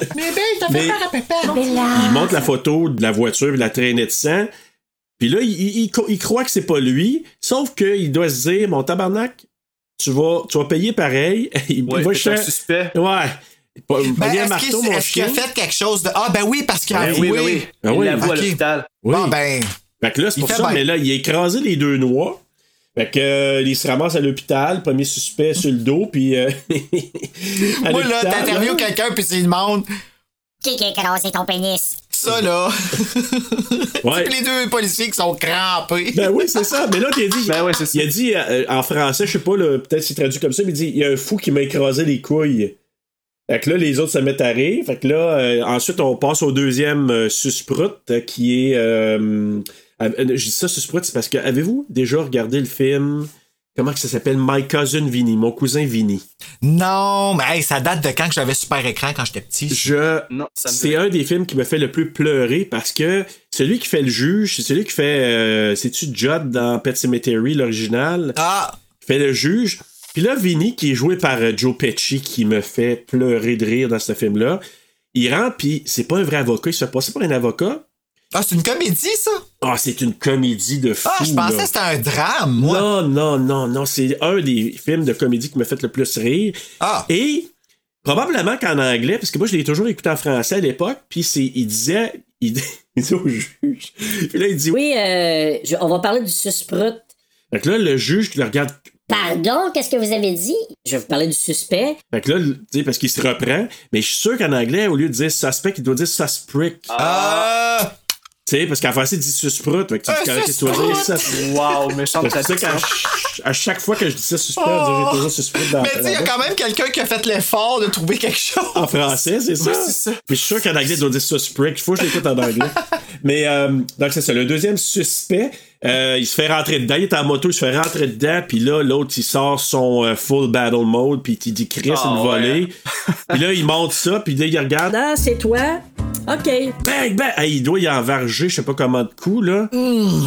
S1: t'as
S2: Mais-
S1: à papa!
S2: Il montre
S1: Ah.
S2: la photo de la voiture et la traînée de sang. Puis là, il, il- il co- il croit que c'est pas lui, sauf qu'il doit se dire Mon tabarnak, tu vas, tu vas payer pareil. <laughs> Il, il
S3: Ouais,
S2: va
S3: c'est un
S2: chez.
S3: suspect.
S2: Ouais. Pas-
S1: Ben,
S2: prenez un
S1: est-ce
S2: marteau,
S1: qu'il
S2: mon
S1: est-ce qu'il
S2: chien.
S1: a fait quelque chose de. Ah, ben oui, parce qu'il a
S3: Ben oui, ben oui.
S2: Ah
S3: Il
S2: oui.
S3: l'avoue à
S1: Ok.
S3: l'hôpital.
S2: Oui.
S1: Bon, ben,
S2: Fait que là, c'est
S1: Il
S2: pour
S1: fait
S2: ça,
S1: bien.
S2: mais là, il a écrasé les deux noix. Fait que euh, il se ramasse à l'hôpital, premier suspect sur le dos, puis. euh, <laughs> à
S1: moi, là,
S2: l'hôpital, Ah
S1: t'interviews
S2: là.
S1: quelqu'un, puis tu lui demandes
S6: Qui qui a écrasé ton pénis?
S2: <laughs>
S1: ça, là.
S2: Ouais.
S1: Puis les deux policiers qui sont crampés.
S2: Ben oui, c'est ça. Mais là, t'as
S1: <laughs>
S2: dit.
S3: Ben ouais, c'est ça.
S2: Il a dit euh, en français, je sais pas, là, peut-être c'est traduit comme ça, mais il dit il y a un fou qui m'a écrasé les couilles. Fait que là, les autres se mettent à rire. Fait que là, euh, ensuite, on passe au deuxième euh, susprout euh, qui est. euh, euh, je dis ça, susprout, c'est parce que avez-vous déjà regardé le film Comment que ça s'appelle My Cousin Vinny, mon cousin Vinny
S1: Non, mais hey, ça date de quand que j'avais super écran quand j'étais petit.
S2: Je
S3: Non, ça me
S2: c'est un des films qui me fait le plus pleurer parce que celui qui fait le juge, c'est celui qui fait. euh, C'est-tu Judd dans Pet Cemetery, l'original
S1: Ah!
S2: fait le juge. Puis là, Vinny, qui est joué par euh, Joe Pesci, qui me fait pleurer de rire dans ce film-là, il rentre, puis c'est pas un vrai avocat, il se fait passer pour un avocat.
S1: Ah, c'est une comédie, ça?
S2: Ah, c'est une comédie de fou.
S1: Ah, je
S2: là.
S1: pensais que c'était un drame, moi.
S2: Non, non, non, non, c'est un des films de comédie qui me fait le plus rire.
S1: Ah!
S2: Et probablement qu'en anglais, parce que moi je l'ai toujours écouté en français à l'époque, puis c'est, il disait, il, <laughs> il disait au juge, puis là il dit,
S8: Oui, euh, je- on va parler du susprut.
S2: Fait que là le juge qui le regarde
S8: Pardon, qu'est-ce que vous avez dit? Je vais vous parler du suspect.
S2: Fait que là, tu sais, parce qu'il se reprend, mais je suis sûr qu'en anglais, au lieu de dire suspect, il doit dire suspect.
S1: Ah!
S2: Tu sais, parce qu'en français, il dit susprout. Fait que tu
S1: Un
S3: Euh,
S2: dis correct, qu'est-ce que tu vas dire ça.
S3: Wow, méchant
S2: Parce que
S3: t'as
S2: C'est
S3: dit
S2: ça qu'à
S3: ça.
S2: ch- à chaque fois que je dis ça susprout, j'ai toujours susprout dans
S1: Mais tu sais, il y a
S2: dans-
S1: quand même quelqu'un qui a fait l'effort de trouver quelque chose.
S2: en français, c'est ça.
S3: c'est ça.
S2: Mais je suis sûr qu'en anglais, ils doivent dire suspect. Il faut que je l'écoute en
S3: <laughs>
S2: anglais. Mais euh, donc, c'est ça. Le deuxième suspect, euh, il se fait rentrer dedans. Il est en moto, il se fait rentrer dedans. Puis là, l'autre, il sort son euh, full battle mode. Puis il dit Chris,
S3: Ah,
S2: une volée.
S3: <laughs> ouais.
S2: puis là, il monte ça. Puis là, il regarde.
S8: Non, c'est toi. OK.
S2: Bang, bang. Hey, il doit y envarger, je sais pas comment de coups, là.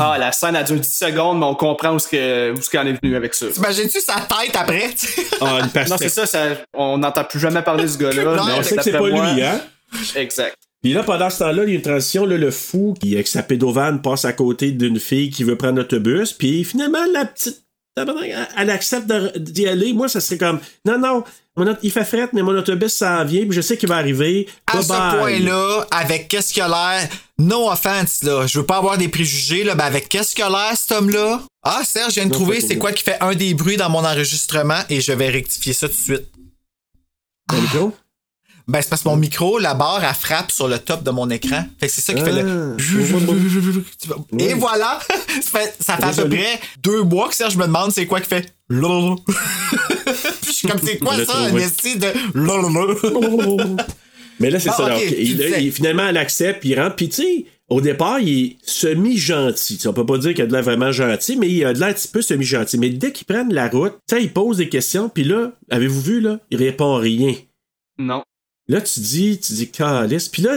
S3: Ah, la scène a duré 10 secondes, mais on comprend où ce que- où ce qu'on est venu avec ça.
S1: T'imagines-tu sa tête après? tu sais?
S2: Ah, une
S3: Non, c'est
S2: pastèque.
S3: ça, ça- on n'entend plus jamais parler de ce gars-là.
S1: Non,
S3: mais
S2: On
S1: on
S2: sait que c'est pas
S3: d'après moi-
S2: lui, hein.
S3: Exact.
S2: Puis là, pendant ce temps-là, il y a une transition, là, le fou qui, avec sa pédovane, passe à côté d'une fille qui veut prendre l'autobus. Puis finalement, la petite, elle elle accepte de- d'y aller. Moi, ça serait comme, non, non, mon auto- il fait fret, mais mon autobus s'en vient, puis je sais qu'il va arriver.
S1: À
S2: Bye
S1: ce
S2: bye.
S1: point-là, avec qu'est-ce qu'il a l'air, no offense, là, je veux pas avoir des préjugés, là, mais avec qu'est-ce qu'il a l'air, cet homme-là? Ah, Serge, je viens de
S2: Non,
S1: trouver
S2: pas
S1: c'est
S2: trop.
S1: quoi qui fait un des bruits dans mon enregistrement et je vais rectifier ça tout de suite.
S2: Dans le micro?
S1: Ben, c'est parce que mon micro, la barre, elle frappe sur le top de mon écran. Fait que c'est ça qui fait
S2: Ah,
S1: <laughs> le. Tu vois- Et
S2: Oui.
S1: voilà! <laughs> ça fait, ça fait à peu
S2: Désolé.
S1: près deux mois que Serge me demande c'est quoi qui fait. <laughs> Lololo. Puis je suis comme, c'est
S2: On
S1: quoi
S2: l'a
S1: ça, un
S2: trouvé.
S1: esti de. <laughs> lololo?
S2: <laughs> Mais là, c'est
S1: Ah,
S2: ça.
S1: ok,
S2: alors,
S1: tu
S2: il-
S1: disais.
S2: là, il- finalement, elle accepte, puis il rentre. Puis, tu sais, au départ, il est semi-gentil. Tu sais, On peut pas dire qu'il a de l'air vraiment gentil, mais il a de l'air un petit peu semi-gentil. Mais dès qu'ils prennent la route, tu sais, il pose des questions, puis là, avez-vous vu, là, il répond rien.
S3: Non.
S2: Là, tu dis, tu dis, calice. Puis là,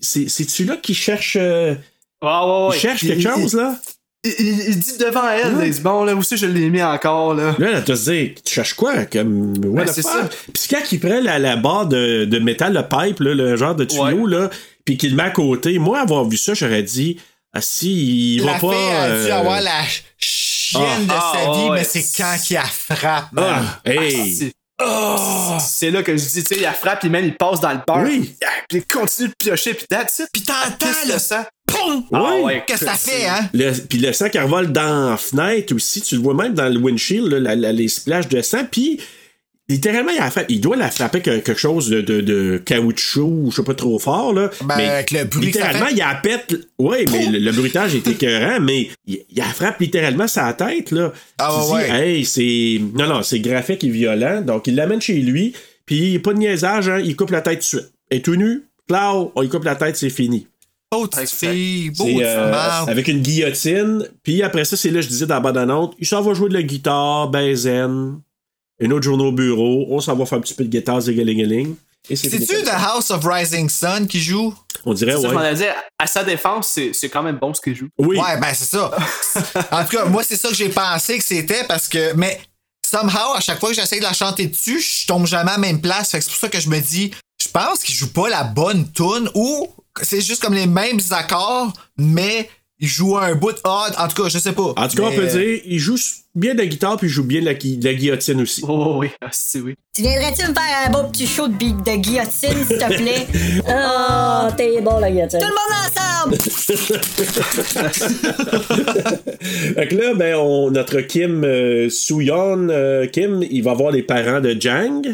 S2: c'est- c'est-tu là qui cherche, euh,
S3: Ah, ouais,
S2: il
S3: ouais.
S2: cherche
S3: Il-
S2: quelque
S3: il-
S2: chose, Hein? là?
S3: Il, il- il dit devant elle,
S2: Ouais.
S3: il dit bon, là aussi, je l'ai mis encore, là.
S2: Là, elle te dit, tu cherches quoi? Comme, what
S3: Ben,
S2: the
S3: c'est
S2: fuck?
S3: ça.
S2: Puis quand il prend la, la barre de, de métal, le pipe, là, le genre de tuyau, là, puis qu'il le met à côté, moi, avoir vu ça, j'aurais dit, ah si, il
S1: La
S2: va pas.
S1: fille a dû
S2: euh,
S1: avoir la ch- chienne
S2: Ah.
S1: de
S3: Ah,
S1: sa vie,
S3: ouais.
S1: mais c'est quand qu'il la frappe, man.
S3: Ben,
S2: Ah, hey!
S3: C'est- C'est là que je dis, tu sais, il la frappe, puis même, il passe dans le beurre.
S2: Oui.
S3: Ah, Puis il continue de piocher, puis that's it.
S1: Puis t'entends
S3: Qu'est-ce
S1: le
S3: que ça?
S1: POUM!
S2: Oui.
S1: Ah
S3: Ah
S1: Qu'est-ce que ça fait, hein?
S2: Le- puis le sang qui revole dans la fenêtre aussi, tu le vois même dans le windshield, là, la- la- les splashes de sang. Puis littéralement, il, a frappé- il doit la frapper avec quelque chose de, de, de caoutchouc ou je sais pas trop fort. Là.
S1: Ben, avec le bruit que ça
S2: Littéralement,
S1: fait.
S2: il a pète. Oui, mais le, le bruitage est écœurant, mais il, il la frappe littéralement sa tête. Là.
S1: Ah,
S2: tu
S1: ouais,
S2: dis,
S1: ouais.
S2: hey, c'est. Non, non, c'est graphique et violent. Donc, il l'amène chez lui, puis pas de niaisage, hein, il coupe la tête tout de suite. Et tout nu, Clau, on lui coupe la tête, c'est fini.
S1: Oh, petite
S3: Exact.
S1: fille, beau,
S2: C'est,
S1: petite
S2: euh,
S1: marde.
S2: avec une guillotine. Puis après ça, c'est là, je disais dans la bande-annonce, il s'en va jouer de la guitare, baizen, une autre journée au bureau, on s'en va faire un petit peu de guitare, zégalingaling. Et c'est fini
S1: C'est-tu
S2: comme
S1: The
S2: ça.
S1: House of Rising Sun qui joue?
S2: On dirait,
S3: Ça, je m'en
S2: ouais.
S3: allais dire, à sa défense, c'est c'est quand même bon ce qu'il joue.
S2: Oui,
S1: Ouais, ben c'est
S2: <laughs>
S1: ça. en tout cas, moi, c'est ça que j'ai pensé que c'était parce que. Mais somehow, à chaque fois que j'essaie de la chanter dessus, je tombe jamais à la même place. Fait que c'est pour ça que je me dis, je pense qu'il joue pas la bonne tune ou c'est juste comme les mêmes accords, mais il joue un bout de odd. En tout cas, je sais pas.
S2: en tout cas, on
S1: Mais,
S2: peut
S1: euh,
S2: dire, il joue bien de la guitare, puis il joue bien de la, gui- de la guillotine aussi.
S3: Oh, oui, <laughs> ah, c'est oui.
S6: Tu viendrais-tu me faire un beau petit show de, bi- de guillotine, s'il te
S10: <laughs>
S6: plaît?
S8: Ah, t'es bon, la guillotine.
S6: Tout le monde ensemble!
S2: Fait que là, ben, on, notre Kim euh, Soo-yeon, euh, Kim, il va voir les parents de Jang.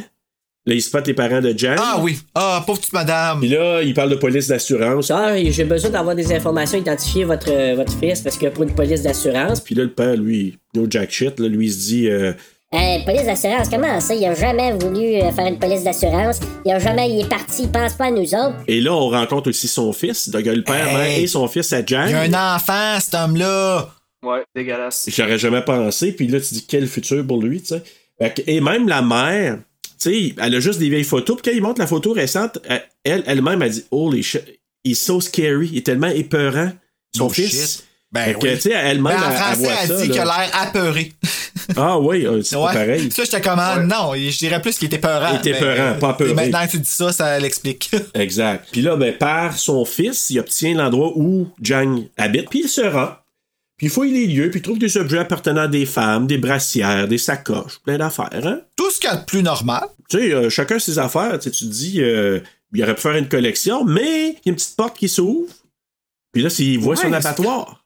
S2: Là, il spot les parents de Jang.
S1: Ah oui. Ah, pauvre petite madame.
S2: Puis là, il parle de police d'assurance.
S8: Ça, j'ai besoin d'avoir des informations, identifier votre, euh, votre fils, parce que pour une police d'assurance.
S2: Puis là, le père, lui, no jack shit, là, lui, il se dit... euh,
S6: Euh, police d'assurance, comment ça? Il a jamais voulu euh, faire une police d'assurance. Il a jamais, il est parti, il pense pas à nous autres.
S2: Et là, on rencontre aussi son fils. Donc, il y a le père,
S1: Hey.
S2: mère et son fils à Jack.
S1: Il y a un enfant, cet homme-là.
S3: Ouais, dégueulasse.
S2: J'aurais jamais pensé. Puis là, tu dis quel futur pour lui, tu sais. Fait que- Et même la mère, tu sais, elle a juste des vieilles photos. Puis quand il montre la photo récente, elle- elle, elle-même, elle dit Holy shit, he's so scary. Il est tellement épeurant, son
S1: Oh,
S2: fils.
S1: shit. Ben
S2: Fait que,
S1: oui.
S2: tu sais, elle-même,
S1: Ben, en
S2: elle, elle
S1: français,
S2: voit
S1: elle
S2: ça, là.
S1: dit qu'il a l'air apeuré.
S2: Ah oui, euh, c'est pas
S1: Ouais.
S2: pareil.
S1: Ça, j'étais comme, ah,
S3: Ouais.
S1: non, je dirais plus qu'il était peurant.
S2: Il était
S1: mais,
S2: peurant,
S1: euh,
S2: pas apeuré.
S1: et Maintenant que tu dis ça, ça l'explique.
S2: Exact. Puis là, ben, par son fils, il obtient l'endroit où Jang habite, puis il se rend. Puis il fouille les lieux, puis il trouve des objets appartenant à des femmes, des brassières, des sacoches, plein d'affaires. Hein?
S1: Tout ce qu'il y a de plus normal.
S2: Tu sais, euh, chacun ses affaires. Tu sais, tu te dis, euh, il aurait pu faire une collection, mais il y a une petite porte qui s'ouvre. Puis là, c'est- il voit
S3: Ouais,
S2: son
S3: c'est- <laughs>
S2: abattoir.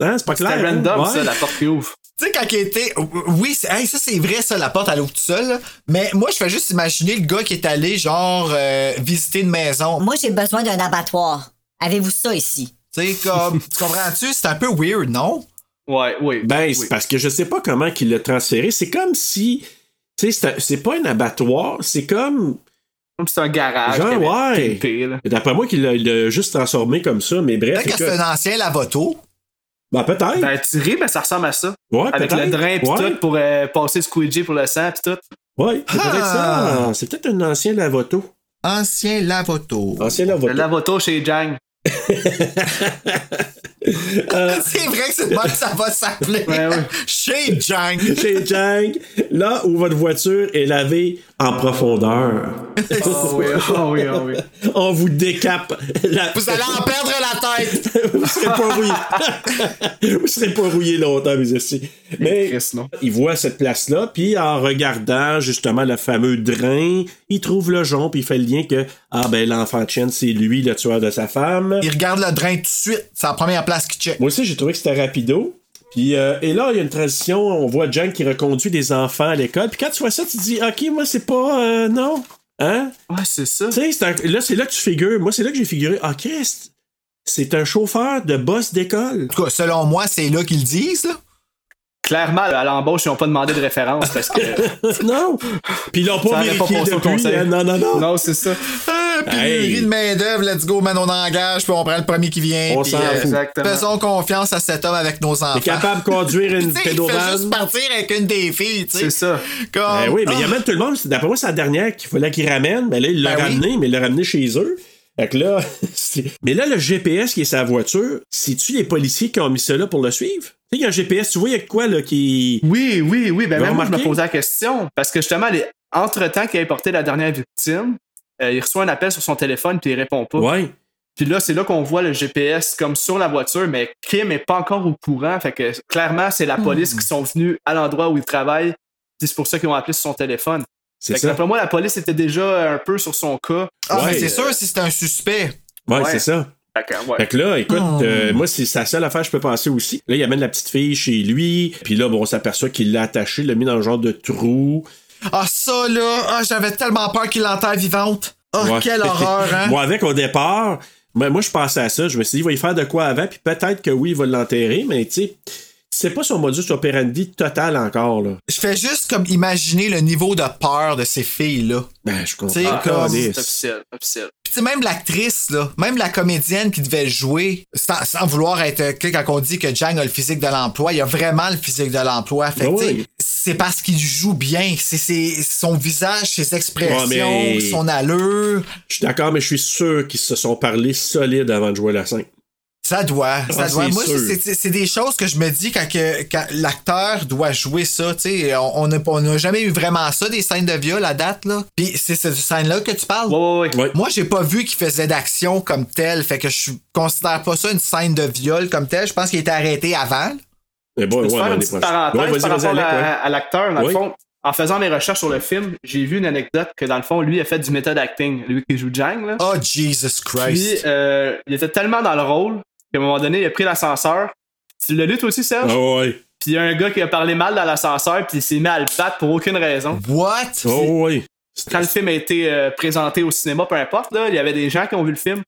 S2: Hein, c'est pas
S3: C'était
S2: clair. hein?
S3: random,
S2: Ouais.
S3: ça, la porte qui ouvre.
S1: Tu sais, quand il était. Oui, c'est- hey, ça, c'est vrai, ça, la porte, elle ouvre tout seul. là. Mais moi, je fais juste imaginer le gars qui est allé, genre, euh, visiter une maison.
S6: Moi, j'ai besoin d'un abattoir.
S10: Avez-vous ça ici?
S1: Tu sais, comme, tu comprends-tu? C'est un peu weird, non?
S3: Ouais, oui.
S2: Ben, c'est parce que je sais pas comment qu'il l'a transféré. C'est comme si. Tu sais, c'est un- c'est pas un abattoir, c'est comme.
S3: Comme c'est un garage.
S2: Genre,
S3: qu'il avait
S2: ouais.
S3: pimpé, là.
S2: D'après moi, qu'il l'a- il l'a juste transformé comme ça, mais bref.
S1: Peut-être que c'est
S2: écoute.
S1: un ancien lavoto.
S2: Ben, peut-être.
S3: Ben, tu ris, mais ça ressemble à ça.
S2: Ouais,
S3: Avec
S2: peut-être.
S3: le drain pis
S2: Ouais.
S3: tout pour euh, passer le squeegee pour le sang pis tout.
S2: ouais, c'est peut-être
S1: Ah!
S2: ça. C'est peut-être un ancien lavoto.
S1: Ancien lavoto.
S2: Ancien
S3: Le
S2: lavoto.
S3: lavoto chez Jang.
S1: <laughs> C'est vrai que c'est de même que ça va s'appeler.
S3: Ouais, ouais.
S1: Chez Jang.
S2: Chez Chang, là où votre voiture est lavée en profondeur.
S3: Oh oui, oh oui, oh oui.
S2: On vous décape.
S1: <laughs>
S2: La...
S1: Vous allez en perdre la tête.
S2: vous serez pas rouillé. <laughs> vous serez pas rouillé longtemps, mes amis. Mais
S3: Chris, non.
S2: il voit cette place-là, puis en regardant justement le fameux drain, il trouve le jonc, puis il fait le lien que ah ben l'enfant de chienne, c'est lui le tueur de sa femme.
S1: Il regarde le drain tout de suite. C'est la première place qu'il check.
S2: Moi aussi, j'ai trouvé que c'était rapido. Puis, euh, et là, il y a une transition, on voit Jan qui reconduit des enfants à l'école. Puis quand tu vois ça, tu dis, OK, moi, c'est pas. euh, non. Hein?
S3: Ouais, c'est ça.
S2: Tu sais, c'est un- là, c'est là que tu figures. Moi, c'est là que j'ai figuré. Ah, Christ, c'est un chauffeur de boss
S3: <laughs>
S2: d'école.
S1: En tout cas, selon moi, c'est là qu'ils le disent. Là.
S3: Clairement, à l'embauche, ils n'ont pas demandé de référence parce
S2: <laughs>
S3: que.
S2: non. Puis ils l'ont pas
S3: Ça aurait pas
S2: vérifié
S3: passé au
S2: depuis.
S3: conseil.
S2: hein. Non, non, non.
S3: non, c'est ça.
S1: Ah, pénurie
S2: Hey.
S1: de main-d'œuvre, let's go, man, on engage, puis on prend le premier qui vient.
S2: On
S1: puis,
S2: s'en
S1: euh,
S2: fout.
S3: Exactement.
S1: Faisons confiance à cet homme avec nos enfants.
S2: T'es capable de conduire une
S1: Tu sais, il fait juste
S2: pédovane.
S1: partir avec une des filles, tu sais.
S3: C'est ça.
S1: Comme-
S2: Ben oui, mais il
S1: Ah,
S2: amène tout le monde. C'est- D'après moi, c'est la dernière qu'il fallait qu'il ramène. Mais là, il l'a
S1: Ben oui.
S2: ramené, mais il l'a ramené chez eux. Fait que là, <laughs> c'est- mais là, le GPS qui est sa voiture, c'est-tu les policiers qui ont mis ça là pour le suivre? Tu sais, il y a un GPS, tu vois, il y a de quoi là qui.
S3: Oui, oui, oui. Ben,
S2: Vous
S3: même moi, je me
S2: remarquez?
S3: posais la question. Parce que justement, les- entre-temps qu'il a porté la dernière victime, euh, il reçoit un appel sur son téléphone puis il répond pas.
S2: Ouais.
S3: Puis là, c'est là qu'on voit le GPS comme sur la voiture, mais Kim est pas encore au courant. Fait que clairement, c'est la police qui sont venus à l'endroit où il travaille. puis C'est pour ça qu'ils ont appelé sur son téléphone.
S2: C'est
S3: Fait que
S2: ça.
S3: d'après moi, la police était déjà euh, un peu sur son cas.
S1: ah, mais
S2: Ouais.
S1: c'est sûr si c'est un suspect.
S2: Ouais,
S3: Ouais.
S2: c'est ça.
S3: Fait que, ouais.
S2: Fait que là, écoute,
S1: Oh.
S2: euh, moi, c'est sa seule affaire que je peux penser aussi. Là, il amène la petite fille chez lui, puis là, bon, on s'aperçoit qu'il l'a attachée, il l'a mis dans un genre de trou.
S1: Ah, ça, là, ah, j'avais tellement peur qu'il l'enterre vivante. Ah,
S2: Ouais. <laughs>
S1: quelle horreur, hein.
S2: Bon, avec au départ, ben, moi je pensais à ça. Je me suis dit, il va y faire de quoi avant, puis peut-être que oui, il va l'enterrer, mais tu sais, c'est pas son modus operandi total encore. Là.
S1: Je fais juste comme imaginer le niveau de peur de ces filles-là.
S2: Ben, je comprends.
S1: Tu sais,
S2: Ah,
S1: comme-
S2: calisse.
S3: C'est officiel, officiel.
S1: Puis tu sais, même l'actrice, là, même la comédienne qui devait le jouer, sans, sans vouloir être. euh, tu sais, Quand on dit que Jang a le physique de l'emploi, il a vraiment le physique de l'emploi. Fait que,
S2: Ben
S1: tu sais,
S2: oui.
S1: c'est parce qu'il joue bien. C'est c'est son visage, ses expressions,
S2: Ouais, mais-
S1: son allure.
S2: Je suis d'accord, mais je suis sûr qu'ils se sont parlé solide avant de jouer la scène.
S1: Ça doit, ça
S2: Ah,
S1: doit.
S2: c'est
S1: Moi,
S2: sûr.
S1: c'est- c'est c'est des choses que je me dis quand, que- quand l'acteur doit jouer ça. Tu sais, on on n'a on n'a jamais eu vraiment ça, des scènes de viol à date, là. Puis c'est cette scène-là que tu parles.
S3: Ouais, ouais, ouais.
S2: Ouais.
S1: Moi, j'ai pas vu qu'il faisait d'action comme telle, fait que je considère pas ça une scène de viol comme telle. Je pense qu'il était arrêté avant.
S2: Mais bon,
S3: Peux-tu
S2: ouais,
S3: faire
S2: on
S3: une
S2: est
S3: petite
S2: proche. Ouais,
S3: parenthèse
S2: vas-y,
S3: par
S2: vas-y, Alec,
S3: rapport à,
S2: ouais.
S3: à l'acteur, dans
S2: Oui.
S3: le fond. En faisant mes recherches sur le film, j'ai vu une anecdote que dans le fond, lui a fait du method acting, lui qui joue Jang. Là.
S1: Oh, Jesus
S3: Puis
S1: Christ.
S3: euh, il était tellement dans le rôle qu'à un moment donné, il a pris l'ascenseur. Tu l'as lu toi aussi, Serge?
S2: Ah ouais.
S3: Puis il y a un gars qui a parlé mal dans l'ascenseur, puis il s'est mis à le battre pour aucune raison.
S1: What?
S2: Oh ouais.
S3: Quand le film a été euh, présenté au cinéma, peu importe, là, il y avait des gens qui ont vu le film.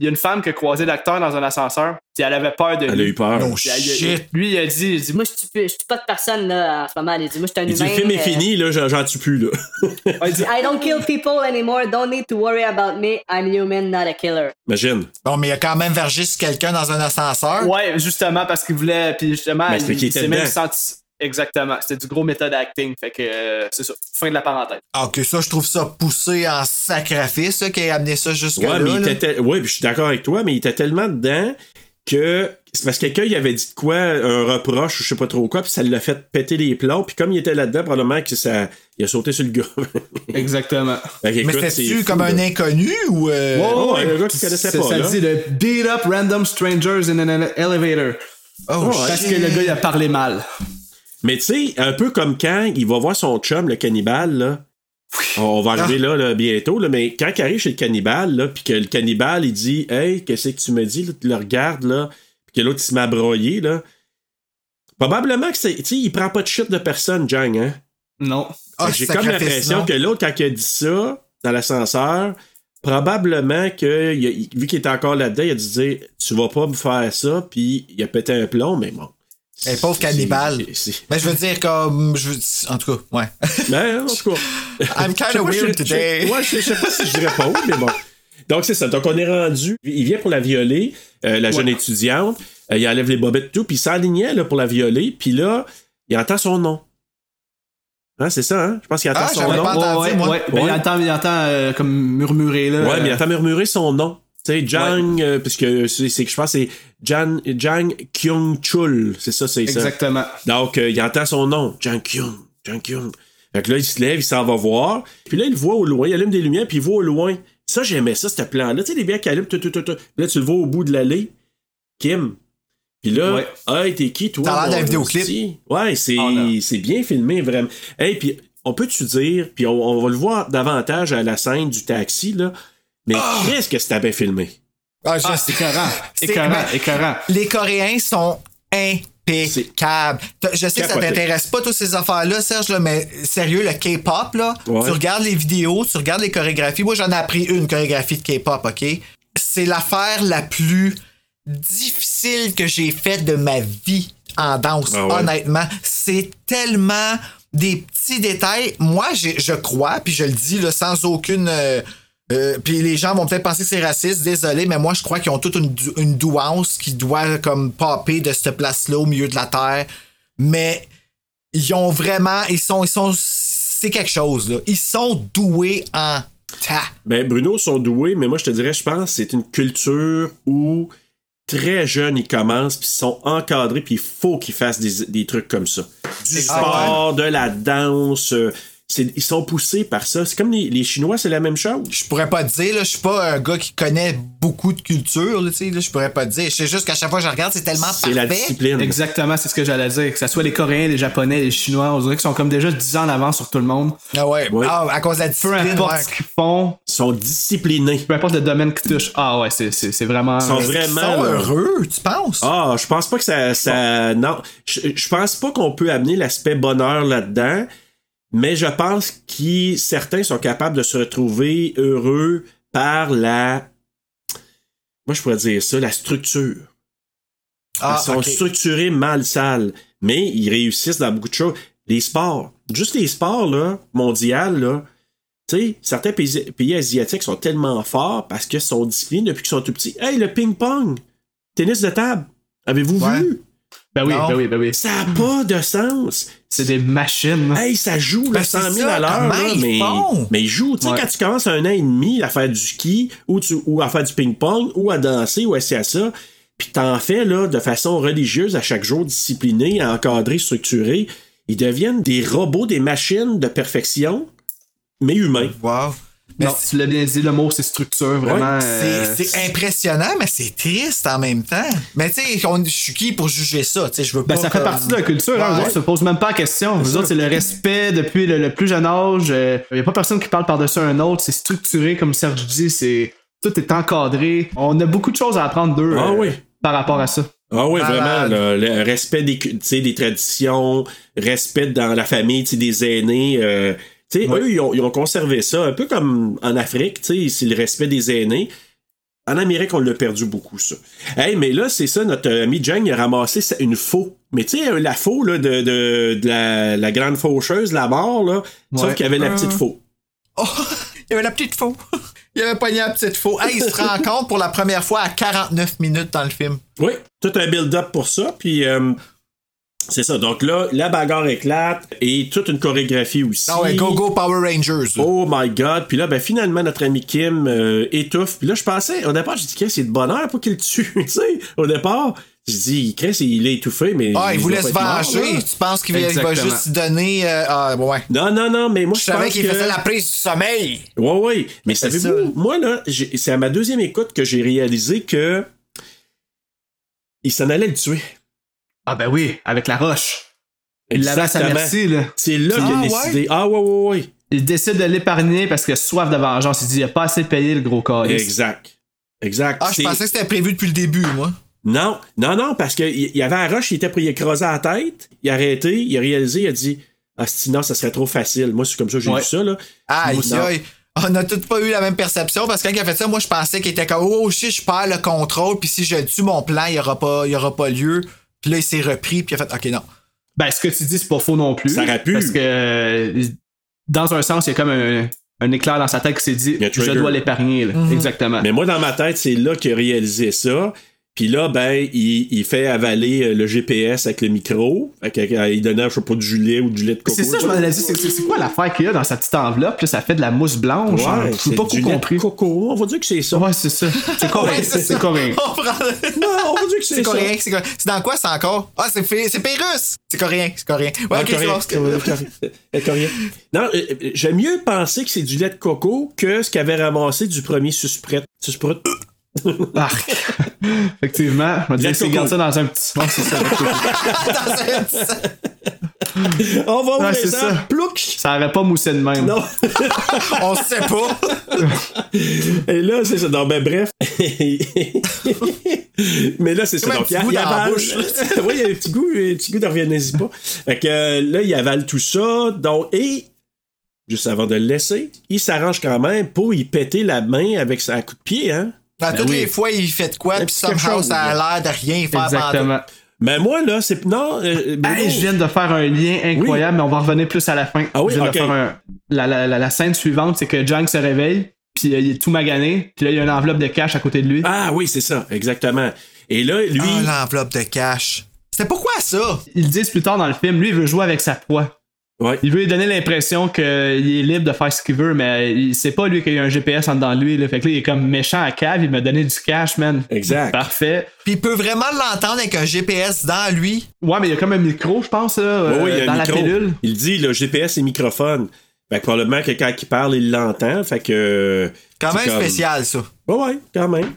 S3: Il y a une femme qui a croisé l'acteur dans un ascenseur, puis elle avait peur de
S2: Elle a
S3: lui.
S2: eu peur.
S1: No
S3: Puis elle-
S1: shit.
S3: Lui, il a dit, il dit,
S10: Moi, je tue, je tue Ah, pas de personne, là, en ce moment. Elle dit, moi, je suis un
S2: Il dit,
S10: humain.
S2: le film est
S10: euh,
S2: fini, là, j'en- j'en tue plus, là. <laughs>
S3: Ah, il dit,
S10: I don't kill people anymore. Don't need to worry about me. I'm human, not a killer.
S2: Imagine.
S1: Bon, mais il a quand même vergé sur quelqu'un dans un ascenseur.
S3: Ouais, justement, parce qu'il voulait. Puis justement,
S2: Ben, c'est
S3: il,
S2: qu'il
S3: il
S2: était
S3: s'est même
S2: dedans.
S3: senti. Exactement. C'était du gros méthode acting. Fait que euh, c'est ça. Fin de la parenthèse.
S1: Ah, ok, ça, je trouve ça poussé en sacrifice, là, qui a amené ça jusqu'à
S2: Ouais,
S1: là.
S2: mais il
S1: là.
S2: était tel- ouais, puis je suis d'accord avec toi, mais il était tellement dedans que c'est parce que quelqu'un il avait dit de quoi, un reproche, ou je sais pas trop quoi, puis ça l'a fait péter les plombs, puis comme il était là-dedans, probablement que ça il a sauté sur le gars. <laughs>
S3: Exactement.
S2: Fait qu'écoute,
S1: Mais
S2: c'est
S1: c'était-tu
S2: fou,
S1: comme
S2: là.
S1: un inconnu ou. euh,
S2: Euh, ouais, ouais, le gars qui connaissait pas,
S3: Ça
S2: là.
S3: dit de beat up random strangers in an elevator.
S1: Oh,
S3: Parce
S1: shit.
S3: que le gars, il a parlé mal.
S2: Mais tu sais, un peu comme quand il va voir son chum, le cannibale, là. On va
S1: Ah.
S2: arriver là, là, bientôt, là, mais quand il arrive chez le cannibale, là, puis que le cannibale, il dit Hey, qu'est-ce que tu me dis, là, tu le regardes, là, puis que l'autre, il se met à broyer, là. Probablement que c'est. Tu sais, il prend pas de shit de personne, Jang, hein.
S3: Non.
S1: Ah,
S2: J'ai comme
S1: sacrifice,
S2: l'impression
S1: non?
S2: que l'autre, quand il a dit ça dans l'ascenseur, Probablement que, il a- il- vu qu'il était encore là-dedans, il a dû dire Tu vas pas me faire ça, puis il a pété un plomb, mais bon.
S1: Eh, pauvre
S2: C'est-
S1: cannibale.
S2: c'est- c'est-
S1: Mais Ben, je veux dire, comme. Je veux... En tout cas,
S2: <laughs>
S1: ouais.
S2: Mais en tout cas.
S1: I'm
S2: Je sais
S1: kind
S2: pas
S1: of
S2: si je-
S1: weird today.
S2: je- ouais, je je sais pas si je dirais pas oui, mais bon. Donc, c'est ça. Donc, on est rendu. Il vient pour la violer, euh, la jeune étudiante. Euh, il enlève les bobettes, tout, puis il s'alignait là, pour la violer. Puis là, il entend son nom. Hein, c'est ça, hein? Je pense qu'il entend
S1: Ah,
S2: son
S1: j'avais
S2: nom.
S1: pas entendu,
S3: ouais,
S1: moi.
S3: ouais. Ben,
S2: Ouais.
S3: il entend, il entend, euh, comme murmurer là.
S2: Ouais, mais il
S3: Euh,
S2: entend murmurer son nom. Tu sais, Jang, euh, parce que c'est, c'est- je pense que c'est Jan, Jang Kyung-chul. C'est ça, c'est ça.
S3: Exactement.
S2: Donc, euh, il entend son nom, Jang Kyung, Jang Kyung. Fait que là, il se lève, il s'en va voir. Puis là, il le voit au loin, il allume des lumières, puis il voit au loin. Ça, j'aimais ça, ce plan-là. Tu sais, les bières qui allument, tout, tout, tout, tout. Là, tu le vois au bout de l'allée, Kim. Puis là,
S3: Ouais.
S2: hey, t'es qui, toi?
S1: T'as l'air d'un
S2: mon
S1: vidéoclip.
S2: hostie? Ouais, c'est,
S3: Oh, non.
S2: c'est bien filmé, vraiment. Hey, puis on peut-tu dire, puis on, on va le voir davantage à la scène du taxi, là. Mais qu'est-ce que c'était bien filmé?
S1: Ah, je-
S3: Ah, <laughs> c'est écœurant.
S1: C'est-
S3: Écœurant,
S1: mais-
S3: écœurant.
S1: Les Coréens sont impeccables. T'as- Je sais que ça
S2: Capoté.
S1: t'intéresse pas toutes ces affaires-là, Serge, là, mais sérieux, le K-pop, là,
S2: Ouais.
S1: tu regardes les vidéos, tu regardes les chorégraphies. Moi, j'en ai appris une chorégraphie de K-pop, OK? C'est l'affaire la plus difficile que j'ai faite de ma vie en danse,
S2: Ah ouais?
S1: honnêtement. C'est tellement des petits détails. Moi, j'ai- je crois, puis je le dis là, sans aucune... euh, euh, puis les gens vont peut-être penser que c'est raciste, désolé, mais moi je crois qu'ils ont toute une, dou- une douance qui doit comme popper de cette place-là au milieu de la terre. Mais ils ont vraiment, ils sont, ils sont, c'est quelque chose là. Ils sont doués en tas.
S2: Ben, Bruno sont doués, mais moi, je te dirais, je pense que c'est une culture où très jeunes, ils commencent, puis ils sont encadrés, puis il faut qu'ils fassent des, des trucs comme ça. Du sport, de la danse. euh, c'est- ils sont poussés par ça. C'est comme les, les Chinois, c'est la même chose.
S1: Je pourrais pas te dire là, je suis pas un gars qui connaît beaucoup de culture là, tu sais, là, je pourrais pas te dire. Je sais juste qu'à chaque fois que je regarde, c'est tellement
S2: C'est la
S1: parfait.
S2: discipline.
S3: Exactement, c'est ce que j'allais dire. Que ce soit les Coréens, les Japonais, les Chinois, on dirait qu'ils sont comme déjà 10 ans en avance sur tout le monde.
S1: Ah ouais.
S2: Oui.
S1: Ah, à cause de la
S3: Peu
S1: discipline.
S3: importe
S1: ouais.
S3: ce qu'ils font,
S2: Ils sont disciplinés.
S3: peu importe le domaine qu'ils touchent. Ah ouais, c'est- c'est c'est vraiment.
S2: Ils sont
S3: euh,
S1: Ils
S2: vraiment.
S1: sont
S2: là,
S1: heureux, tu penses?
S2: Ah, je pense pas que ça. ça non, je, je pense pas qu'on peut amener l'aspect bonheur là-dedans, mais je pense que certains sont capables de se retrouver heureux par la. Moi, je pourrais dire ça, la structure.
S1: Ah,
S2: Ils sont
S1: ok.
S2: structurés mal sales, mais ils réussissent dans beaucoup de choses. Les sports, juste les sports là, mondial, là, tu sais, certains pays, pays asiatiques sont tellement forts parce qu'ils sont disciplinés depuis qu'ils sont tout petits. Hey, le ping-pong, tennis de table, avez-vous
S1: Ouais.
S2: vu?
S3: Ben oui,
S1: Non.
S3: ben oui, ben oui.
S2: Ça n'a pas de sens.
S3: C'est des machines.
S2: Hey, ça joue là,
S1: Ben,
S2: 100
S1: c'est
S2: 000
S1: ça,
S2: à l'heure,
S1: comment
S2: là,
S1: ils
S2: mais,
S1: font?
S2: mais ils jouent. Tu sais,
S3: Ouais.
S2: quand tu commences à un an et demi à faire du ski ou, tu- ou à faire du ping-pong ou à danser ou à ci, à ça, puis t'en fais là, de façon religieuse à chaque jour, disciplinée, encadrée, structurée, ils deviennent des robots, des machines de perfection, mais humains.
S1: Wow. Mais
S3: Non, tu l'as bien dit, le mot c'est structure, vraiment. euh,
S1: C'est c'est impressionnant, mais c'est triste en même temps. Mais tu sais, on- je suis qui pour juger ça? Tu sais, je veux
S3: Ben,
S1: pas
S3: ça fait
S1: comme-
S3: partie de la culture, hein.
S1: euh, Ouais.
S3: Nous autres, on se pose même pas la question. Nous autres, c'est le respect depuis le, le plus jeune âge. Il n'y a pas personne qui parle par-dessus un autre. C'est structuré, comme Serge dit. C'est Tout est encadré. On a beaucoup de choses à apprendre d'eux euh,
S2: Ah oui.
S3: par rapport à ça.
S2: Ah oui,
S1: Malade.
S2: vraiment. là, le respect des, cu- tu sais, des traditions, respect dans la famille tu sais, des aînés. euh, tu sais, Eux, ils ont, ils ont conservé ça, un peu comme en Afrique, tu sais, c'est le respect des aînés. En Amérique, on l'a perdu beaucoup, ça. Hey, mais là, c'est ça, notre euh, ami Jang, il a ramassé sa- une faux. Mais tu sais, euh, la faux là, de, de, de la, la grande faucheuse, la mort, là, sauf
S3: Ouais.
S2: qu'il y avait la petite faux.
S1: Oh, il y avait la petite faux. <laughs> Il avait pogné la petite faux. Hey, il se
S3: <laughs>
S1: rend compte pour la première fois à 49 minutes dans le film.
S2: Oui, tout un build-up pour ça. Puis euh, c'est ça. Donc là, la bagarre éclate et toute une chorégraphie aussi.
S1: Ah ouais, go go Power Rangers.
S2: Oh my god. Puis là, ben, finalement, notre ami Kim euh, étouffe. Puis là, je pensais, au départ, j'ai dit, Qu'est-ce, c'est de bonheur pour qu'il le tue, <laughs> tu sais. Au départ, j'ai dit, Chris, il est étouffé, mais.
S1: Ah, il
S2: doit
S1: voulait
S2: pas
S1: se
S2: être mort,
S1: venger.
S2: là.
S1: tu penses qu'il va- il va
S3: Exactement.
S1: juste donner. euh, ah, ouais.
S2: non, non, non, mais moi,
S1: Je
S2: je,
S1: savais
S2: pense
S1: qu'il
S2: que-
S1: faisait la prise du sommeil.
S2: Ouais, ouais. Mais
S1: C'est
S2: savez-vous, moi, là, j'ai- c'est à ma deuxième écoute que j'ai réalisé que. Il s'en allait le tuer.
S3: Ah ben oui, avec la roche. Il l'avait à sa
S2: Exactement.
S3: merci, là.
S2: C'est là
S1: Ah,
S2: qu'il a
S1: ouais?
S2: décidé. Ah, ouais, ouais, ouais.
S3: Il décide de l'épargner parce qu'il a soif de vengeance. Il dit il a pas assez payé le gros corps.
S2: Exact. Exact.
S1: Ah, je
S2: C'est-
S1: pensais que c'était prévu depuis le début, moi.
S2: Non, non, non, parce qu'il y y avait un rush, il était pris, il a creusé la tête, il a arrêté, il a réalisé, il a dit Ah, si, non, ça serait trop facile. Moi, c'est comme ça, j'ai
S3: Ouais.
S2: vu ça, là.
S1: Aïe,
S2: Moi, ça-
S1: aïe. on n'a toutes pas eu la même perception parce que quand il a fait ça, moi, je pensais qu'il était comme, oh shit, je perds le contrôle, puis si je tue mon plan, il n'y aura, pas- il y aura pas lieu. Puis là, il s'est repris, puis il a fait, ok, non.
S3: Ben, ce que tu dis, c'est pas faux non plus.
S1: Ça aurait pu.
S3: Parce que, euh, dans un sens, il y a comme un, un éclair dans sa tête qui s'est dit
S2: Il y a un
S3: Je
S2: trigger.
S3: dois l'épargner. là.
S2: Mhm.
S3: Exactement.
S2: Mais moi, dans ma tête, c'est là qu'il a réalisé ça. Puis là, ben, il, il fait avaler euh, le GPS avec le micro. Fait que, euh, il donnait, je sais pas, du lait ou du lait de coco.
S3: C'est ça, je m'en ai dit, c'est- c'est c'est quoi l'affaire qu'il y a dans sa petite enveloppe? Là, ça fait de la mousse blanche.
S2: Ouais,
S3: hein?
S2: c'est
S3: J'ai pas
S2: du
S3: trop
S2: lait de
S3: compris.
S2: coco. On va dire que c'est ça.
S3: Ouais, c'est ça. C'est correct.
S1: Ouais,
S3: c'est c'est correct.
S1: <laughs> On prend-
S2: on va dire que c'est
S1: C'est
S2: ça.
S1: coréen, c'est coréen. C'est dans quoi, ça encore? Ah, c'est fait- c'est Pérus! C'est coréen, c'est coréen. Ouais,
S2: Ah,
S1: ok,
S2: correct,
S1: c'est bon.
S2: correct, correct, euh, correct. Non, euh, euh, j'aime mieux penser que c'est du lait de coco que ce qu'avait ramassé du premier susprette. Susprette.
S3: Arc. Effectivement, je me disais,
S2: Lait
S3: c'est
S2: coco.
S3: garde ça dans un petit bon, c'est ça. lait coco.
S2: On va
S3: Ouais,
S2: ouvrir
S3: c'est
S2: ça.
S3: ça.
S2: Plouc!
S3: Ça aurait pas moussé de même.
S2: Non.
S1: <laughs> On sait pas.
S2: Et là, c'est ça. Non, ben bref. <laughs> Mais là, c'est ça.
S1: Comme un
S2: Donc,
S1: petit goût dans la bouche, là.
S2: <laughs> oui, il y a un petit goût, un petit goût de reviens-y pas. Fait que euh, là, il avale tout ça. Donc, et, juste avant de le laisser, il s'arrange quand même pour y péter la main avec sa coup de pied, hein.
S1: Dans
S3: Ben
S1: toutes
S3: oui.
S1: les fois, il fait de quoi,
S2: Un
S1: puis
S2: petit quelque
S1: somehow,
S2: chose,
S1: ça a l'air de rien faire
S3: Exactement.
S2: Mais moi, là, c'est. Non. euh, mais
S3: Hey,
S2: non.
S3: je viens de faire un lien incroyable, mais on va revenir plus à la fin.
S2: Ah oui?
S3: Je viens de
S2: Ok.
S3: faire un- la, la- la- la scène suivante, c'est que Jank se réveille, puis euh, il est tout magané, puis là, il y a une enveloppe de cash à côté de lui.
S2: Ah oui, c'est ça, exactement. Et là, lui.
S1: pendant. Ah, l'enveloppe de cash. C'était pourquoi ça?
S3: Ils disent plus tard dans le film, lui, il veut jouer avec sa proie.
S2: Ouais.
S3: Il veut lui donner l'impression qu'il est libre de faire ce qu'il veut, mais il sait pas, lui, qu'il y a un GPS en dedans de lui. Là. Fait que là, il est comme méchant à cave, il m'a donné du cash, man.
S2: Exact.
S3: Parfait.
S1: Puis il peut vraiment l'entendre avec un GPS dans lui.
S3: Ouais, mais il y a comme un micro, je pense, là,
S2: Oui,
S3: euh,
S2: oui, il y a
S3: dans
S2: un
S3: la
S2: micro.
S3: pilule.
S2: Il dit le GPS et microphone. Fait que probablement que quand il parle, il l'entend. Fait que.
S1: Quand
S2: c'est
S1: même
S2: comme-
S1: spécial, ça.
S2: Ouais, ouais, quand même.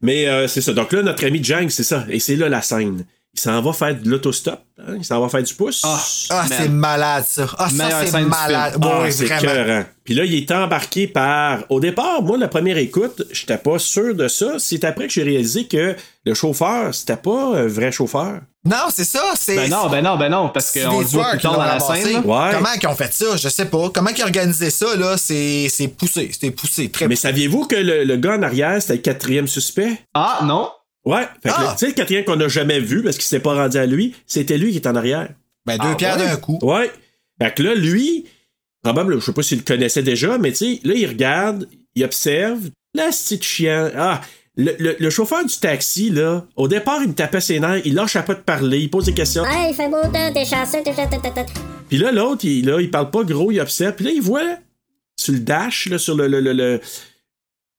S2: Mais euh, c'est ça. Donc là, notre ami Jang, c'est ça. Et c'est là la scène. Il s'en va faire de l'autostop. hein, Il s'en va faire du pouce.
S3: Ah,
S1: Ah,
S3: Man.
S1: c'est malade, ça. Ah,
S3: Meilleure
S1: ça, c'est
S3: scène du
S1: malade.
S2: Ah,
S1: oui,
S2: c'est
S1: vraiment.
S2: écœurant. Puis là, il est embarqué par. Au départ, moi, la première écoute, j'étais pas sûr de ça. C'est après que j'ai réalisé que le chauffeur, c'était pas un vrai chauffeur.
S1: Non, c'est ça. C'est
S3: Ben non, ben non, ben non, parce
S1: c'est
S3: qu'on
S1: des
S3: le voit
S1: tueurs
S3: plus
S1: qui
S3: tard
S1: l'ont
S3: dans la
S1: ramassé.
S3: scène. là.
S2: Ouais.
S1: Comment ils ont fait ça? Je sais pas. Comment ils ont organisé ça, là? C'est c'est poussé. C'était poussé. Très
S2: Mais saviez-vous que le, le gars en arrière, c'était le quatrième suspect?
S3: Ah, non.
S2: Ouais. Fait que
S1: Ah!
S2: le- tu sais, le quatrième qu'on n'a jamais vu parce qu'il s'est pas rendu à lui, c'était lui qui est en arrière.
S1: Ben, deux
S2: Ah,
S1: pierres
S2: ouais?
S1: d'un coup.
S2: Ouais. Fait que là, lui, probablement, je sais pas s'il le connaissait déjà, mais tu sais, là, il regarde, il observe. Là, c'est de chien. Ah! Le, le- le chauffeur du taxi, là, au départ, il me tapait ses nerfs, il lâche à pas de parler, il pose des questions.
S6: Hey, il fait beau temps, t'es chanceux, t'es- t'es- t'es- t'es- t'es-
S2: Puis là, l'autre, il, là, il parle pas gros, il observe. Puis là, il voit là, sur le dash, là, sur le. le, le- le-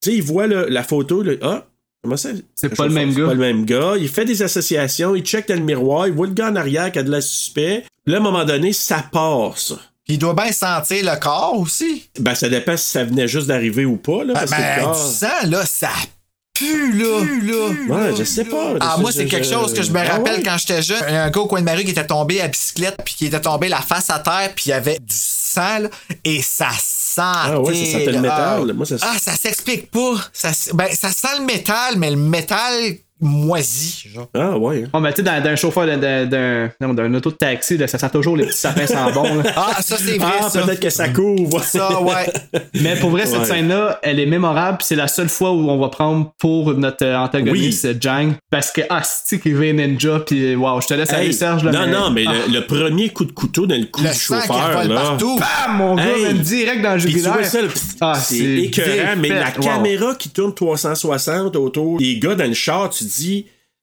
S2: tu sais, il voit le- la photo. Là, ah, comment ça?
S3: C'est pas le même
S2: C'est
S3: gars.
S2: pas le même gars. Il fait des associations, il check dans le miroir, il voit le gars en arrière qui a de la suspect. Puis là, à un moment donné, ça part, ça.
S1: Puis il doit bien sentir le corps aussi.
S2: Ben, ça dépend si ça venait juste d'arriver ou pas, là.
S1: Ben,
S2: Parce que le
S1: ben,
S2: corps-
S1: du sang, là, ça pue, là.
S2: Ouais, je sais pas.
S1: Ah,
S2: Je-
S1: moi,
S2: je-
S1: c'est quelque
S2: je-
S1: chose que je me
S2: Ah
S1: rappelle
S2: ouais?
S1: quand j'étais jeune. Un gars au coin de ma rue qui était tombé à bicyclette, puis qui était tombé la face à terre, puis il y avait du sang, là, et ça sent. Ah
S2: ouais, ça sentait le métal. Moi, ça-
S1: Ah, ça s'explique pas. Ça, s- ben, ça sent le métal, mais le métal moisi, genre.
S2: Ah, ouais. hein.
S3: Bon, mais tu sais, dans, d'un chauffeur d'un- d'un- d'un non, d'un auto de taxi, là, ça sent toujours les petits sapins sans bon. là.
S1: Ah, ça, c'est vrai,
S2: Ah,
S1: ça.
S2: peut-être que ça couvre.
S3: Ah.
S1: Ça,
S2: <laughs>
S1: ouais.
S3: Mais pour vrai, cette
S2: Ouais.
S3: scène-là, elle est mémorable. puis C'est la seule fois où on va prendre pour notre euh, antagoniste, euh, Jang. Parce que, ah, c'est qu'il veut ninja. Puis, waouh, je te laisse aller,
S2: Hey,
S3: Serge. Là,
S2: non, non, mais
S3: Ah,
S2: le, le premier coup de couteau dans le cou
S1: Le
S2: du
S1: sang qui
S2: chauffeur,
S1: revole
S2: là. Ah,
S1: partout.
S3: bam, ah, mon gars,
S2: Hey.
S3: même direct dans le
S2: Puis tu
S3: jugulaire.
S2: vois ça, le pfft,
S3: Ah,
S2: c'est
S3: c'est
S2: écœurant, mais
S3: défaite,
S2: la
S3: wow.
S2: caméra qui tourne 360 autour des gars dans le char, tu dis.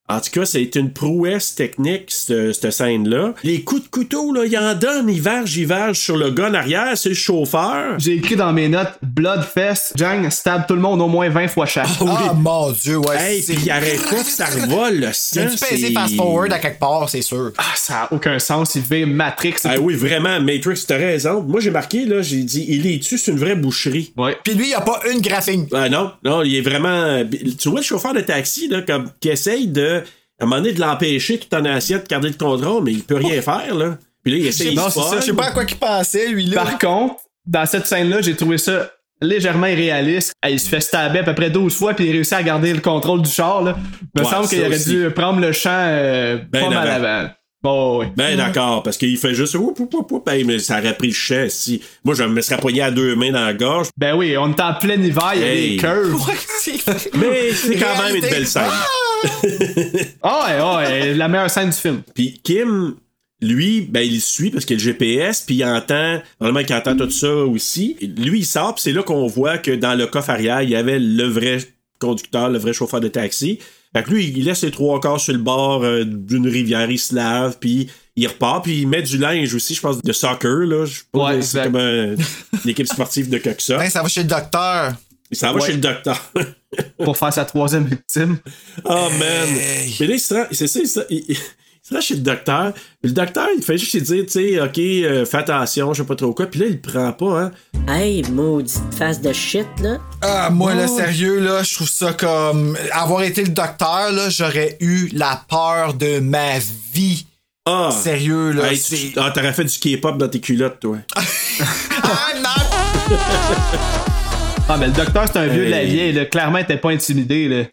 S2: En tout cas, c'est une prouesse technique, cette, cette scène-là. Les coups de couteau, là, il en donne, il verge, il verge sur le gars en arrière, c'est le chauffeur.
S3: J'ai écrit dans mes notes Bloodfest, Jang stab tout le monde au moins 20 fois chaque.
S1: Ah, mon Dieu, ouais.
S2: Hey,
S1: c'est-
S2: puis il arrête pas, puis ça revole, le sang.
S1: J'ai dû peser
S2: c'est-
S1: fast-forward à quelque part, c'est sûr.
S3: Ah, ça a aucun sens. Il fait Matrix.
S2: Ah oui, vraiment, Matrix, t'as raison. Moi, j'ai marqué, là, j'ai dit, il est dessus, c'est une vraie boucherie.
S3: Ouais.
S1: Puis lui, il a pas une graphine.
S2: Ah non, non, il est vraiment. Tu vois le chauffeur de taxi là, comme, qui essaye de. À un moment donné, de l'empêcher tout en essayant de garder le contrôle, mais il peut rien faire, là. Puis là, il essaye
S3: Non,
S2: de
S3: c'est ça,
S1: Je sais pas à quoi qu'il pensait, lui, là. <laughs>
S3: Par contre, dans cette scène-là, j'ai trouvé ça légèrement irréaliste. Eh, Il se fait stabber à peu près 12 fois, puis il réussit à garder le contrôle du char. Là. Il me
S2: Ouais,
S3: semble qu'il
S2: ça
S3: aurait
S2: aussi.
S3: dû prendre le champ euh,
S2: Ben
S3: pas mal
S2: avant.
S3: avant. Bon, ouais.
S1: Mm.
S2: Ben d'accord, parce qu'il fait juste oup, oup, oup, oup, hey, mais ça aurait pris le chien si. Moi, je me serais poigné à deux mains dans la gorge.
S3: Ben oui, on est en plein hiver, il y a
S2: Hey.
S3: des curves.
S2: Mais c'est quand même une
S1: Réalité.
S2: belle scène.
S3: Ah ouais, ah ouais, la meilleure scène du film.
S2: Puis Kim, lui, ben il suit parce qu'il y a le GPS, puis il entend, normalement qu'il entend tout ça aussi. Lui, il sort, puis c'est là qu'on voit que dans le coffre arrière, il y avait le vrai conducteur, le vrai chauffeur de taxi. Fait que lui, il laisse les trois quarts sur le bord euh, d'une rivière, il se lave, puis il repart, puis il met du linge aussi, je pense, de soccer, là. Je sais pas,
S3: Ouais,
S2: c'est
S3: exact.
S2: comme euh, une équipe sportive de quelque ça.
S1: Putain, Ben, ça va chez le docteur.
S2: Ça va
S3: Ouais.
S2: chez le docteur.
S3: Pour faire sa troisième victime.
S2: Oh man! Mais là, il se rend- c'est ça, il se, il- il se rend chez le docteur. Puis le docteur, il fait juste lui dire, tu sais, OK, euh, fais attention, je sais pas trop quoi. Puis là, il le prend pas, hein.
S8: Hey, maudite face de shit, là.
S1: Ah, moi, là, sérieux, là, je trouve ça comme. Avoir été le docteur, là, j'aurais eu la peur de ma vie.
S2: Ah!
S1: Sérieux, là.
S2: Hey, tu-
S1: c'est...
S2: ah, t'aurais fait du K-pop dans tes culottes, toi.
S1: <laughs> Ah, non!
S3: Ah, mais le docteur, c'est un vieux de la
S2: Hey.
S3: vieille, là. Clairement, il était pas intimidé, là.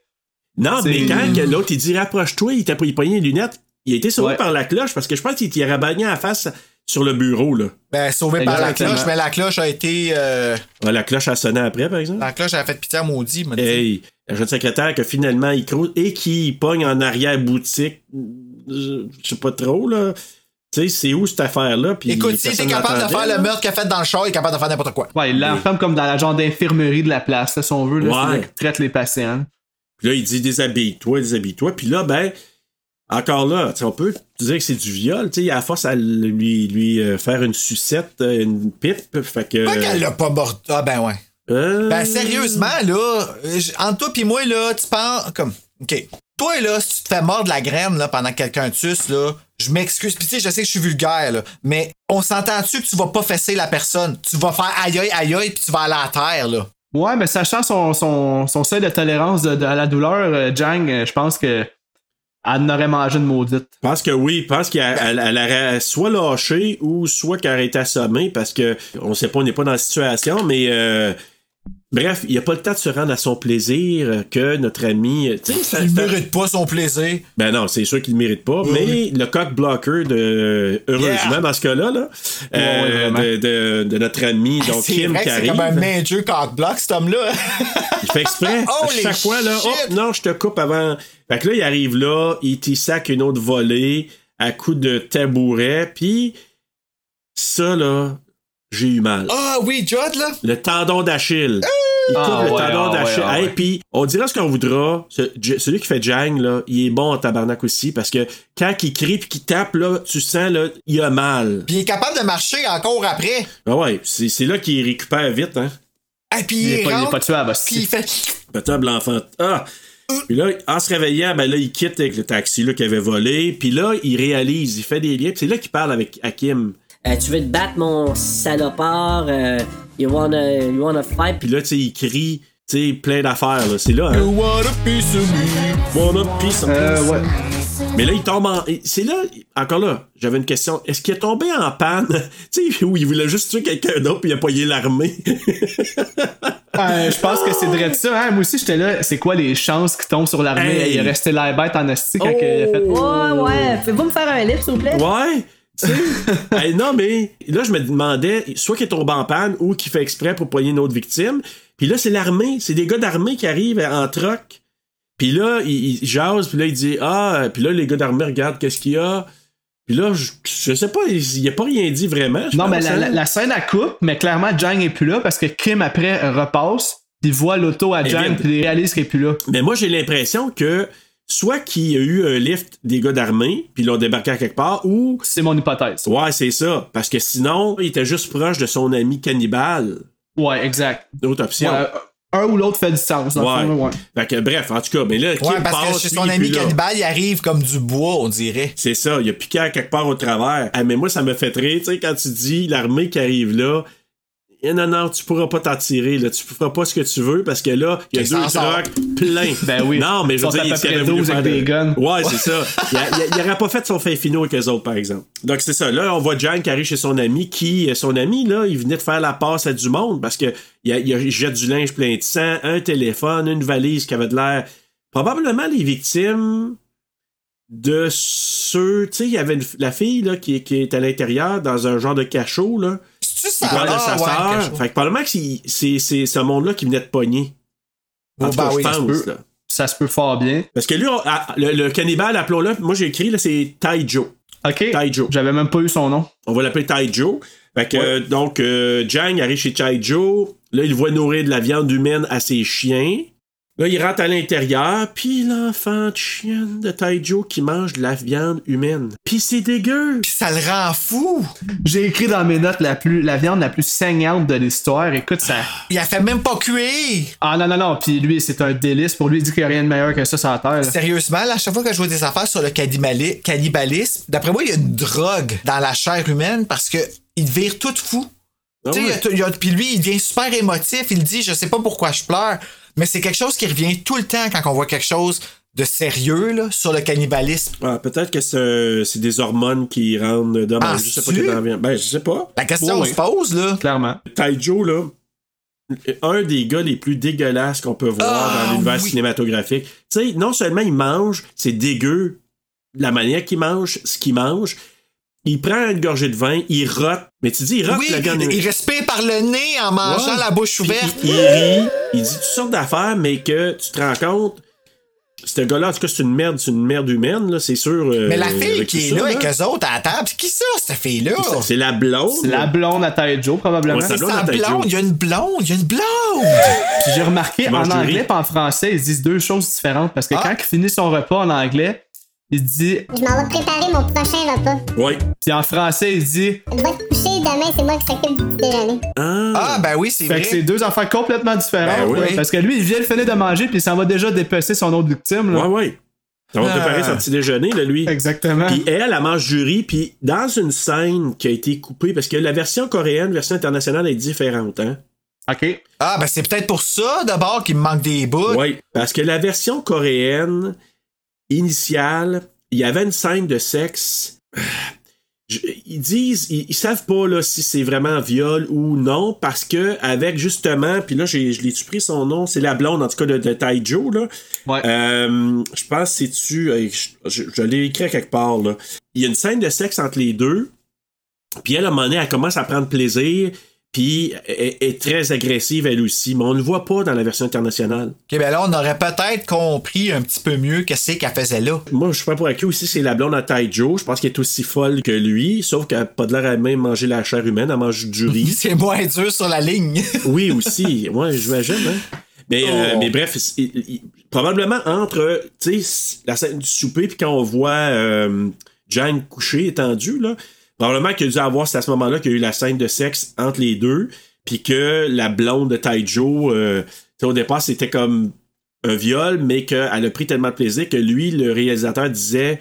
S2: Non,
S3: C'est-
S2: mais quand que l'autre, il dit rapproche-toi, il t'a pris pogné les lunettes, il a été sauvé
S3: Ouais.
S2: par la cloche parce que je pense qu'il t'y aurait bagné à la face sur le bureau, là.
S1: Ben, sauvé par la
S3: Exactement.
S1: cloche, mais la cloche a été. euh,
S2: Ah, la cloche a sonné après, par exemple.
S1: La cloche, elle a fait pitié à maudit, m'a dit.
S2: Hey, la jeune secrétaire que finalement il croule et qui pogne en arrière-boutique. euh, Je sais pas trop, là. Tu sais, c'est où cette affaire-là? puis
S1: Écoute, si
S2: personne
S1: t'es capable de
S2: l'entendait,
S1: faire
S2: là.
S1: le meurtre qu'il a fait dans le char, il est capable de faire n'importe quoi.
S3: Ouais, il l'enferme comme dans la genre d'infirmerie de la place, là, si on veut, là.
S2: Ouais.
S3: C'est là qu'il traite les patients.
S2: Puis là, il dit déshabille-toi, déshabille-toi. Puis là, ben, encore là, tu sais, on peut dire que c'est du viol. Tu sais, à force à lui, lui euh, faire une sucette, euh, une pipe. Fait que.
S1: Pas qu'elle l'a pas mordu. Ah, ben ouais.
S2: Euh,
S1: Ben sérieusement, là, euh, j- entre toi pis moi, là, tu penses comme. OK. Toi, là, si tu te fais mordre la graine là, pendant que quelqu'un te suce, là, je m'excuse. Puis tu sais, je sais que je suis vulgaire, là, mais on s'entend-tu que tu vas pas fesser la personne? Tu vas faire aïe aïe aïe aïe puis tu vas aller à terre, là.
S3: Ouais, mais sachant son, son, son seuil de tolérance de- de- à la douleur, euh, Jang, euh, je pense que elle n'aurait mangé de maudite.
S2: Je pense que oui, je pense qu'elle
S1: Ben
S2: elle- elle aurait soit lâché ou soit qu'elle aurait été assommée parce que on sait pas, on n'est pas dans la situation, mais euh, bref, il n'y a pas le temps de se rendre à son plaisir que notre ami. euh, tu sais, ça-
S1: Il
S2: ça-
S1: mérite pas son plaisir.
S2: Ben non, c'est sûr qu'il ne mérite pas,
S1: Oui,
S2: mais le cock blocker de heureusement
S1: Yeah.
S2: dans ce cas-là, là,
S3: ouais,
S2: euh,
S3: vraiment.
S2: de, de- de notre ami donc
S1: Ah, C'est
S2: Kim
S1: vrai
S2: qui
S1: que c'est
S2: arrive.
S1: comme un major cockblock, cet homme-là.
S2: Il fait exprès. à
S1: <laughs> Holy
S2: chaque fois, là,
S1: shit!
S2: hop, non, je te coupe avant. Fait que là, il arrive là, il t'y sac une autre volée à coups de tabouret, puis ça, là, j'ai eu mal.
S1: Ah oui, Judd, là.
S2: Le tendon d'Achille. Il coupe
S3: Ah
S2: le
S3: ouais,
S2: tendon
S3: ah ouais,
S2: d'Achille.
S3: ah
S2: Hey,
S3: ouais.
S2: puis on dira ce qu'on voudra. ce- J- celui qui fait Jang, là, il est bon en tabarnak aussi parce que quand il crie puis qu'il tape, là, tu sens, là, il a mal.
S1: Puis il est capable de marcher encore après.
S2: Ah ouais, c'est c'est là qu'il récupère vite, hein.
S1: Et puis
S3: Il
S1: il,
S3: est pas, il est
S1: rentre,
S3: pas tuable,
S1: puis il
S3: aussi.
S1: fait.
S2: Potable l'enfant. Ah! Puis là, en se réveillant, ben là, il quitte avec le taxi là, qu'il avait volé. Puis là, il réalise, il fait des liens. Puis c'est là qu'il parle avec Hakim.
S8: Euh, tu veux te battre, mon salopard? euh, you, wanna, you wanna fight?
S2: Puis là, tu sais, il crie, tu sais, plein d'affaires. là. C'est là. hein.
S1: What a piece of me.
S2: Bon, là, pis ça-
S3: Euh,
S1: <laughs>
S3: ouais.
S2: Mais là, il tombe en. C'est là, encore là, j'avais une question. Est-ce qu'il est tombé en panne? <laughs> Tu sais, où il voulait juste tuer quelqu'un d'autre, puis il a poigné l'armée.
S3: Euh, je pense que c'est vrai de ça. hein. Moi aussi, j'étais là. C'est quoi les chances qu'il tombe sur l'armée?
S2: Hey.
S3: Il est resté l'air bête en asti quand il a fait.
S10: Ouais, ouais. Fais-vous me faire un livre, s'il vous plaît?
S2: Ouais! tu sais. <laughs> Hey, non, mais là, je me demandais, soit qu'il tombe en panne ou qu'il fait exprès pour poigner une autre victime. Puis là, c'est l'armée, c'est des gars d'armée qui arrivent en troc. Puis là, ils, ils jasent, puis là, ils disent Ah, puis là, les gars d'armée regardent qu'est-ce qu'il y a. Puis là, je, je sais pas, il, il a pas rien dit vraiment. je
S3: Non, mais
S2: pense,
S3: la,
S2: hein.
S3: la- la scène à coupe, mais clairement, Jang est plus là parce que Kim, après, repasse. Il voit l'auto à
S2: Et
S3: Jang,
S2: vide.
S3: puis il réalise qu'il est plus là.
S2: Mais moi, j'ai l'impression que soit qu'il y a eu un lift des gars d'armée, puis ils l'ont débarqué à quelque part, ou.
S3: C'est mon hypothèse.
S2: Ouais, c'est ça. Parce que sinon, il était juste proche de son ami cannibale.
S3: Ouais, exact.
S2: D'autres
S3: Ouais,
S2: options.
S3: euh, un ou l'autre fait du sens. dans le
S2: Ouais.
S3: fond, ouais.
S2: Fait que, bref, en tout cas, mais là, Kim
S1: Ouais, parce que
S2: passe,
S1: chez
S2: lui,
S1: son
S2: il est
S1: ami
S2: plus là.
S1: cannibale, il arrive comme du bois, on dirait.
S2: C'est ça, il a piqué à quelque part au travers. Ah, mais moi, ça me fait très, tu sais, quand tu dis l'armée qui arrive là, eh non, non, tu pourras pas t'en tirer, là, tu feras pas ce que tu veux parce que là, il y a
S1: Ils
S2: deux
S1: s'en sortent.
S2: trucks pleins.
S3: Ben oui.
S2: Non, mais je veux
S3: Ils sont
S2: dire,
S3: à peu
S2: s'il
S3: près
S2: avait voulu
S3: 12 avec
S2: faire
S3: des guns.
S2: Ouais, c'est ça. Il, a- il a- il aurait pas fait son fin finaux avec eux autres, par exemple. Donc, c'est ça. Là, on voit Jan qui arrive chez son ami, qui, euh, son ami, là, il venait de faire la passe à du monde parce que il, a- il a- il jette du linge plein de sang, un téléphone, une valise qui avait de l'air. Probablement les victimes de ceux. Tu sais, il y avait une- la fille là, qui, qui est à l'intérieur dans un genre de cachot. là.
S1: C'est-tu
S2: Il
S1: ça?
S2: parle de
S1: Ah,
S2: sa
S1: ouais,
S2: sœur.
S1: quelque chose.
S2: fait que probablement que c'est- c'est c'est ce monde-là qui venait de pogner. En
S1: Oh,
S2: tout
S1: bah
S2: cas,
S1: oui,
S2: je
S1: ça se
S2: pense.
S3: peut.
S2: là.
S3: Ça se peut fort bien.
S2: Parce que lui, on- ah, le, le cannibale, appelons-le, moi j'ai écrit, là, c'est Taijo.
S3: Ok.
S2: Taijo.
S3: J'avais même pas eu son nom.
S2: On va l'appeler Taijo. Fait que,
S3: Ouais.
S2: euh, donc, euh, Jang arrive chez Taijo. Là, il le voit nourrir de la viande humaine à ses chiens. Là, il rentre à l'intérieur, puis l'enfant de chienne de Taijo qui mange de la viande humaine. Puis c'est dégueu!
S1: Puis ça le rend fou.
S3: J'ai écrit dans mes notes la, plus, la viande la plus saignante de l'histoire. Écoute, ça.
S1: Il a fait même pas cuire.
S3: Ah non, non, non. Puis lui, c'est un délice. Pour lui, il dit qu'il n'y a rien de meilleur que ça sur la terre. là.
S1: Sérieusement, là, à chaque fois que je vois des affaires sur le cannibali- cannibalisme, d'après moi, il y a une drogue dans la chair humaine parce que il vire tout fou.
S2: Ah
S1: Tu sais, euh, il y a
S2: ouais.
S1: tout- il y a- Puis lui, il devient super émotif. Il dit, je sais pas pourquoi je pleure, mais c'est quelque chose qui revient tout le temps quand on voit quelque chose de sérieux là, sur le cannibalisme.
S2: Ah, Peut-être que c'est c'est des hormones qui rendent d'homme.
S1: Ah,
S2: je sais pas
S1: c'est?
S2: qui t'en vient. Ben, je sais pas.
S1: La question
S3: Oui.
S1: se pose, là.
S3: Clairement.
S2: Taijo, là, un des gars les plus dégueulasses qu'on peut voir
S1: Ah,
S2: dans l'univers
S1: oui.
S2: cinématographique. Tu sais, non seulement il mange, c'est dégueu, la manière qu'il mange, ce qu'il mange. Il prend une gorgée de vin, il rote. Mais tu dis, il rote
S1: Oui,
S2: le gars.
S1: il, il respire par le nez en mangeant
S2: Ouais.
S1: la bouche
S2: Puis
S1: ouverte.
S2: Il, il rit, il dit toutes sortes d'affaires, mais que tu te rends compte, ce gars-là, en tout cas, c'est une merde, c'est une merde humaine, là, c'est sûr. euh,
S1: Mais la fille
S2: avec
S1: qui est
S2: tout ça,
S1: là avec eux autres à la table, c'est qui ça, cette fille-là?
S2: C'est la blonde.
S3: C'est la blonde à Taijo, probablement.
S2: Ouais, ça-
S1: C'est
S2: blonde
S1: sa
S2: à tête jaune.
S1: blonde, il y a une blonde, il y a une blonde!
S3: Puis J'ai remarqué
S2: Tu
S3: en
S2: manges du
S3: anglais
S2: riz.
S3: et en français, ils disent deux choses différentes. Parce que
S1: Ah.
S3: quand il finit son repas en anglais, il dit.
S6: Je m'en vais préparer mon prochain repas.
S2: Ouais.
S3: Puis en français, il dit.
S6: Va te coucher, demain, c'est moi qui s'occupe du petit déjeuner.
S2: Ah.
S1: Ah, ben oui, c'est
S3: Fait
S1: vrai.
S3: que c'est deux affaires complètement différentes.
S1: Ben oui.
S3: là. Parce que lui, il vient le finir de manger puis il s'en va déjà dépecer son autre victime. là.
S2: Ouais, ouais. Ça va
S1: Ah. Euh,
S2: préparer son petit déjeuner, là, lui.
S3: Exactement.
S2: Puis elle, elle mange du riz, puis dans une scène qui a été coupée, parce que la version coréenne, version internationale est différente, hein?
S3: OK.
S1: Ah, ben c'est peut-être pour ça, d'abord, qu'il me manque des bouts.
S2: Oui. Parce que la version coréenne initiale, il y avait une scène de sexe. <sighs> Je- Ils disent, ils, ils savent pas là, si c'est vraiment viol ou non, parce que avec justement, puis là j'ai- je l'ai pris son nom, c'est la blonde en tout cas de, de Taijo là.
S3: Ouais.
S2: Euh, je pense c'est tu, je, je- je l'ai écrit à quelque part là. Il y a une scène de sexe entre les deux, puis elle à un moment donné, elle commence à prendre plaisir, puis est, est très agressive elle aussi, mais on ne le voit pas dans la version internationale.
S1: Ok, ben là, on aurait peut-être compris un petit peu mieux qu'est-ce qu'elle faisait là.
S2: Moi, je suis pas pour acquis aussi, c'est la blonde à Taijo. Je pense qu'elle est aussi folle que lui, sauf qu'elle a pas de l'air à même manger la chair humaine, elle mange du riz.
S1: <laughs> C'est moins dur sur la ligne.
S2: oui, aussi. Ouais, j'imagine, hein. Mais, euh,
S1: Oh.
S2: mais bref, il- il- il- probablement entre, tu sais, la scène du souper puis quand on voit euh, Jang couché, étendu, là, probablement qu'il a dû avoir, c'est à ce moment-là qu'il y a eu la scène de sexe entre les deux, puis que la blonde de Taijo, euh, tu sais, au départ, c'était comme un viol, mais qu'elle a pris tellement de plaisir que lui, le réalisateur, disait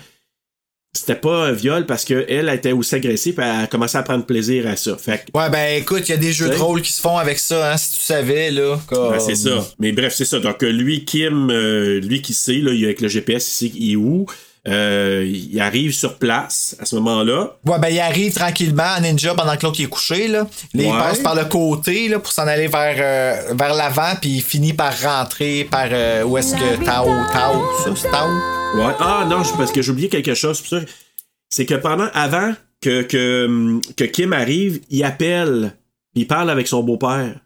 S2: c'était pas un viol parce qu'elle elle était aussi agressive, puis elle a commencé à prendre plaisir à ça. Fait que,
S1: ouais, ben écoute, il y a des jeux de
S2: Ouais.
S1: rôle qui se font avec ça, hein, si tu savais, là. comme-
S2: Ben, c'est ça. Mais bref, c'est ça. Donc, euh, lui, Kim, euh, lui qui sait, là, il- avec le GPS, il sait il est où. Euh, il arrive sur place à ce moment-là.
S1: Ouais, ben il arrive tranquillement en ninja pendant que l'autre il est couché, là. Là, il
S2: Ouais.
S1: passe par le côté, là, pour s'en aller vers, euh, vers l'avant, puis il finit par rentrer par euh, où est-ce que Tao, Tao, ça, c'est Tao.
S2: Ouais. Ah non, je- parce que j'ai oublié quelque chose. C'est pour ça que- C'est que pendant, avant que, que, hum, que Kim arrive, il appelle. Il parle avec son beau-père.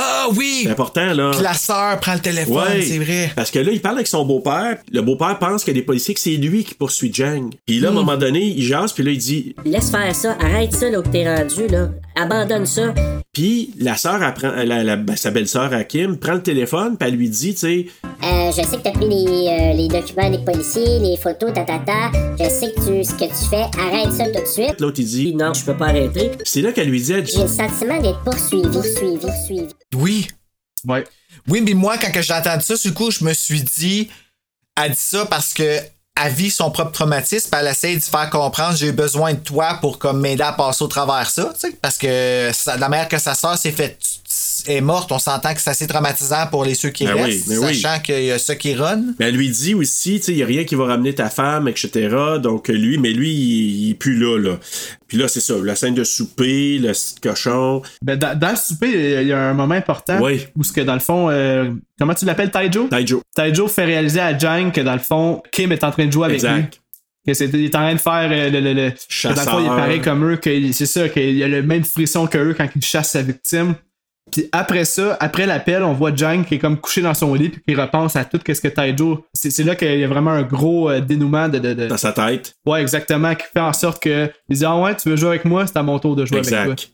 S1: Ah oui!
S2: C'est important, là.
S1: Puis la sœur prend le téléphone,
S2: Ouais.
S1: c'est vrai.
S2: Parce que là, il parle avec son beau-père. Le beau-père pense qu'il y a des policiers, que c'est lui qui poursuit Jang. Puis là, à un moment donné, il jase, puis là, il dit
S8: Laisse faire ça, arrête ça là où t'es rendu, là. Abandonne ça.
S2: Puis la sœur, elle prend- la- la- ben, sa belle-sœur Hakim prend le téléphone, puis elle lui dit, tu sais,
S6: Euh, je sais que t'as pris les, euh, les documents des policiers, les photos, tatata. Je sais que tu, ce que tu fais, arrête ça tout de suite.
S2: l'autre il
S8: Puis
S2: dit,
S8: non, je peux pas arrêter.
S2: c'est là qu'elle lui dit, elle dit,
S6: J'ai le sentiment d'être poursuivi, poursuivi, poursuivi.
S1: Oui.
S3: Ouais.
S1: Oui, mais moi, quand que j'ai entendu ça, sur le coup, je me suis dit, elle dit ça parce que elle vit son propre traumatisme, puis elle essaie de faire comprendre j'ai besoin de toi pour comme m'aider à passer au travers ça, tu sais, parce que ça- de la manière que sa sœur s'est faite est morte, on s'entend que c'est assez traumatisant pour les ceux qui
S2: Ben oui,
S1: restent,
S2: ben oui.
S1: sachant qu'il y a ceux qui run.
S2: mais elle lui dit aussi, tu sais, il y a rien qui va ramener ta femme, etc. Donc lui, mais lui, il, il est plus là, là. Puis là, c'est ça, la scène de souper, le petit cochon.
S3: Ben, dans, dans le souper, il y a- il y a un moment important
S2: Oui.
S3: où ce que dans le fond, euh, comment tu l'appelles Taijo?
S2: Taijo.
S3: Taijo fait réaliser à Jang que dans le fond, Kim est en train de jouer avec lui.
S2: Exact.
S3: Que c'est- il est en train de faire euh, le. le, le-
S2: Chasseur.
S3: dans le fond, il est pareil comme eux, que c'est ça, qu'il a le même frisson que eux quand il chasse sa victime. Puis après ça, après l'appel, on voit Jang qui est comme couché dans son lit, puis qui repense à tout ce que Taijo. C'est c'est là qu'il y a vraiment un gros euh, dénouement de. de- de-
S2: dans sa tête.
S3: Ouais, exactement, qui fait en sorte que. Il dit Ah ouais, tu veux jouer avec moi, c'est à mon tour de jouer avec toi.
S2: Exact.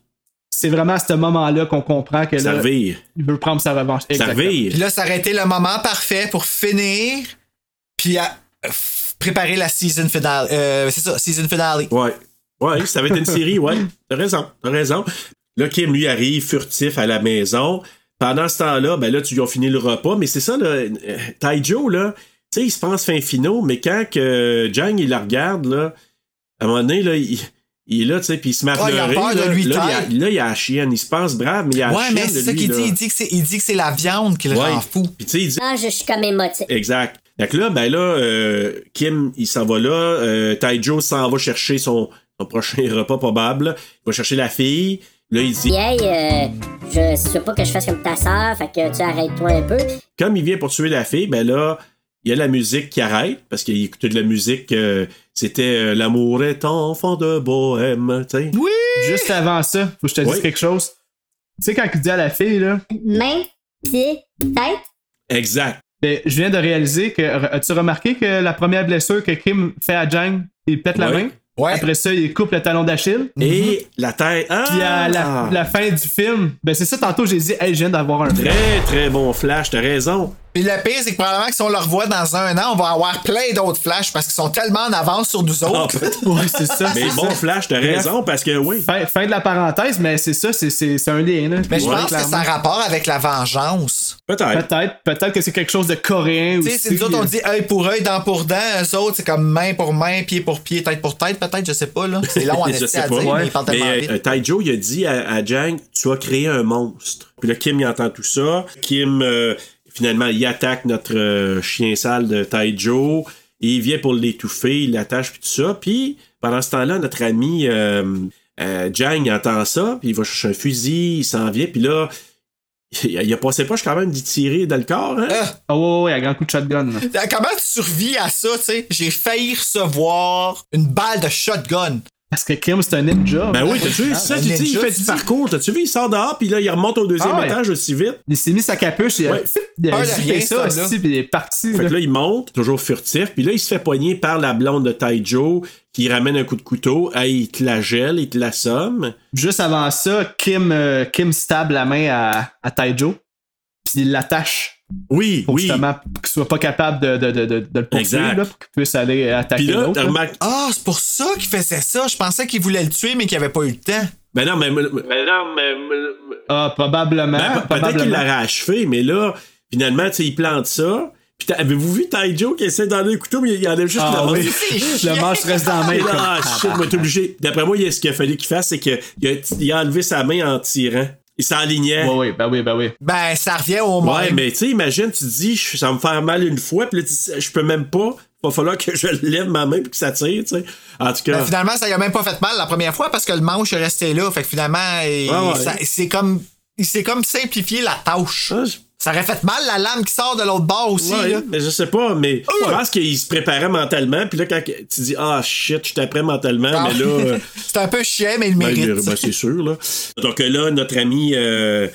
S3: C'est vraiment à ce moment-là qu'on comprend que
S2: Ça
S3: là,
S2: revire.
S3: il veut prendre sa revanche.
S2: Ça
S3: Exactement.
S1: Puis
S2: revire.
S1: là, ça aurait été le moment parfait pour finir, puis à- f- préparer la season finale. Euh, c'est ça, season finale.
S2: Ouais. Ouais, ça avait été une série, ouais. T'as raison, t'as raison. Là, Kim, lui, arrive furtif à la maison. Pendant ce temps-là, ben là, tu lui as fini le repas, mais c'est ça, là. euh, Taijo, là, tu sais, il se pense fin finaux, mais quand que Jang, il la regarde, là, à un moment donné, là, il, il est là, tu sais, puis il se met à
S1: Ouais, il a
S2: pleurer.
S1: peur de
S2: là,
S1: lui,
S2: là, il a-
S1: Ty.
S2: là, il a la chienne. Il se pense brave, mais il a la
S1: Ouais,
S2: chienne
S1: mais
S2: de
S1: c'est ça
S2: lui,
S1: qu'il
S2: là.
S1: dit. Il dit que c'est, il dit que c'est la viande qui le
S2: Ouais.
S1: rend fou.
S2: Puis tu sais, il dit,
S8: Ah, je suis comme émotif.
S2: Exact. Fait que là, ben là, euh, Kim, il s'en va là. Euh, Taijo s'en va chercher son, son <laughs> prochain repas probable. Il va chercher la fille. Là, il dit,
S8: Hey, euh, je sais pas que je fasse comme ta sœur, fait que tu arrêtes-toi un peu.
S2: comme il vient pour tuer la fille, ben là, il y a la musique qui arrête parce qu'il écoutait de la musique. euh, C'était euh, L'amour est enfant de bohème, tu sais.
S1: Oui!
S3: Juste avant ça, faut que je te dise
S2: Oui.
S3: quelque chose. Tu sais, quand il dit à la fille, là,
S8: Main, pied, tête.
S2: Exact.
S3: ben, je viens de réaliser que. As-tu remarqué que la première blessure que Kim fait à Jang, il pète la
S2: Ouais.
S3: main.
S1: Ouais.
S3: Après ça, il coupe le talon d'Achille.
S2: Et la tête. Ah!
S3: Mm-hmm. Puis à la, la fin du film, ben c'est ça, tantôt, j'ai dit, hey, je viens d'avoir un.
S2: Très, très bon flash, t'as raison.
S1: Puis le pire, c'est que probablement que si on le revoit dans un an, on va avoir plein d'autres flashs parce qu'ils sont tellement en avance sur nous
S2: Ah,
S1: autres.
S2: peut-
S3: Ouais, c'est ça.
S2: <laughs> mais
S3: Oh, c'est
S2: bon
S3: ça.
S2: flash, t'as raison parce que oui.
S3: Fin, fin de la parenthèse, mais c'est ça, c'est- c'est c'est un lien.
S2: Ah,
S3: Là.
S1: mais je
S3: Ouais,
S1: pense que ça
S3: clairement.
S1: a rapport avec la vengeance.
S2: Peut-être.
S3: Peut-être, peut-être que c'est quelque chose de
S1: Tu
S3: coréen aussi. euh,
S1: sais, c'est nous autres, on dit œil pour œil, dent pour dent. Eux autres, c'est comme main pour main, pied pour pied, tête pour tête, peut-être, je sais pas, là. C'est long
S2: <laughs>
S1: en
S2: Je
S1: esti
S2: sais
S1: à
S2: pas.
S1: dire,
S2: ouais.
S1: mais ils parlent
S2: Mais
S1: tellement
S2: euh,
S1: vite.
S2: euh, Taijo, il a dit à, à Jang, tu as créé un monstre. Puis là, Kim, il entend tout ça. Kim, euh, finalement, il attaque notre euh, chien sale de Taijo. Il vient pour l'étouffer, il l'attache, puis tout ça. Puis, pendant ce temps-là, notre ami euh, euh, Jang il entend ça, puis il va chercher un fusil, il s'en vient, puis là, il a, il a passé proche quand même d'y tirer dans le corps, hein?
S3: Ah ouais, ouais, ouais, à grand coup de shotgun. là.
S1: Euh, Comment tu survis à ça, tu sais? J'ai failli recevoir une balle de shotgun.
S3: Parce que Kim, c'est un ninja.
S2: Ben oui, t'as-tu vu ça?
S1: ben,
S2: Tu dis, il
S1: ninja,
S2: fait
S1: tu
S2: du
S1: dis.
S2: parcours, t'as-tu vu? Il sort dehors, puis là, il remonte au deuxième
S3: Ah ouais.
S2: étage aussi vite.
S3: Il s'est mis sa capuche, il a,
S2: Ouais.
S3: il a
S1: Peur de
S3: zippé
S1: rien,
S3: ça,
S1: ce homme-là.
S3: aussi, puis il est parti.
S2: Fait
S3: là.
S2: que là, il monte, toujours furtif, puis là, il se fait poigner par la blonde de Taijo, qui ramène un coup de couteau. Hey, il te la gèle, il te l'assomme.
S3: Juste avant ça, Kim, euh, Kim stab la main à, à Taijo, puis il l'attache
S2: Oui,
S3: pour
S2: oui.
S3: justement qu'il soit pas capable de, de, de, de, de le poursuivre,
S2: Exact.
S3: là, pour qu'il puisse aller attaquer
S2: Puis là,
S3: l'autre.
S2: t'as
S3: là.
S2: remarqué-
S1: Ah, c'est pour ça qu'il faisait ça. Je pensais qu'il voulait le tuer, mais qu'il avait pas eu le temps.
S2: Ben non, mais. Ben non, mais.
S3: Ah, probablement.
S2: Ben, pe- peut-être qu'il
S3: probablement.
S2: l'aurait achevé, mais là, finalement, tu sais, il plante ça. Puis t'as- avez-vous vu Taijo qui essaie d'enlever le couteau, mais il enlève juste
S3: Ah
S2: la main.
S3: oui.
S2: <laughs>
S3: Le manche reste dans la main.
S2: Et là,
S3: comme-
S2: Ah, shit, moi, t'es obligé. D'après moi, il y a- ce qu'il a fallu qu'il fasse, c'est qu'il a, il a enlevé sa main en tirant. Il s'enlignait.
S3: Ouais, ouais, ben oui, ben oui.
S1: Ben, ça revient au
S2: Ouais,
S1: moins.
S2: mais tu sais, imagine, tu te dis, je- ça va me faire mal une fois, puis là, tu dis, je peux même pas. Va falloir que je lève ma main puis que ça tire, tu sais. En tout cas,
S3: Euh.
S1: Ben, finalement, ça lui a même pas fait mal la première fois parce que le manche est resté là. Fait que finalement, il-
S2: Ah ouais.
S1: ça- c'est comme. Il s'est comme simplifié la tâche.
S2: Ah, je-
S1: Ça aurait fait mal la lame qui sort de l'autre bord aussi.
S2: ouais,
S1: là.
S2: mais je sais pas, mais je
S1: Euh.
S2: pense qu'il se préparait mentalement, puis là, quand tu dis, ah shit, je t'apprends mentalement,
S1: Ah.
S2: mais là, euh,
S1: C'est un peu chiant, mais il
S2: ben,
S1: mérite.
S2: ben, c'est sûr, là. Donc là, notre ami, euh,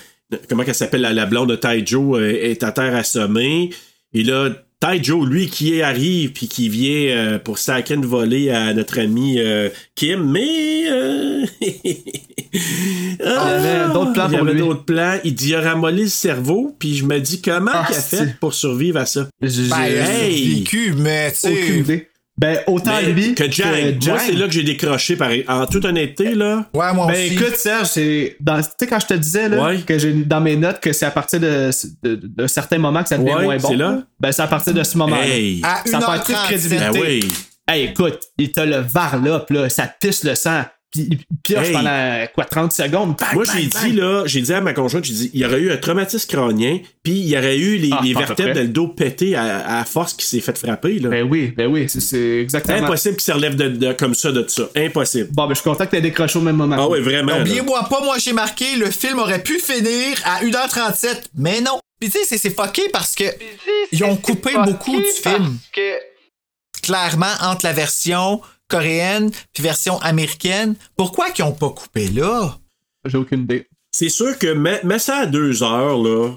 S2: comment qu'elle s'appelle, la, la blonde de Taijo, euh, est à terre assommée, et là, Taijo, lui, qui arrive, puis qui vient euh, pour saquer une volée à notre ami euh, Kim, mais... euh, <laughs> Ah!
S3: Il y avait d'autres plans
S2: Il y
S3: pour
S2: avait
S3: lui.
S2: d'autres plans. Il dit, il a ramollé le cerveau, puis je me dis, comment
S3: Ah,
S2: qu'il a
S3: c'est-
S2: fait pour survivre à ça?
S1: Ben,
S3: J'ai- j'ai-
S1: il a
S2: hey.
S1: survécu, mais tu
S3: aucune
S1: sais.
S3: idée. Ben, autant
S2: Mais
S3: lui
S2: que Jang.
S3: que Jang.
S2: Moi, c'est là que j'ai décroché, pareil. En toute honnêteté, là.
S1: Ouais, moi
S3: Ben
S1: aussi.
S3: écoute Serge, c'est dans- tu sais quand je te disais là,
S2: Ouais.
S3: que j'ai dans mes notes que c'est à partir de de- d'un certain moment que ça devient
S2: Ouais,
S3: moins bon.
S2: c'est là.
S3: Ben c'est à partir de ce moment. là
S2: Hey!
S1: à
S3: ça perd toute
S1: 1h37.
S3: crédibilité.
S2: Ben oui!
S3: Hey, écoute, il t'a le varlope là, ça pisse le sang, puis il pioche
S2: Hey.
S3: pendant quoi 30 secondes. Bang,
S2: Moi,
S3: bang,
S2: j'ai
S3: bang.
S2: dit, là, j'ai dit à ma conjointe, j'ai dit, il y aurait eu un traumatisme crânien, puis il y aurait eu les,
S3: Ah,
S2: les
S3: à peu
S2: vertèbres
S3: près.
S2: dans le dos pétées à, à force qui s'est fait frapper, là.
S3: Ben oui, ben oui, c'est- c'est
S2: C'est
S3: exactement.
S2: impossible qu'il se relève de, de- comme ça de ça. Impossible.
S3: Bon ben je suis content que t'aies décroché au même moment.
S2: Ah oui, vraiment. là.
S1: Oubliez-moi pas, moi j'ai marqué, le film aurait pu finir à 1h37, mais non. Puis tu sais, c'est- c'est fucké parce que ils ont coupé beaucoup du film. clairement entre la version coréenne puis version américaine. Pourquoi qu'ils ont pas coupé là?
S3: J'ai aucune idée.
S2: C'est sûr que mets, mets ça à deux heures, là.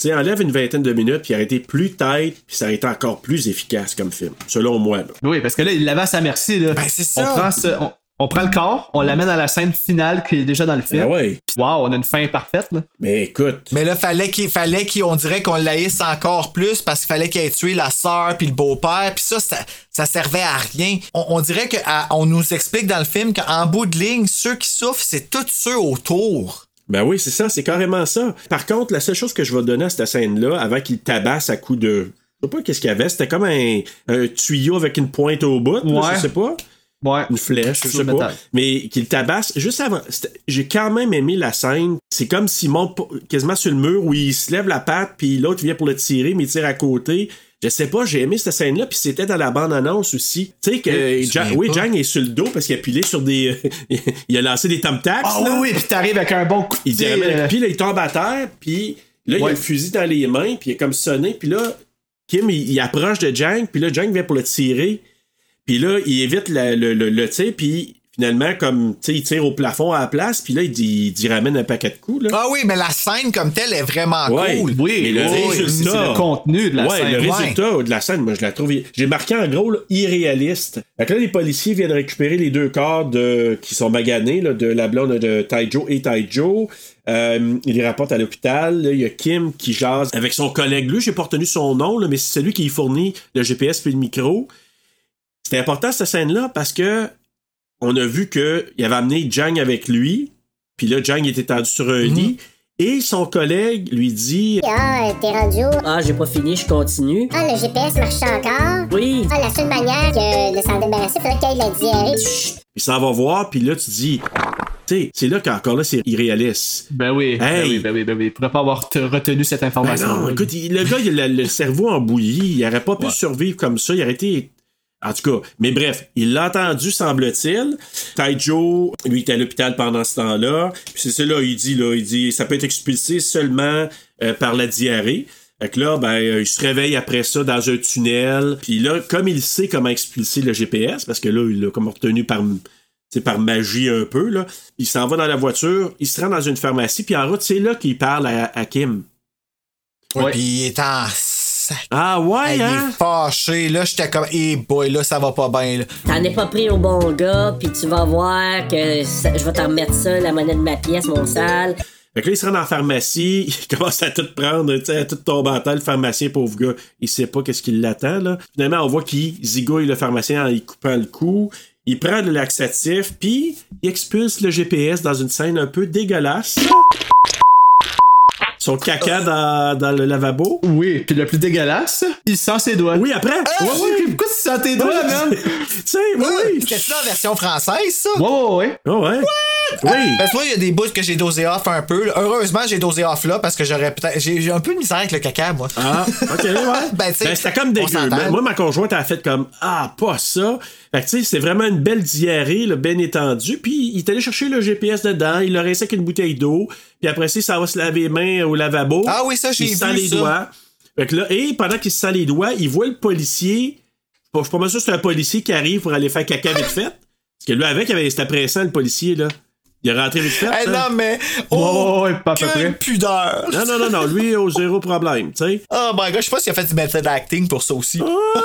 S2: Tu sais, enlève une vingtaine de minutes, puis arrêtez plus tête, puis ça aurait été encore plus efficace comme film, selon moi. Là.
S3: Oui, parce que là, il l'avait à sa merci. Là.
S1: Ben, c'est ça.
S3: On prend, ce- on, on prend le corps, on l'amène à la scène finale qui est déjà dans le film.
S2: Ah ouais.
S3: Puis, Wow, on a une fin parfaite. Là.
S2: Mais écoute,
S1: Mais là, fallait qu'il fallait qu'il on dirait qu'on l'haïsse encore plus parce qu'il fallait qu'il ait tué la sœur puis le beau-père puis ça, ça ça servait à rien. On, on dirait que à- on nous explique dans le film qu'en bout de ligne, ceux qui souffrent, c'est tous ceux autour.
S2: ben oui, c'est ça, c'est carrément ça. Par contre, la seule chose que je vais donner à cette scène-là, avant qu'il tabasse à coup de. Je sais pas qu'est-ce qu'il y avait, c'était comme un, un tuyau avec une pointe au bout, là,
S3: Ouais.
S2: je sais pas.
S3: Ouais.
S2: une flèche, je sais
S3: Sur le
S2: pas,
S3: métal.
S2: mais qu'il tabasse juste avant. C'était- J'ai quand même aimé la scène. C'est comme s'il monte pas- quasiment sur le mur où il se lève la patte, puis l'autre vient pour le tirer, mais il tire à côté. Je sais pas, j'ai aimé cette scène-là, puis c'était dans la bande-annonce aussi. Tu sais que
S1: Je me
S2: Jang-
S1: souviens
S2: oui,
S1: pas.
S2: Jang est sur le dos parce qu'il a pilé sur des. <laughs> il a lancé des tom tacs
S3: Ah oui, oui, puis t'arrives avec un bon coup de
S2: Il dit,
S3: pied, euh,
S2: puis là, il tombe à terre, puis là, il a
S3: Ouais.
S2: le fusil dans les mains, puis il est comme sonné, puis là, Kim, il, il approche de Jang, puis là, Jang vient pour le tirer, puis là, il évite la- le, le, le tir, puis finalement, comme, tu sais, il tire au plafond à la place, puis là, il dit, il dit ramène un paquet de coups, là.
S1: Ah oui, mais la scène comme telle est vraiment
S2: Ouais.
S1: cool.
S3: Oui,
S2: Mais le
S3: oui, oui,
S2: résultat-
S3: c'est le contenu de la
S2: ouais,
S3: scène.
S2: le
S1: ouais.
S2: résultat de la scène, moi, je la trouve. J'ai marqué en gros là, irréaliste. Fait que là, les policiers viennent récupérer les deux corps de, qui sont maganés, là, de la blonde de Taijo et Taijo. Euh, ils les rapportent à l'hôpital. Là, Il y a Kim qui jase avec son collègue. Lui, j'ai pas retenu son nom, là, mais c'est celui qui lui fournit le GPS puis le micro. C'était important cette scène-là parce que on a vu qu'il avait amené Jang avec lui. Puis là, Jang était tendu sur un lit. Et son collègue lui dit
S6: Ah, t'es rendu où?
S8: Ah, j'ai pas fini, je continue.
S6: Ah, le GPS marche encore?
S8: Oui.
S6: Ah, la seule manière que de s'en débarrasser, faudrait qu'il y ait de la diarrhée.
S2: Il s'en va voir, puis là, tu dis. Tu sais, c'est là qu'encore là, c'est irréaliste.
S3: Ben oui, ben
S2: Hey.
S3: oui, ben oui, ben oui. Il pourrait pas avoir te- retenu cette
S2: Ben
S3: information.
S2: non, écoute, il- le gars, il a le cerveau en bouillie. Il aurait pas pu survivre comme ça. Il aurait été. En tout cas, mais bref, il l'a entendu, semble-t-il. Taijo, lui, était à l'hôpital pendant ce temps-là. Puis c'est ça, là, il dit, là, il dit, ça peut être expulsé seulement euh, par la diarrhée. Fait que là, ben, euh, il se réveille après ça dans un tunnel. Puis là, comme il sait comment expulser le GPS, parce que là, il l'a comme retenu par, c'est par magie un peu, là. Il s'en va dans la voiture, il se rend dans une pharmacie, puis en route, c'est là qu'il parle à, à Kim.
S3: Ouais.
S1: Puis il est en sac.
S2: Ah ouais,
S1: Hey, il
S2: hein?
S1: est fâché. Là, j'étais comme, eh boy, là, ça va pas bien. là.
S8: T'en es pas pris au bon gars, puis tu vas voir que ça- je vais t'en remettre ça, la monnaie de ma pièce, mon sale.
S2: Fait que là, il se rend dans la pharmacie, <laughs> il commence à tout prendre, tu sais, à tout tomber en terre, le pharmacien, pauvre gars, il sait pas qu'est-ce qui l'attend, là. Finalement, on voit qu'il zigouille le pharmacien en lui coupant le cou, il prend le laxatif, puis il expulse le GPS dans une scène un peu dégueulasse. Son caca dans, dans le lavabo.
S3: Oui, puis le plus dégueulasse, il sent ses doigts.
S2: Oui, après!
S3: Ouais, ouais, puis pourquoi tu sens tes doigts, man?
S2: tu sais, oui, <laughs> oui!
S1: Ah, C'était ça en version française, ça?
S3: Ouais, ouais, ouais.
S2: Oh, ouais! Oui!
S1: Parce que moi, il y a des bouts que j'ai dosé off un peu. Heureusement, j'ai dosé off là parce que j'aurais peut-être. J'ai j'ai un peu de misère avec le caca, moi.
S2: Ah, ok, ouais.
S1: <laughs> Ben,
S2: ben,
S1: tu sais,
S2: c'était comme
S1: on
S2: dégueu.
S1: s'entend.
S2: Ben, moi, ma conjointe, elle a fait comme Ah, pas ça. Fait que, tu sais, c'est vraiment une belle diarrhée, là, bien étendue. Puis, il est allé chercher le GPS dedans, il l'a rincé avec une bouteille d'eau. Puis après ça, ça va se laver les mains au lavabo.
S1: Ah oui, ça, j'ai
S2: Il se
S1: vu
S2: sent les
S1: ça.
S2: doigts. Fait que là, et pendant qu'il se sent les doigts, il voit le policier. Bon, je suis pas mal sûr que c'est un policier qui arrive pour aller faire caca vite fait. Parce que lui, avec, il avait- c'était pressant, le policier, là. Il est rentré vite fait.
S1: Eh
S2: là.
S1: non, mais.
S3: Ouais,
S1: Oh,
S3: ouais, ouais, pas à peu
S1: quelle
S3: près.
S1: pudeur!
S2: non, non, non, non, lui, au zéro problème, tu sais.
S1: Oh my god, je sais pas s'il a fait du method acting pour ça aussi.
S2: Ah,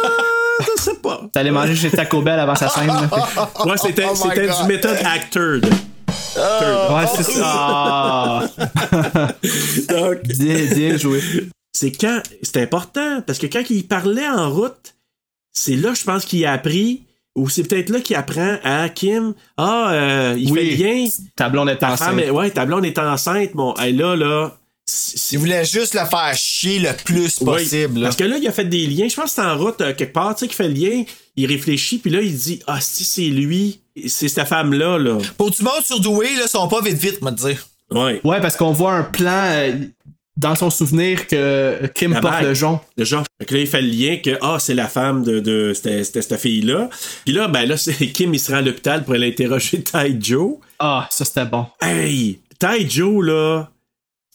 S2: <laughs> je sais pas.
S3: T'allais manger chez Taco Bell avant sa scène.
S2: <laughs>
S3: là. Fait
S2: Ouais, c'était
S1: Oh my
S2: c'était
S1: God.
S2: du méthode acteur.
S3: que- Ouais, c'est ça. Ah,
S2: <laughs> Donc,
S3: bien, bien joué.
S2: c'est quand. C'est important, parce que quand il parlait en route, c'est là, je pense, qu'il a appris, ou c'est peut-être là qu'il apprend à Kim Ah, euh, il
S3: Oui.
S2: fait bien.
S3: Ta blonde est
S2: Ta femme,
S3: enceinte.
S2: est- ouais, ta blonde est enceinte, mon. Hey, là, là. si- si-
S1: Il voulait juste le faire chier le plus
S2: Oui,
S1: possible. là.
S2: Parce que là, il a fait des liens. Je pense que c'est en route euh, quelque part, tu sais, qu'il fait le lien. Il réfléchit, puis là, il dit Ah, si c'est lui, c'est cette femme-là, là.
S1: Pour du monde surdoué, là, ils sont pas vite vite, me dire.
S2: Ouais.
S3: Ouais, parce qu'on voit un plan euh, dans son souvenir que Kim
S2: La
S3: porte
S2: bague.
S3: le jonc.
S2: Déjà. Fait que là, il fait le lien que, ah, c'est la femme de, de c'était- c'était cette fille-là. Puis là, ben là, <laughs> c'est Kim, il se rend à l'hôpital <laughs> pour aller interroger Tai Joe.
S3: Ah, ça c'était bon.
S2: Hey! Tai Joe, là,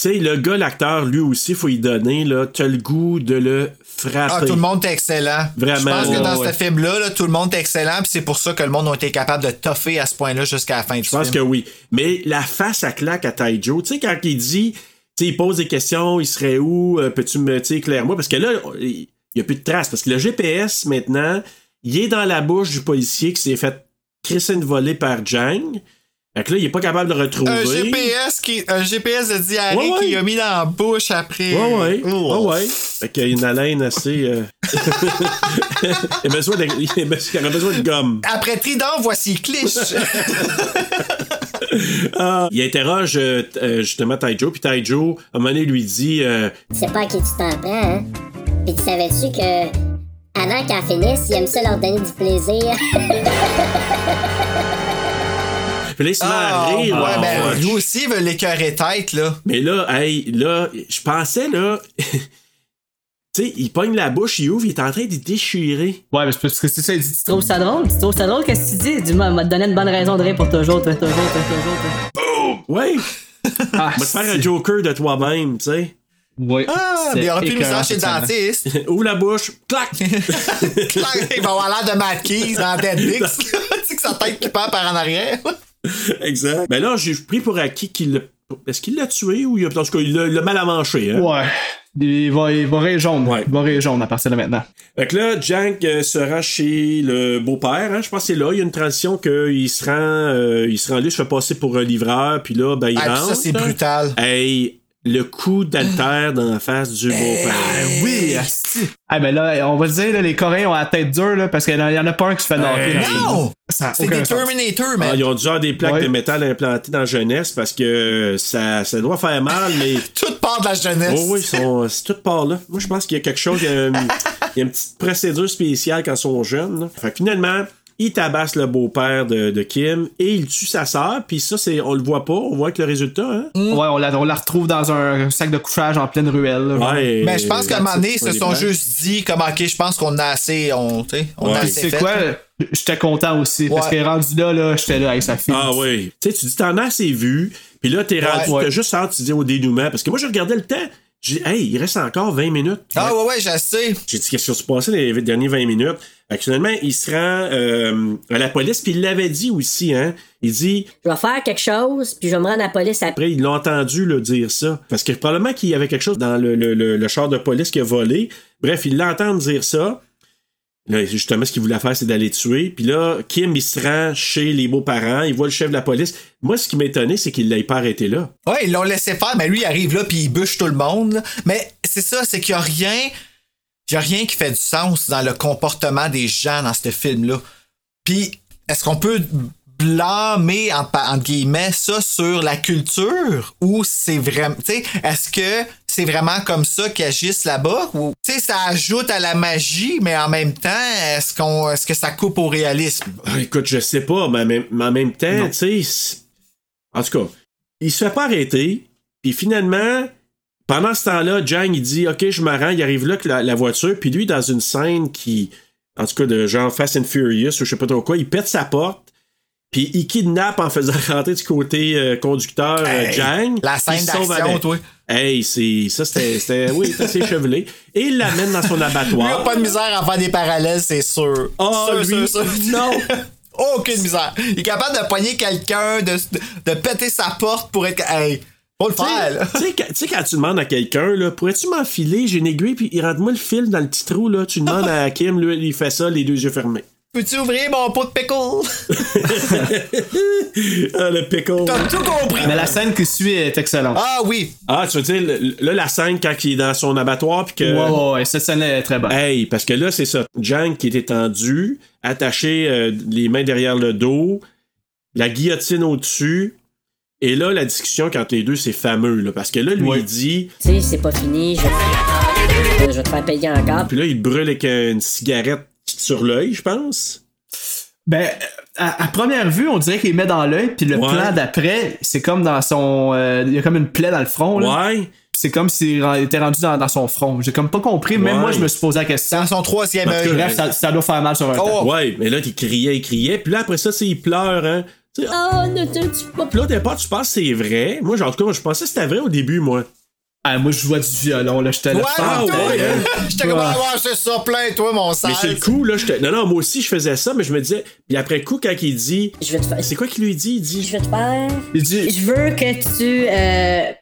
S2: Tu sais, le gars, l'acteur, lui aussi, faut y donner, là, t'as le goût de le frapper.
S1: Ah, tout le monde est excellent.
S2: Vraiment,
S1: Je pense que
S2: ouais,
S1: dans
S2: ouais.
S1: ce film-là, là, tout le monde est excellent, puis c'est pour ça que le monde a été capable de toffer à ce point-là jusqu'à la fin du
S2: Je pense que
S1: film.
S2: oui. Mais la face à claque à Taijo, tu sais, quand il dit, tu sais, il pose des questions, il serait où, euh, peux-tu me, tu sais, éclaire-moi, parce que là, il n'y a plus de traces, parce que le GPS, maintenant, il est dans la bouche du policier qui s'est fait crisser une volée par Jang. Fait que là, il est pas capable de le retrouver.
S1: Un GPS, qui, un GPS de diarrhée
S2: Ouais, ouais.
S1: qu'il a mis dans la bouche après.
S2: Ouais, ouais.
S1: Oh.
S2: Ouais, ouais. Fait qu'il y a une haleine assez. euh, <laughs> il, a besoin de, il a besoin- il aurait besoin de gomme.
S1: Après Trident, voici
S2: <laughs>
S1: Clich.
S2: Ah, il interroge euh, t- euh, justement Taijo, puis Taijo, à un moment donné, lui dit euh,
S6: C'est pas à qui tu t'en prends, hein? Puis tu savais-tu que avant qu'elle finisse, il aime ça leur donner du <laughs> plaisir.
S2: Puis là, il se met à
S1: Ah,
S2: rire.
S1: ouais,
S2: là.
S1: ben,
S2: Ouais.
S1: lui aussi, il veut l'écœurer tête, là.
S2: Mais là, hey, là, je pensais, là. <laughs> tu sais, il pogne la bouche, il ouvre, il est en train de déchirer.
S3: Ouais, mais c'est parce que c'est ça, il dit.
S10: Tu trouves ça drôle? Tu trouves ça drôle? Qu'est-ce que tu dis? Dis-moi, elle m'a donné une bonne raison de rire pour toujours, toi, toujours, toi, toujours, toi.
S2: Ouais!
S3: Ah,
S2: On va te faire un joker de toi-même, tu sais. <laughs>
S3: Ouais.
S1: Ah, mais il aurait pu nous
S3: écœurant,
S1: chez le
S3: effectivement. <laughs>
S1: dentiste.
S2: Ouvre la bouche,
S1: <laughs>
S2: clac!
S1: il va avoir l'air de maquise dans
S3: <laughs>
S1: Dead Mix. tu sais que sa tête qui part par en arrière.
S2: exact. Ben là, j'ai pris pour acquis qu'il l'a. Est-ce qu'il l'a tué ou il a. En tout cas, il l'a- il l'a mal amanché, hein?
S3: Ouais. Il va, il va rire jaune.
S2: Ouais.
S3: Il va rire jaune à partir de maintenant.
S2: Fait que là, Jank euh, se rend chez le beau-père. Hein? Je pense que c'est là. Il y a une transition qu'il se rend, euh, il se rend là, il se fait passer pour un livreur, puis là, ben, il
S1: Ah, puis
S2: rentre.
S1: ça,
S3: hein?
S1: c'est brutal.
S2: Hey, le coup d'altère dans la face du beau-père.
S1: Eh, Oui,
S3: Ah, ben là, on va le dire, là, les Coréens ont la tête dure, là, parce qu'il y en a pas un qui se fait knocker. dans le film.
S1: Non!
S3: Ça a
S1: C'est
S3: aucun
S1: des
S3: sens.
S1: Terminator,
S2: Ah,
S1: man.
S2: ils ont déjà des plaques
S3: Ouais.
S2: de métal implantées dans la jeunesse parce que ça, ça doit faire mal,
S1: <laughs>
S2: mais.
S1: Tout part de la jeunesse.
S2: Oh oui, ils sont- c'est tout par là. Moi, je pense qu'il y a quelque chose, il y a, une, il y a une petite procédure spéciale quand ils sont jeunes. là. Fait que finalement, il tabasse le beau-père de, de Kim et il tue sa sœur. Puis ça, c'est, on le voit pas, on voit que le résultat. Hein?
S1: Mm.
S3: Ouais, on la, on la retrouve dans un sac de couchage en pleine ruelle. là.
S2: Ouais,
S1: Mais Ben, je pense qu'à un moment donné, ils se
S2: Ouais,
S1: sont
S2: ouais.
S1: juste dit, comme, OK, je pense qu'on a assez, on, tu sais, on
S2: Ouais.
S1: a
S3: Puis
S1: assez
S3: c'est
S1: fait.
S3: quoi? J'étais content aussi, parce
S1: Ouais.
S3: que rendu là, là j'étais là avec sa fille.
S2: Ah oui. Tu sais, tu dis, t'en as assez vu. Puis là, t'es rendu,
S1: Ouais.
S2: t'as juste hâte, tu dis au dénouement. Parce que moi, je regardais le temps. J'ai dit, hey, il reste encore 20 minutes.
S1: Ah ouais, ouais, je sais.
S2: J'ai dit qu'est-ce qui s'est passé les dernières 20 minutes. Fait que finalement, il se rend euh, à la police, puis il l'avait dit aussi, hein. Il dit,
S8: Je vais faire quelque chose, puis je vais me rendre à la police après.
S2: après, il l'a entendu le dire ça. Parce que probablement qu'il y avait quelque chose dans le, le- le- le char de police qui a volé. Bref, il l'entend dire ça. Là, justement, ce qu'il voulait faire, c'est d'aller tuer. Puis là, Kim, il se rend chez les beaux-parents, il voit le chef de la police. Moi, ce qui m'étonnait, c'est qu'il l'ait pas arrêté là.
S1: Ouais, ils l'ont laissé faire, mais lui, il arrive là, puis il bûche tout le monde. là. Mais c'est ça, c'est qu'il n'y a rien. Il y a rien qui fait du sens dans le comportement des gens dans ce film-là. Puis, est-ce qu'on peut blâmer, en, pa- entre guillemets, ça sur la culture? Ou c'est vraiment. Tu sais, est-ce que c'est vraiment comme ça qu'ils agissent là-bas? Ou, tu sais, ça ajoute à la magie, mais en même temps, est-ce qu'on, est-ce que ça coupe au réalisme?
S2: Ah, écoute, je sais pas, mais, en même- mais en même temps,
S1: Non.
S2: tu sais. c'est- En tout cas, il se fait pas arrêter. Puis finalement, pendant ce temps-là, Jang, il dit Ok, je me rends. Il arrive là que la, la voiture. Puis lui, dans une scène qui. En tout cas, de genre Fast and Furious ou je sais pas trop quoi, il pète sa porte. Puis il kidnappe en faisant <laughs> rentrer du côté euh, conducteur euh,
S1: Hey,
S2: Jang.
S1: la
S2: Il
S1: scène
S2: se sauve
S1: d'action,
S2: avec.
S1: toi.
S2: Hey, c'est. Ça, c'était. c'était- Oui, c'est <laughs> assez chevelé. Et il l'amène dans
S1: <laughs>
S2: son
S1: Lui, il a
S2: abattoir.
S1: pas de misère à faire des parallèles, c'est sûr.
S2: Ah,
S1: sûr,
S2: lui,
S1: sûr, sûr.
S2: non.
S1: <laughs> Aucune misère. Il est capable de poigner quelqu'un, de, de péter sa porte pour être. Hey, faut le faire, là.
S2: Tu sais, quand- tu sais, quand tu demandes à quelqu'un, là, pourrais-tu m'enfiler, j'ai une aiguille, puis il rentre moi le fil dans le petit trou, là, tu demandes à Kim, lui, il fait ça, les deux yeux fermés.
S1: Peux-tu ouvrir mon pot de pickle?
S2: ah, le pickle.
S1: T'as tout compris.
S3: Mais la scène qui suit est excellente.
S1: Ah oui.
S2: Ah, tu veux dire, le- le- là, la scène quand il est dans son abattoir, puis que.
S3: Ouais, ouais, ouais, cette scène-là est très bonne.
S2: Hey, parce que là, c'est ça. Jank qui est étendu, attaché euh, les mains derrière le dos, la guillotine au-dessus. Et là, la discussion entre les deux, c'est fameux, là, parce que là, lui,
S3: Ouais.
S2: il dit,
S8: Tu sais, c'est pas fini, je vais, je vais te faire payer encore.
S2: puis là, il brûle avec une cigarette sur l'œil, je pense.
S3: Ben, à, à première vue, on dirait qu'il met dans l'œil, puis le
S2: Ouais.
S3: plan d'après, c'est comme dans son. euh, il y a comme une plaie dans le front, là.
S2: Ouais.
S3: Puis C'est comme s'il ren- était rendu dans, dans son front. J'ai comme pas compris, même
S2: Ouais.
S3: moi, je me suis posé la question.
S1: Dans son troisième
S2: Parce que
S1: œil.
S3: Bref, ça, ça doit faire mal sur un
S1: Oh.
S3: temps.
S2: Ouais, mais là, il criait, il criait. Puis là, après ça, c'est il pleure, hein. Tu Tu sais,
S8: Oh, ne te tue pas.
S2: Puis là, au départ, tu penses que c'est vrai. Moi, genre, en tout cas, je pensais que c'était vrai au début, moi.
S3: Ah, moi, je jouais du violon, là, j'étais là.
S1: Ouais,
S2: Ah,
S1: toi!
S2: ouais, hein?
S1: J'étais comme,
S3: Ouais.
S1: ah, ouais, c'est ça, plein, toi, mon sale.
S2: Mais c'est le coup, là, j'étais. Non, non, moi aussi, je faisais ça, mais je me disais. Puis après coup, quand il dit.
S8: Je vais te faire.
S2: C'est quoi qu'il lui dit Il
S8: Je
S2: dit.
S8: vais te faire.
S3: Il dit.
S8: Je veux que tu. euh,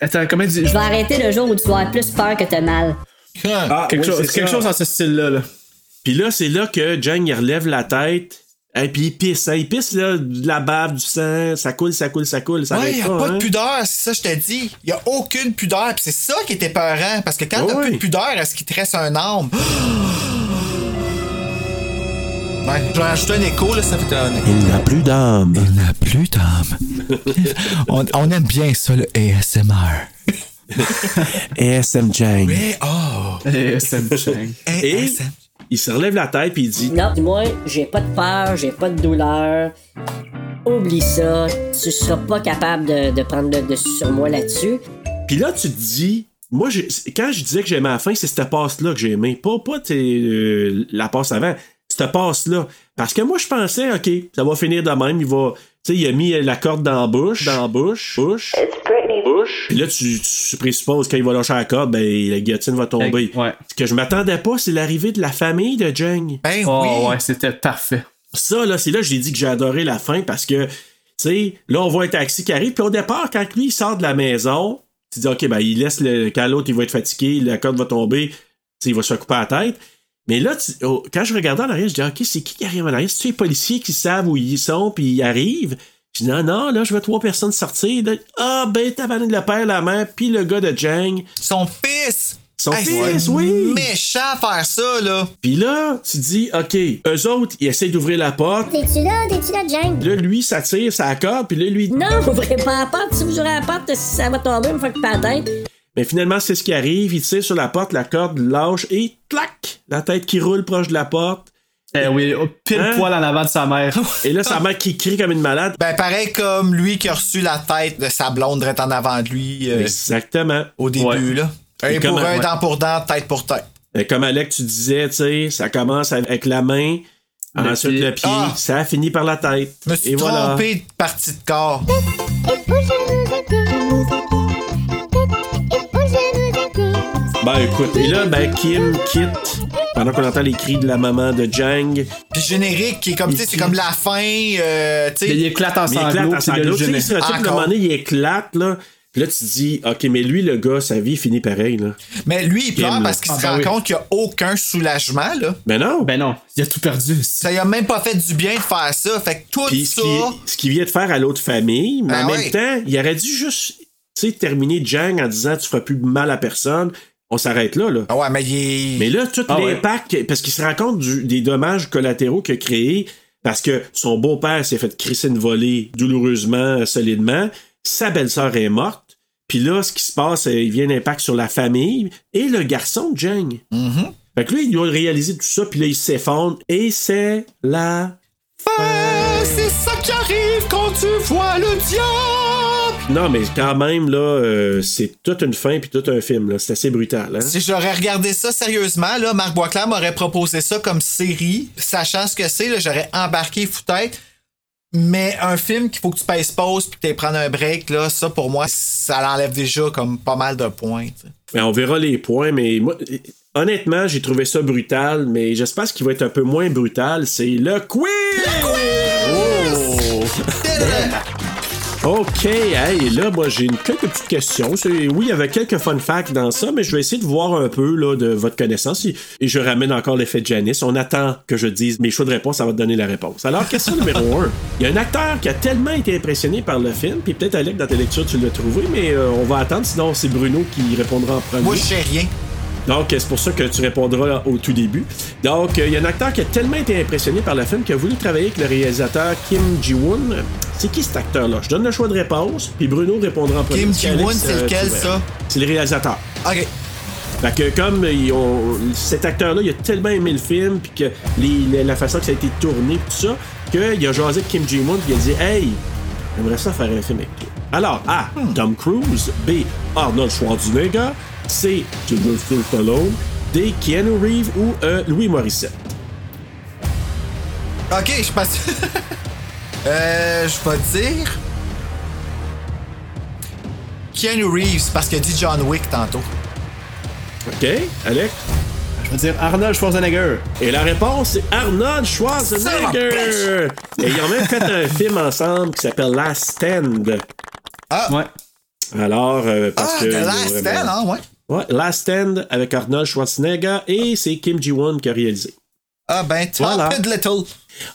S3: Attends, comment il dit
S8: je vais arrêter le jour où tu vas avoir plus peur que t'as mal.
S2: Ah,
S3: Quelque,
S2: ouais,
S3: chose,
S2: c'est
S3: quelque
S2: ça.
S3: chose dans ce
S2: <laughs>
S3: style-là. là.
S2: Puis là, c'est là que Jang, il relève la tête. Et puis il pisse, hein. Il pisse, là, de la bave, du sang. Ça coule, ça coule, ça coule. Ça
S1: Ouais,
S2: arrête
S1: il a
S2: pas,
S1: pas de
S2: hein.
S1: pudeur, c'est ça, je te dis. Il a aucune pudeur, puis c'est ça qui était peurant, parce que quand t'as
S2: Ouais.
S1: plus de pudeur, est-ce qu'il te reste un arme? <gasps> ouais, je vais rajouter un écho, là, ça fait un écho.
S11: Il n'a plus d'âme.
S7: Il n'a plus d'âme.
S1: <laughs> On, on aime bien ça, le ASMR.
S11: ASM Jang.
S1: Eh, oh!
S3: Eh, Sam Chang.
S2: Et
S1: ASMR.
S2: il se relève la tête, puis il dit.
S8: Non, dis-moi, j'ai pas de peur, j'ai pas de douleur. Oublie ça. Tu seras pas capable de, de prendre le dessus sur moi là-dessus.
S2: Puis là, tu te dis. Moi, j'ai- quand je disais que j'aimais la fin, c'est cette passe-là que j'ai aimé. Pas, pas tes- euh, la passe avant, cette passe-là. Parce que moi, je pensais, OK, ça va finir de même. Il va. Tu sais, il a mis euh, la corde dans la bouche, dans la bouche, bouche, bouche. Puis là, tu, tu présupposes quand il va lâcher la corde, ben, la guillotine va tomber.
S3: Ouais.
S2: Ce que je m'attendais pas, c'est l'arrivée de la famille de Jeng.
S1: Ben
S3: Oh,
S1: oui!
S3: ouais, c'était parfait.
S2: Ça, là, c'est là que j'ai dit que j'ai adoré la fin parce que, tu sais, là, on voit un taxi qui arrive. Puis au départ, quand lui, il sort de la maison, tu dis, OK, ben, il laisse le. Quand l'autre, il va être fatigué, la corde va tomber, tu sais, il va se faire couper la tête. Mais là, tu- oh, quand je regardais en arrière, je dis, OK, c'est qui qui arrive en arrière? C'est-tu les policiers qui savent où ils sont, puis ils arrivent? Je dis, non, non, là, je vois trois personnes sortir. Là, Ah, ben, t'as le père, la mère, puis le gars de Jang.
S1: Son fils!
S2: Son
S1: Hey,
S2: fils,
S1: c'est
S2: oui!
S1: Méchant à faire ça, là!
S2: Puis là, tu dis, OK, eux autres, ils essayent d'ouvrir la porte.
S6: T'es-tu là? T'es-tu là, Jane?
S2: Là, lui, ça tire, ça accorde, puis là, lui.
S8: Non, <laughs> ouvrez pas la porte. Si vous ouvrez la porte, ça va tomber une fois que pas tête.
S2: Mais ben, finalement, c'est ce qui arrive. Il tire sur la porte, la corde lâche et clac! La tête qui roule proche de la porte.
S3: Eh oui, oh, pile
S2: Hein?
S3: poil en avant de sa mère.
S2: <laughs> Et là, sa mère qui crie comme une malade.
S1: Ben, pareil comme lui qui a reçu la tête de sa blonde direct en avant de lui euh,
S2: Exactement.
S1: au début,
S3: Ouais.
S1: là.
S2: Et
S1: Un pour
S2: comment-
S1: un,
S2: ouais.
S1: dent pour dent, tête pour tête.
S2: Euh, Comme Alec, tu disais, tu sais, ça commence avec la main,
S3: Le
S2: ensuite
S3: pied.
S2: le pied,
S1: Ah!
S2: ça finit par la tête.
S1: Je me suis
S2: et voilà.
S1: trompé de partie de corps.
S2: Ben écoute, et là, ben Kim quitte pendant qu'on entend les cris de la maman de Jang.
S1: Puis générique qui est comme, tu sais, c'est comme la fin, euh, tu
S3: Mais il
S1: sais.
S3: éclate en
S2: Mais il éclate
S3: sanglots,
S2: en
S3: c'est de
S2: sanglots.
S3: le
S2: Tu sais, il
S3: gêner.
S2: se retrouve, à un
S1: Encore.
S2: moment donné, il éclate, là. Puis là, tu te dis, OK, mais lui, le gars, sa vie finit pareil, là.
S1: Mais lui, il pleure
S2: Kim,
S1: parce qu'il
S3: ah,
S1: se
S3: ben
S1: rend
S3: oui.
S1: compte qu'il n'y a aucun soulagement, là.
S2: Ben non.
S3: Ben non, il a tout perdu.
S1: Ça lui a même pas fait du bien de faire ça. Fait que tout
S2: Puis ce
S1: ça.
S2: qu'il ce qu'il vient de faire à l'autre famille, mais
S1: Ah
S2: en même
S1: ouais.
S2: temps, il aurait dû juste, tu sais, terminer Jang en disant, tu feras plus de mal à personne. On s'arrête là, là.
S1: Ah ouais, mais il est.
S2: Mais là, tout
S3: Ah ouais.
S2: l'impact, parce qu'il se rend compte du- des dommages collatéraux qu'il a créés, parce que son beau-père s'est fait crisser une volée douloureusement, euh, solidement, sa belle-sœur est morte, puis là, ce qui se passe, euh, il vient d'impact sur la famille et le garçon de Jang.
S1: Mhm.
S2: Fait que là, il doit réaliser tout ça, puis là, il s'effondre, et c'est la...
S1: Ben, c'est ça qui arrive quand tu vois le diable!
S2: Non, mais quand même, là, euh, c'est toute une fin puis tout un film. là. C'est assez brutal. Hein?
S1: Si j'aurais regardé ça sérieusement, là, Marc Boisclair m'aurait proposé ça comme série, sachant ce que c'est, là, j'aurais embarqué foutête. Mais un film qu'il faut que tu pèses pause puis que tu prendre un break, là, ça pour moi, ça l'enlève déjà comme pas mal de points. tu sais.
S2: Ben, on verra les points, mais moi, euh, honnêtement, j'ai trouvé ça brutal, mais j'espère ce qui va être un peu moins brutal, c'est le quiz! Oh! OK, hey, et là, moi, j'ai une- quelques petites questions. C'est- Oui, il y avait quelques fun facts dans ça, mais je vais essayer de voir un peu là, de votre connaissance. Et et je ramène encore l'effet de Janice. On attend que je dise mes choix de réponse, ça va te donner la réponse. Alors, question <laughs> numéro 1. Il y a un acteur qui a tellement été impressionné par le film, puis peut-être, Alec, dans tes lectures, tu l'as trouvé, mais euh, on va attendre, sinon c'est Bruno qui répondra en premier.
S1: Moi, je sais rien.
S2: Donc, c'est pour ça que tu répondras au tout début. Donc, euh, il y a un acteur qui a tellement été impressionné par le film qu'il a voulu travailler avec le réalisateur Kim Ji-woon. C'est qui cet acteur-là? Je donne le choix de réponse, puis Bruno répondra en premier.
S1: Kim
S2: Parce qu'Alex,
S1: Ji-woon, c'est
S2: euh,
S1: lequel,
S2: tu verras.
S1: ça?
S2: C'est le réalisateur.
S1: Ok.
S2: Fait que comme ils ont- cet acteur-là, il a tellement aimé le film, puis que les- les- la façon que ça a été tourné, puis tout ça, qu'il a jasé avec Kim Jong-un, puis il a dit Hey, j'aimerais ça faire un film avec toi. Alors, A.
S1: Hmm.
S2: Tom Cruise. B. Arnold Schwarzenegger. C. Sylvester Stallone. D. Keanu Reeves ou E. Louis Morissette.
S1: Ok, je pense. <laughs> Euh, je vais dire. Keanu Reeves, parce qu'il a dit John Wick tantôt.
S2: OK, Alex?
S3: Je veux dire Arnold Schwarzenegger.
S2: Et la réponse, c'est Arnold Schwarzenegger! Et ils ont même fait un film ensemble qui s'appelle Last Stand.
S1: Ah!
S3: Ouais.
S2: Alors, euh, parce
S1: Ah,
S2: que.
S1: The Last
S2: ils ont
S1: Stand,
S2: vraiment-
S1: hein, ouais.
S2: Ouais, Last Stand avec Arnold Schwarzenegger et c'est Kim Ji-won qui a réalisé.
S1: Ah, ben, Top
S2: Voilà.
S1: and Little.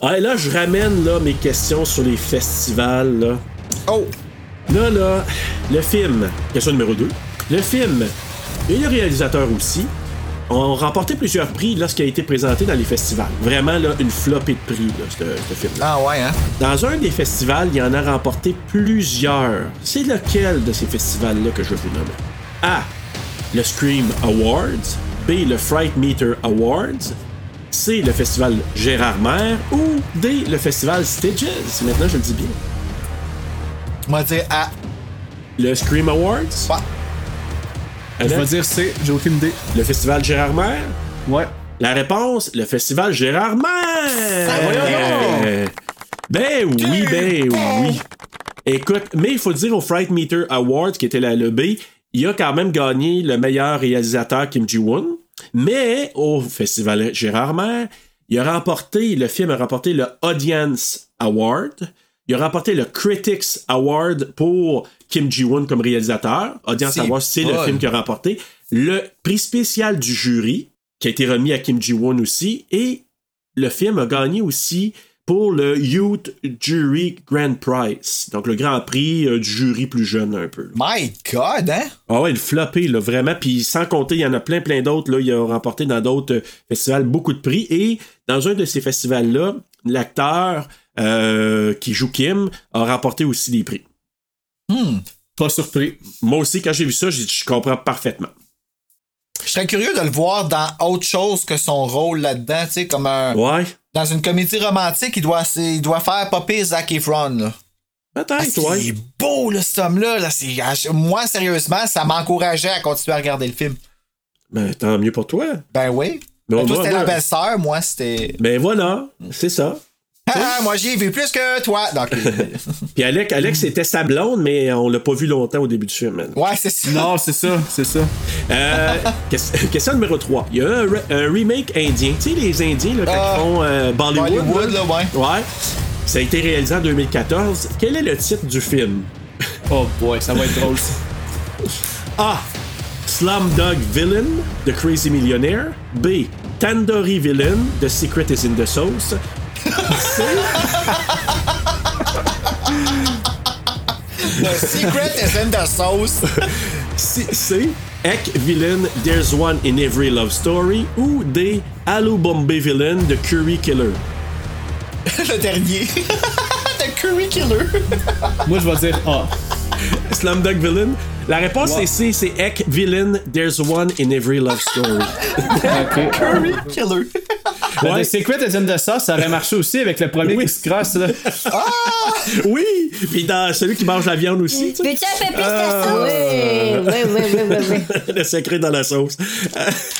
S2: Ah, et là, je ramène là, mes questions sur les festivals. Là.
S1: Oh!
S2: Là, là, le film, question numéro 2. Le film et le réalisateur aussi ont remporté plusieurs prix lorsqu'il a été présenté dans les festivals. Vraiment, là, une flopée de prix, là, ce, ce film-là.
S1: Ah, ouais, hein.
S2: Dans un des festivals, il en a remporté plusieurs. C'est lequel de ces festivals-là que je vais vous nommer? A. Le Scream Awards. B. Le Fright Meter Awards. C. Le festival Gérard Maire. Ou D. Le festival Stitches. Maintenant, je le dis bien.
S1: On va dire ah,
S2: Le Scream Awards.
S1: Ouais.
S3: Je vais
S2: Alex?
S3: dire C, j'ai aucune idée.
S2: Le festival Gérard Maire.
S3: Ouais.
S2: La réponse, le festival Gérard Maire. Ben oui, ben oui. Écoute, mais il faut dire au Fright Meter Awards, qui était la le B, il a quand même gagné le meilleur réalisateur Kim Ji-won. Mais au festival Gérard Maire, il a remporté, le film a remporté le Audience Award. Il a remporté le Critics Award pour Kim Ji-won comme réalisateur. Audience
S1: C'est
S2: Award, c'est le
S1: bon.
S2: film qui a remporté. Le prix spécial du jury, qui a été remis à Kim Ji-won aussi. Et le film a gagné aussi pour le Youth Jury Grand Prize. Donc le grand prix euh, du jury plus jeune un peu.
S1: my God, hein?
S2: Ah ouais, le floppé, là, vraiment. Puis sans compter, il y en a plein, plein d'autres. Là. Il a remporté dans d'autres euh, festivals beaucoup de prix. Et dans un de ces festivals-là, l'acteur euh, qui joue Kim a remporté aussi des prix.
S3: Pas surpris.
S2: Moi aussi, quand j'ai vu ça, j'ai dit, je comprends parfaitement.
S1: Je serais curieux de le voir dans autre chose que son rôle là-dedans, tu sais, comme un.
S2: Ouais.
S1: Dans une comédie romantique, il doit, c'est- il doit faire popper Zac Efron, là.
S2: Peut-être,
S1: Parce qu'il
S2: ouais.
S1: est beau, là, cet homme-là. Là, c'est- ah, je- moi, sérieusement, ça m'encourageait à continuer à regarder le film.
S2: Mais tant mieux pour toi.
S1: Ben oui.
S2: Mais
S1: Ben,
S2: moi,
S1: toi, c'était
S2: moi-
S1: la belle-sœur. Moi, c'était.
S2: Ben voilà, c'est ça.
S1: Ah, moi, j'y ai vu plus que toi. Donc,
S2: Puis Alex, Alex était sa blonde, mais on l'a pas vu longtemps au début du film. man.
S1: ouais, c'est ça.
S3: Non, c'est ça, c'est ça.
S2: Euh, ques- question numéro 3. Il y a un, re- un remake indien. Tu sais, les Indiens, là, quand
S1: Ah.
S2: ils font euh, Bollywood.
S1: Bollywood,
S2: là.
S1: là, ouais.
S2: Ouais. Ça a été réalisé en 2014. Quel est le titre du film?
S3: Oh boy, ça va être drôle. ça.
S2: A. Slumdog Villain, The Crazy Millionaire. B. Tandoori Villain, The Secret is in the Sauce. C.
S1: The secret is in the sauce. <laughs>
S2: C. C. Ek Villain, There's One in Every Love Story. Ou D. Aloo Bombay Villain, The Curry Killer.
S1: le dernier. <laughs> The curry killer.
S3: Moi, je vais dire A.
S2: Slumdog Villain. La réponse
S3: Ouais.
S2: est C, c'est Ek Villain, There's One in Every Love Story.
S3: Ok.
S1: curry killer.
S3: Le
S2: Ouais.
S3: The Secret is in the sauce, ça aurait marché aussi avec le premier
S2: Oui.
S3: qui se crosse, là.
S2: oui! Puis dans celui qui mange la viande aussi, tu sais, Euh,
S6: Veux-tu un peu plus de sauce?
S10: Oui, oui, oui, oui, oui, oui.
S2: <laughs> le secret dans la sauce.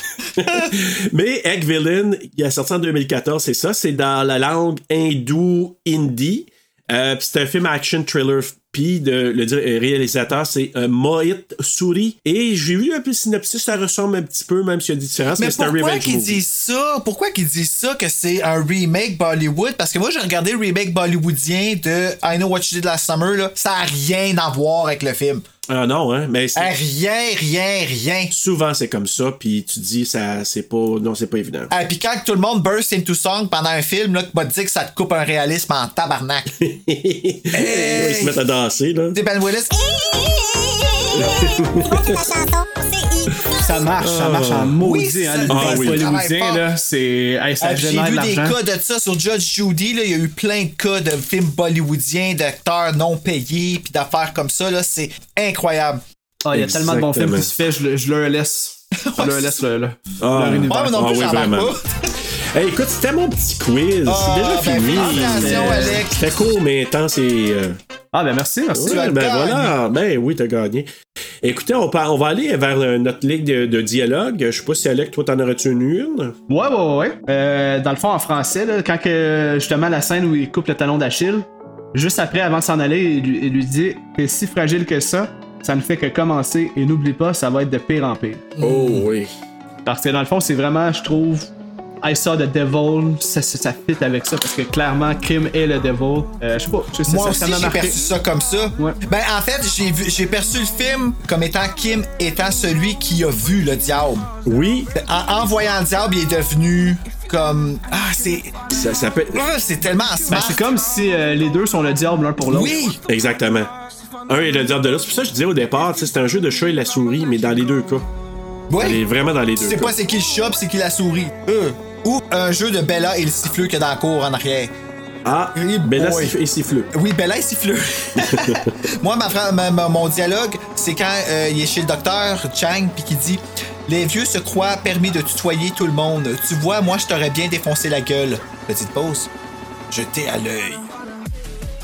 S2: <laughs> Mais Ek Villain, il a sorti en 2014, c'est ça, c'est dans la langue hindoue hindi. Euh, puis c'est un film action thriller. Puis de- le dir- euh, réalisateur, c'est euh, Mohit Suri. Et j'ai vu un peu le synopsis, ça ressemble un petit peu, même s'il y a des différences, mais,
S1: Mais
S2: c'est un
S1: pourquoi
S2: remake.
S1: qu'ils disent ça? Pourquoi qu'ils disent ça que c'est un remake Bollywood? Parce que moi, j'ai regardé le remake bollywoodien de I Know What You Did Last Summer, là. Ça a rien à voir avec le film.
S2: Ah non, hein? Mais c'est-
S1: Ah, Rien, rien, rien.
S2: souvent c'est comme ça puis tu dis ça c'est pas non c'est pas
S1: <laughs>
S2: évident
S1: Ah, puis quand tout le monde burst into song pendant un film, là, qui va te dire que ça te coupe un réalisme en
S2: <laughs>
S1: tabarnak.
S2: ils se mettent à danser là
S1: C'est Ben Willis.
S3: Ça marche, ça marche en maudit,
S1: Oui,
S3: hein,
S1: ça
S3: le
S2: marche,
S3: ah,
S2: oui.
S3: hollywoodien, là. C'est. Hey, ça
S1: Ah, puis J'ai
S3: génère de
S1: vu des
S3: l'argent.
S1: cas de ça sur Judge Judy. là, Il y a eu plein de cas de films bollywoodiens, d'acteurs non payés, puis d'affaires comme ça. là, C'est incroyable.
S3: Ah, il y a tellement de bons films
S2: Exactement.
S3: qui se fait, je, le- je leur laisse. Je leur laisse le, le-
S2: Ah.
S3: leur
S1: Moi,
S3: univers.
S1: mais non
S2: Ah
S1: plus,
S2: oui,
S1: j'en parle
S2: vraiment.
S1: pas.
S2: Hey, écoute c'était mon petit quiz
S1: Ah,
S2: c'est déjà
S1: ben,
S2: fini
S1: félicitations,
S2: mais-
S1: Alex.
S2: c'était court mais intense et euh,
S3: Ah, ben merci, merci.
S2: ouais,
S1: as
S2: ben
S1: gagné.
S2: voilà ben oui t'as gagné écoutez on, part- on va aller vers euh, notre ligue de, de dialogue je sais pas si Alex toi t'en aurais-tu une, une?
S3: Ouais, ouais, ouais. Euh, dans le fond, en français, là, quand que, justement la scène où il coupe le talon d'Achille, Juste après, avant de s'en aller, il lui, il lui dit T'es si fragile que ça, ça ne fait que commencer et n'oublie pas, ça va être de pire en pire.
S2: Oh oui.
S3: Parce que dans le fond, c'est vraiment, je trouve, I saw the devil, ça, ça, ça fit avec ça parce que clairement, Kim est le devil. Euh, je sais pas, je sais,
S1: Moi
S3: ça
S1: aussi,
S3: m'a
S1: j'ai
S3: marqué.
S1: perçu ça comme ça. Ben, en fait, j'ai vu- j'ai perçu le film comme étant Kim étant celui qui a vu le diable.
S2: Oui.
S1: En, en voyant le diable, il est devenu comme. Ah, c'est.
S2: Ça s'appelle.
S1: Ah, c'est tellement
S3: Ben,
S1: smart.
S3: c'est comme si euh, les deux sont le diable l'un pour l'autre.
S1: oui!
S2: Exactement. Un est le diable de l'autre. C'est pour ça que je disais au départ, tu sais, c'est un jeu de chat et la souris, mais dans les deux cas.
S1: Ouais.
S2: Elle est vraiment dans les
S1: Tu
S2: deux
S1: sais
S2: cas.
S1: pas c'est qui le chat, pis c'est qui la souris. Euh. Ou un jeu de Bella et le siffleux qu'il y a dans la cour en arrière.
S2: Ah,
S1: Eh
S2: Bella
S1: boy.
S2: siffle- et siffleux.
S1: Euh, Oui, ben Bella est siffleux. Moi, ma fra- ma- ma- mon dialogue, c'est quand euh, il est chez le docteur Chang, puis qui dit Les vieux se croient permis de tutoyer tout le monde. Tu vois, moi, je t'aurais bien défoncé la gueule. Petite pause. Jeté à l'œil.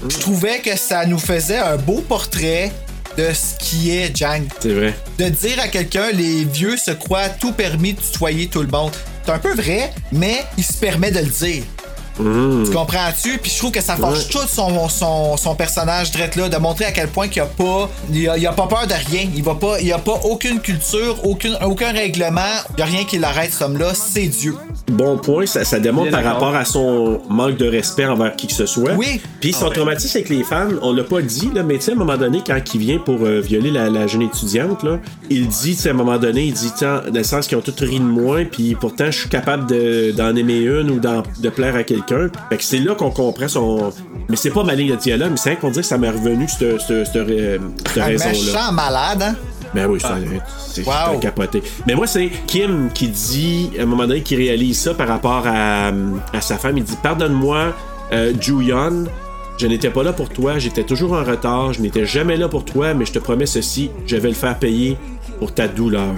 S1: Je trouvais que ça nous faisait un beau portrait de ce qui est Chang.
S2: C'est vrai.
S1: De dire à quelqu'un Les vieux se croient tout permis de tutoyer tout le monde. C'est un peu vrai, mais il se permet de le dire.
S2: Hmm.
S1: Tu comprends-tu? Puis je trouve que ça forge tout son, son, son personnage drette là, de montrer à quel point qu'il a pas, il a, il a pas peur de rien. Il va pas, il a pas aucune culture, aucune, aucun règlement. Il y a rien qui l'arrête comme là. C'est Dieu.
S2: Bon point, ça, ça démontre
S3: Bien
S2: par
S3: d'accord.
S2: rapport à son manque de respect envers qui que ce soit.
S1: Oui.
S2: Puis
S3: Ah
S2: son traumatisme avec les femmes, on l'a pas dit, là, mais tu sais, à un moment donné, quand il vient pour euh, violer la, la jeune étudiante, là, il dit, tu sais, à un moment donné, il dit, tiens, dans le sens qu'ils ont tout ri de moi, puis pourtant, je suis capable de- d'en aimer une ou d'en- de plaire à quelqu'un. Fait que c'est là qu'on comprend son. Mais c'est pas ma ligne de dialogue, mais c'est vrai qu'on dirait que ça m'est revenu, cette, cette, cette, euh, cette
S1: Un
S2: raison-là.
S1: méchant malade, hein?
S2: Ben oui, c'est un- c'est c'est
S1: Wow.
S2: un capoté. Mais moi, c'est Kim qui dit, à un moment donné, qui réalise ça par rapport à, à sa femme. Il dit Pardonne-moi, euh, Ju-yeon, je n'étais pas là pour toi, j'étais toujours en retard, je n'étais jamais là pour toi, mais je te promets ceci, je vais le faire payer pour ta douleur.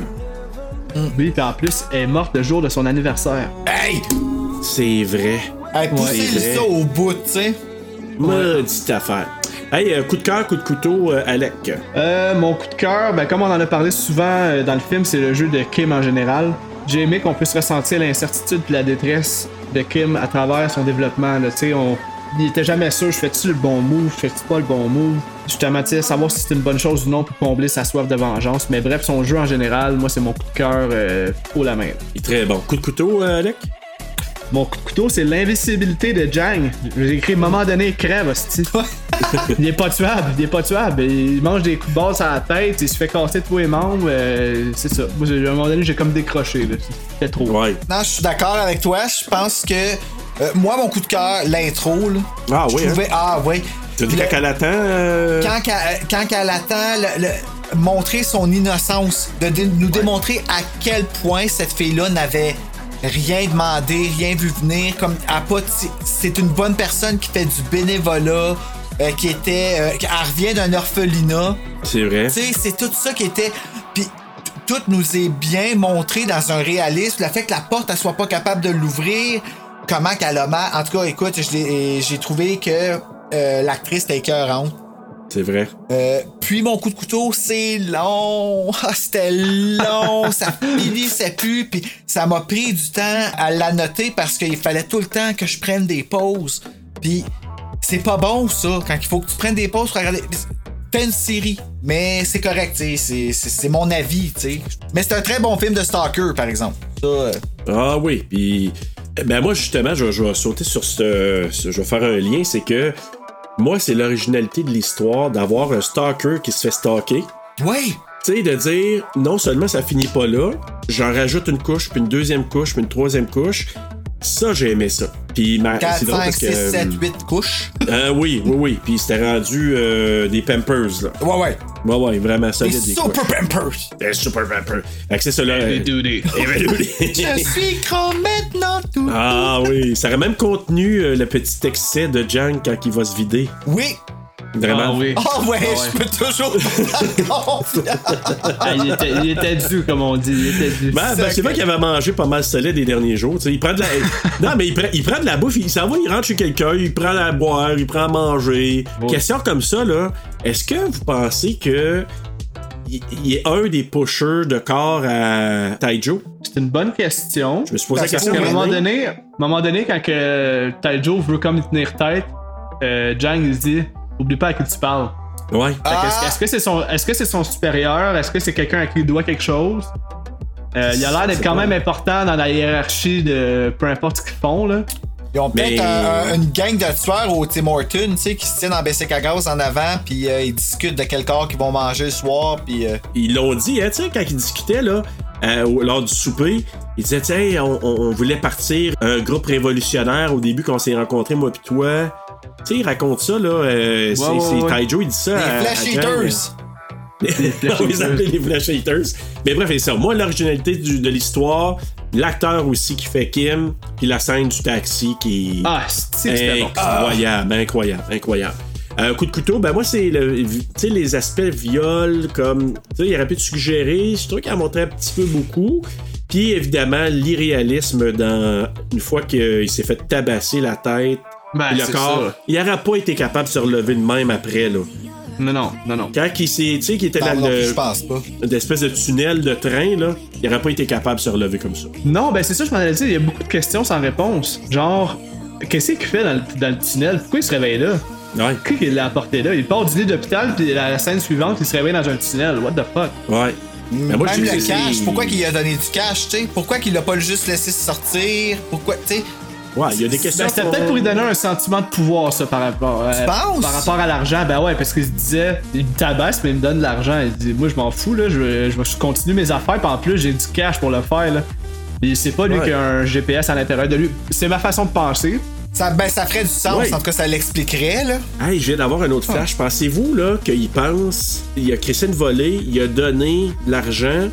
S3: Oui, puis en plus, elle est morte le jour de son anniversaire.
S1: Hey!
S2: C'est vrai.
S1: Hey,
S2: c'est
S1: poussez
S2: vrai.
S1: ça au bout, tu sais.
S2: Maudite affaire. Hey, euh, coup de cœur, coup de couteau, euh, Alec.
S3: Euh, mon coup de cœur, ben, comme on en a parlé souvent euh, dans le film, c'est le jeu de Kim en général. J'ai aimé qu'on puisse ressentir l'incertitude et la détresse de Kim à travers son développement. Là, Tu sais, on... Il était jamais sûr, je fais-tu le bon move, je fais-tu pas le bon move. Justement, tu sais, savoir si c'est une bonne chose ou non pour combler sa soif de vengeance. Mais bref, son jeu en général, moi, c'est mon coup de cœur euh, haut la main. là.
S2: Il est Très bon. Coup de couteau, euh, Alec
S3: Mon coup de couteau, c'est l'invisibilité de Jang. J'ai écrit, moment donné, il crève, hostie. il est pas tuable, il est pas tuable. Il mange des coups de basse à la tête, il se fait casser tous les membres. euh, c'est ça. Moi, j'ai- à un moment donné, j'ai comme décroché, là. C'était trop.
S2: Ouais.
S1: Non, je suis d'accord avec toi. Je pense que. euh, moi, mon coup de cœur, l'intro, là.
S2: Ah
S1: je
S2: oui, hein?
S1: trouvais- Ah oui.
S2: Tu dis
S1: Le-
S2: quand elle attend. euh,
S1: quand, qu'elle- quand qu'elle attend le- le- montrer son innocence, de dé- nous démontrer à quel point cette fille-là n'avait rien demandé, rien vu venir, comme elle a pas ti- c'est une bonne personne qui fait du bénévolat, euh, qui était, euh, qui- elle revient d'un orphelinat,
S2: C'est vrai.
S1: tu sais, c'est tout ça qui était, puis t- tout nous est bien montré dans un réalisme, le fait que la porte elle soit pas capable de l'ouvrir, comment qu'elle a mal, en tout cas, écoute, je l'ai- j'ai trouvé que euh, l'actrice était écœurante.
S2: C'est vrai.
S1: Euh, puis mon coup de couteau, c'est long. <laughs> Ah, C'était long. ça finissait plus. Puis ça m'a pris du temps à l'annoter parce qu'il fallait tout le temps que je prenne des pauses. Puis c'est pas bon, ça. Quand il faut que tu prennes des pauses pour regarder. Fais une série. Mais c'est correct, tu sais. c'est- C'est c'est mon avis, tu sais. Mais c'est un très bon film de Stalker, par exemple. Ça, euh,
S2: Ah oui, puis ben moi justement, je, vais- je vais sauter sur ce, ce- je vais faire un lien, c'est que moi c'est l'originalité de l'histoire d'avoir un stalker qui se fait stalker.
S1: Ouais!
S2: Tu sais, de dire non seulement ça finit pas là, j'en rajoute une couche, puis une deuxième couche, puis une troisième couche. Ça, j'ai aimé ça. Puis ma-
S1: 4,
S2: c'est drôle
S1: 5,
S2: parce
S1: 6,
S2: que.
S1: 7, 8 couches.
S2: euh, oui, oui, oui. Puis c'était rendu euh, des Pampers, là.
S1: Ouais, ouais.
S2: Ouais, ouais, vraiment
S1: Des
S2: solide. des
S1: super
S2: couches.
S1: pampers.
S2: <laughs> Des super Pampers. Fait que c'est ça, là. euh, <laughs>
S1: <laughs> Je suis grand maintenant, tout.
S2: Ah oui, ça aurait même contenu euh, le petit excès de Jang quand il va se vider.
S1: Oui!
S2: Vraiment.
S3: Ah oui.
S1: Oh ouais,
S3: Ah ouais.
S1: je peux toujours <laughs> faire confiance.
S3: Ah, il, était, il était dû, comme on dit. Il était dû.
S2: Ben, ben, c'est vrai qu'il avait mangé pas mal solide les derniers jours. tu sais. Il prend de la... <laughs> non, mais il prend, il prend de la bouffe, il s'en va, il rentre chez quelqu'un, il prend à boire, il prend à manger.
S3: Ouais.
S2: Question comme ça, là, est-ce que vous pensez que il il est un des pushers de corps à Taijo?
S3: C'est une bonne question.
S2: Je me suis posé la
S1: Parce
S2: question.
S3: Parce qu'à un
S2: à un
S3: moment
S2: moment
S3: euh, donné, à un moment donné quand que Taijo veut comme y tenir tête, euh, Jang il se dit Oublie pas à qui tu parles.
S2: Ouais.
S3: Fait que
S1: Ah.
S3: Est-ce est-ce que c'est son, est-ce que c'est son supérieur Est-ce que c'est quelqu'un à qui il doit quelque chose Euh, Il a l'air d'être quand même important dans la hiérarchie de peu importe ce qu'ils font. Là.
S1: Ils ont
S3: Mais-
S1: peut-être un- une gang de tueurs au Tim Horton, tu sais, qui se tiennent en baissé cagos en avant, puis euh, ils discutent de quel corps qu'ils vont manger le soir, puis. euh,
S2: Ils l'ont dit, hein, tu sais, quand ils discutaient, là, euh, au- lors du souper, ils disaient, tu sais, on, on- on voulait partir un groupe révolutionnaire au début quand on s'est rencontrés, moi pis toi. Tu sais, il raconte ça, là. euh, c'est
S3: ouais,
S2: c'est
S3: ouais.
S2: Taijo, il dit ça.
S1: Les
S2: à- à Jang,
S1: Flash Eaters!
S2: <laughs>
S3: Flash
S2: on les
S3: Eaters.
S2: appelait les Flash Eaters. Mais bref, c'est ça. Moi, l'originalité du- de l'histoire, l'acteur aussi qui fait Kim, puis la scène du taxi qui.
S3: Ah, c'est que c'était bon. Ah.
S2: Incroyable, incroyable, incroyable. Euh, coup de couteau, ben moi, c'est le, tu sais, les aspects viol, comme, tu sais, il aurait pu te suggérer, je trouve qu'il en montrait un petit peu beaucoup. Puis évidemment, l'irréalisme dans. Une fois qu'il s'est fait tabasser la tête,
S3: Ben,
S2: puis
S3: c'est
S2: le corps,
S3: ça.
S2: il n'aurait pas été capable de se relever de même après, là.
S3: Non, non, non, non.
S2: Quand il s'est, tu sais, qu'il était
S1: non,
S2: dans
S1: non,
S2: le-
S1: je pense pas.
S2: une espèce de tunnel de train, là, il n'aurait pas été capable de se relever comme ça.
S3: Non, ben c'est ça, je m'en allais dire, il y a beaucoup de questions sans réponse. Genre, qu'est-ce qu'il fait dans le, dans le tunnel? Pourquoi il se réveille là?
S2: Ouais.
S3: Qui qui l'a apporté là? Il part du lit d'hôpital, puis la, la scène suivante, il se réveille dans un tunnel. What the fuck?
S2: Ouais. Mais moi,
S1: Mm. Même
S2: je-
S1: le
S2: c'est-
S1: cash, pourquoi qu'il a donné du cash, tu sais? Pourquoi qu'il l'a pas juste laissé sortir? Pourquoi, tu sais?
S2: Ouais, il y a des questions.
S3: Ben, c'était
S2: qu'on-
S3: peut-être pour lui donner un sentiment de pouvoir, ça, par rapport, euh,
S1: penses?
S3: par rapport à l'argent. Ben ouais, parce qu'il se disait, il me tabasse, mais il me donne de l'argent. Il dit, moi, je m'en fous, là, je, vais- je vais continuer mes affaires, puis en plus, j'ai du cash pour le faire, là. Et c'est pas lui
S2: Ouais.
S3: qui a un GPS à l'intérieur de lui. C'est ma façon de penser.
S1: Ça, ben, ça ferait du sens,
S2: Ouais.
S1: en tout cas, ça l'expliquerait, là.
S2: Hey, je viens d'avoir un autre flash. Pensez-vous là qu'il pense, il a crissé une volée, il a donné de l'argent.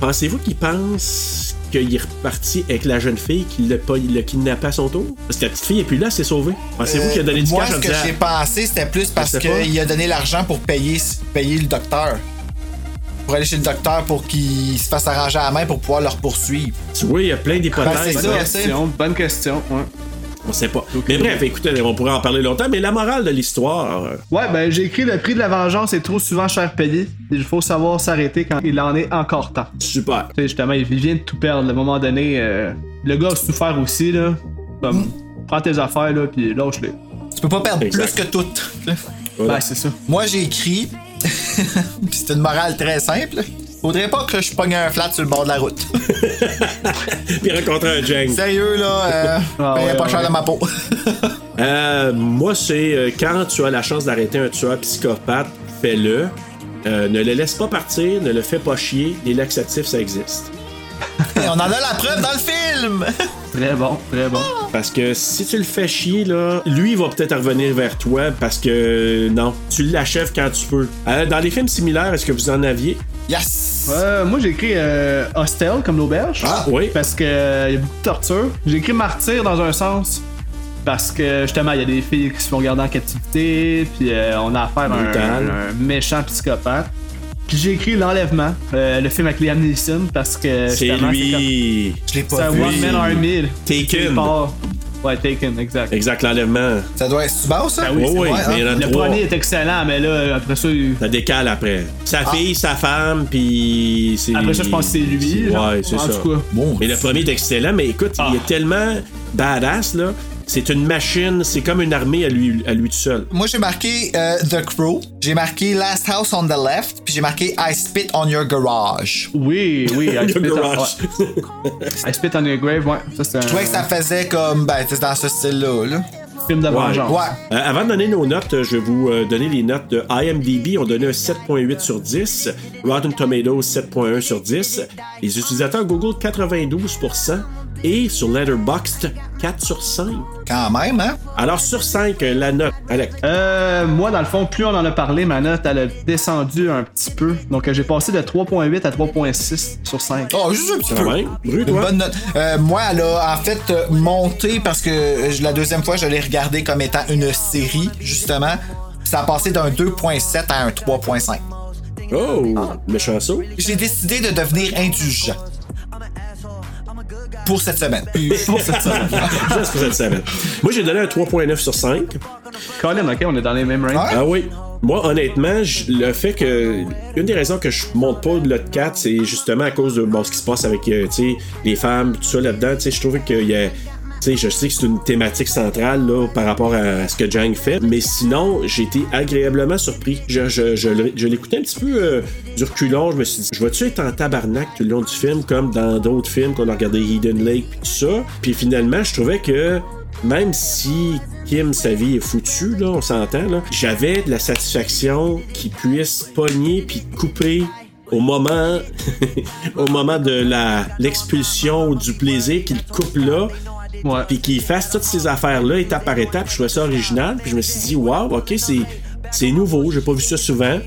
S2: Pensez-vous qu'il pense qu'il est reparti avec la jeune fille qui l'a pas- l'a kidnappée à son tour? Parce que la petite fille est plus là, c'est sauvée. Pensez-vous qu'il a donné du
S1: Euh, Moi,
S2: cash
S1: ce
S2: en
S1: que
S2: disant,
S1: j'ai pensé, c'était plus parce
S2: sais pas.
S1: qu'il a donné l'argent pour payer, payer le docteur. Pour aller chez le docteur pour qu'il se fasse arranger à la main pour pouvoir leur poursuivre.
S2: Tu vois, il y a plein
S1: Ben, c'est
S2: d'hypothèses.
S1: ça.
S3: Bonne
S1: Ouais,
S3: question, bonne question. Ouais,
S2: on sait pas. Mais bref, écoutez, on pourrait en parler longtemps, mais la morale de l'histoire. euh,
S3: Ouais, ben j'ai écrit le prix de la vengeance est trop souvent cher payé. Il faut savoir s'arrêter quand il en est encore temps.
S2: Super.
S3: Tu sais, justement, il vient de tout perdre. À un moment donné, euh, le gars a souffert aussi, là. Comme, prends tes affaires, là, puis lâche-les.
S1: Tu peux pas perdre
S2: Exact.
S1: plus que tout.
S2: Voilà.
S3: Ben, c'est ça.
S1: Moi, j'ai écrit, <laughs> puis c'est une morale très simple. Faudrait pas que je pogne un flat sur le bord de la route. <laughs>
S2: Puis rencontrer un Jang.
S1: Sérieux, là, euh,
S3: Ah,
S1: payez
S3: ouais,
S1: pas cher
S3: ouais.
S1: de ma peau. <laughs>
S2: Euh, moi, c'est euh, quand tu as la chance d'arrêter un tueur psychopathe, fais-le. Euh, ne le laisse pas partir, ne le fais pas chier. Les laxatifs, ça existe.
S1: Et on en a la preuve dans le film!
S3: Très bon, très bon.
S2: Parce que si tu le fais chier, là, lui il va peut-être revenir vers toi parce que euh, non, tu l'achèves quand tu peux. Euh, dans les films similaires, est-ce que vous en aviez?
S1: Yes!
S3: Euh, moi, j'ai écrit euh, Hostel comme l'auberge.
S1: Ah,
S2: oui.
S3: Parce que euh, y a beaucoup de torture. J'ai écrit Martyr dans un sens. Parce que justement, il y a des filles qui se font garder en captivité. Puis euh, on a affaire à un,
S2: Brutal.
S3: un méchant psychopathe. Puis j'ai écrit L'Enlèvement, euh, le film avec Liam Neeson. Parce que
S2: C'est
S3: justement, comme-
S2: lui.
S1: Je l'ai
S3: C'est
S1: pas
S3: un
S1: vu.
S3: One Man Army.
S2: Taken.
S3: Il part. Ouais, Taken, exact.
S2: Exact, l'enlèvement.
S1: Ça doit être c'est bon, ça?
S3: Ah oui,
S2: Oh,
S3: c'est
S2: oui,
S3: vrai,
S1: hein.
S2: mais il y en a
S3: Le
S2: trois.
S3: premier est excellent, mais là, après ça, il-
S2: Ça décale après. Sa fille, sa femme, puis c'est.
S3: Ah. après ça, je pense que c'est lui. genre.
S2: Ouais, c'est
S3: en
S2: ça.
S3: Tout cas.
S1: Bon,
S2: Mais le premier est excellent, mais écoute,
S3: Ah.
S2: il est tellement badass, là. C'est une machine, c'est comme une armée à lui, à lui tout seul.
S3: <laughs>
S1: Moi, j'ai marqué euh, The Crew, j'ai marqué Last House on the Left, puis j'ai marqué I Spit on Your Garage.
S3: Oui, oui, <laughs> I
S2: Le
S3: spit, on,
S2: garage.
S3: ouais. I spit on your grave, ouais. Ça, c'est un
S1: Je trouvais que ça faisait comme, ben, tu sais, dans ce style-là. Là.
S3: film de vengeance.
S1: Ouais.
S2: Euh, avant de donner nos notes, euh, je vais vous euh, donner les notes de IMDb. On donnait un 7.8 sur 10. Rotten Tomatoes, 7.1 sur 10. Les utilisateurs Google, 92%. Et sur Letterboxd, 4 sur 5.
S1: Quand même, hein?
S2: Alors, sur 5, euh, la note, Alex.
S3: Euh, moi, dans le fond, plus on en a parlé, ma note, elle a descendu un petit peu. Donc, euh, j'ai passé de 3.8 à 3.6 sur 5.
S1: Oh, juste un petit
S2: Quand
S1: peu.
S2: même. Bru,
S1: Une
S2: toi?
S1: bonne note. Euh, moi, elle a en fait euh, monté parce que euh, la deuxième fois, je l'ai regardé comme étant une série, justement. Ça a passé d'un 2.7 à un 3.5.
S2: Oh, méchant
S1: <laughs>
S2: saut.
S1: J'ai décidé de devenir indulgent. Pour cette semaine.
S3: Pour cette semaine.
S2: Juste pour cette semaine. Moi, j'ai donné un 3.9 sur 5.
S3: Colin, ok, on est dans les mêmes ranges.
S1: Ouais.
S2: Ah oui. Moi, honnêtement, je- le fait que. Une des raisons que je monte pas le 4, c'est justement à cause de bon, ce qui se passe avec euh, tu sais, les femmes, tout ça là-dedans. Tu sais, Je trouvais qu'il y a. Tu sais, je sais que c'est une thématique centrale là, par rapport à ce que Jang fait, mais sinon, j'ai été agréablement surpris. Je, je, je le- je l'écoutais un petit peu euh, du reculon, je me suis dit, je vais-tu être en tabarnak tout le long du film, comme dans d'autres films qu'on a regardé Hidden Lake puis tout ça? Puis finalement, je trouvais que même si Kim, sa vie est foutue, là, on s'entend, là, j'avais de la satisfaction qu'il puisse pogner puis couper au moment, <laughs> au moment de la, l'expulsion ou du plaisir qu'il coupe là, puis qu'il fasse toutes ces affaires-là étape par étape. Je trouvais ça original, puis je me suis dit, waouh, ok, c'est, c'est nouveau, j'ai pas vu ça souvent.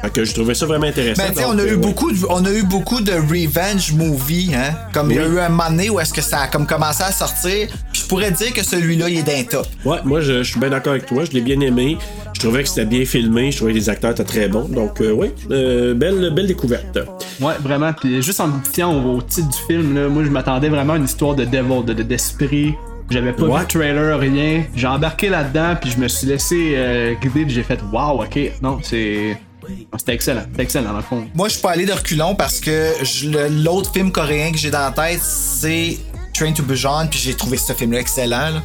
S2: Fait que je trouvais ça vraiment intéressant.
S1: Ben, tu sais,
S2: Donc,
S1: on, a
S2: euh,
S1: eu
S2: ouais.
S1: beaucoup de- on a eu beaucoup de revenge movies, hein? Comme il y a
S2: Oui.
S1: eu un moment donné où est-ce que ça a comme commencé à sortir. Puis je pourrais dire que celui-là, il est d'un top.
S2: Ouais, moi je, je suis bien d'accord avec toi, je l'ai bien aimé. Je trouvais que c'était bien filmé, je trouvais que les acteurs étaient très bons. Donc euh, ouais, euh, belle, belle découverte.
S3: Ouais, vraiment. Puis juste en me fiant au, au titre du film, là, moi, je m'attendais vraiment à une histoire de devil, de, de- d'esprit. J'avais pas
S2: Ouais.
S3: vu de trailer, rien. J'ai embarqué là-dedans, puis je me suis laissé euh, guider, puis j'ai fait Wow, ok, non, c'est. non, C'était excellent, c'était excellent dans le fond.
S1: Moi, je suis pas allé de reculon parce que je- le- l'autre film coréen que j'ai dans la tête, c'est Train to Busan, puis j'ai trouvé ce film-là excellent. là.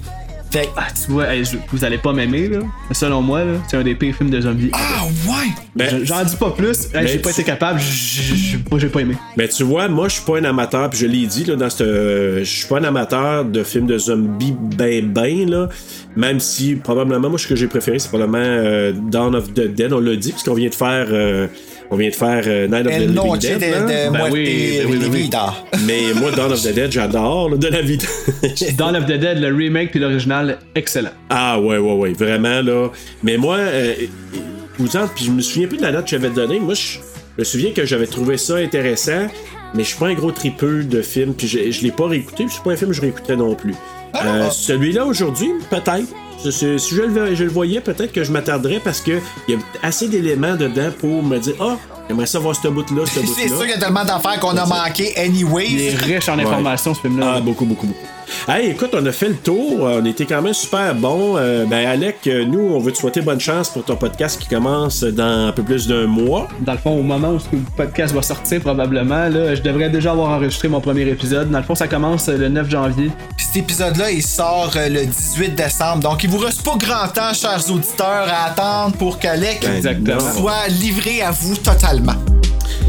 S1: Fait que-
S3: Ah, tu vois, hey, je- vous allez pas m'aimer, là. Mais selon moi, là, c'est un des pires films de zombies.
S1: Ah ouais!
S2: Ben,
S3: Je- J'en dis pas plus, Hey,
S2: mais
S3: j'ai pas
S2: tu-
S3: été capable, J- j- moi, j'ai pas aimé.
S2: Mais ben, tu vois, moi je suis pas un amateur, puis je l'ai dit là, dans ce, euh, je suis pas un amateur de films de zombies ben ben là. Même si probablement moi ce que j'ai préféré c'est probablement euh, Dawn of the Dead, on l'a dit parce qu'on vient de faire, euh, on vient de faire euh, Night of the
S1: El
S2: Living
S1: noche de,
S2: Dead. là.
S1: de euh,
S3: Ben
S1: muerte
S3: oui, ben oui, ben oui.
S1: vivida.
S2: Mais moi Dawn of the Dead j'adore là, de la vie.
S3: <laughs>
S2: Eh.
S3: Dawn of the Dead, le remake puis l'original, excellent.
S2: Ah ouais, ouais, ouais, vraiment là. Mais moi, euh, Bouzante, puis je me souviens plus de la note que j'avais donnée. Moi, je je me souviens que j'avais trouvé ça intéressant, mais je suis pas un gros tripeux de films, puis je, je l'ai pas réécouté, puis c'est pas un film que je réécouterais non plus.
S1: Ah,
S2: Euh, Celui-là aujourd'hui, peut-être. C'est- c'est- Si je le, je le voyais, peut-être que je m'attarderais parce que il y a assez d'éléments dedans pour me dire Ah, j'aimerais ça voir ce bout-là, ce bout-là.
S1: <laughs> C'est sûr qu'il y a tellement d'affaires qu'on a manqué
S3: Il
S1: anyway.
S3: est riche en informations, ce film-là.
S2: Ah, beaucoup, beaucoup, beaucoup. Hey, écoute, on a fait le tour. euh, On était quand même super bon. Euh, ben, Alec, euh, nous, on veut te souhaiter bonne chance pour ton podcast qui commence dans un peu plus d'un mois.
S3: Dans le fond, au moment où ce que le podcast va sortir, probablement, là, je devrais déjà avoir enregistré mon premier épisode. Dans le fond, ça commence euh, le 9 janvier.
S1: Puis cet épisode-là, il sort euh, le 18 décembre. Donc, il vous reste pas grand temps, chers auditeurs, à attendre pour qu'Alec
S2: Ben,
S3: Exactement.
S2: non.
S1: soit livré à vous totalement.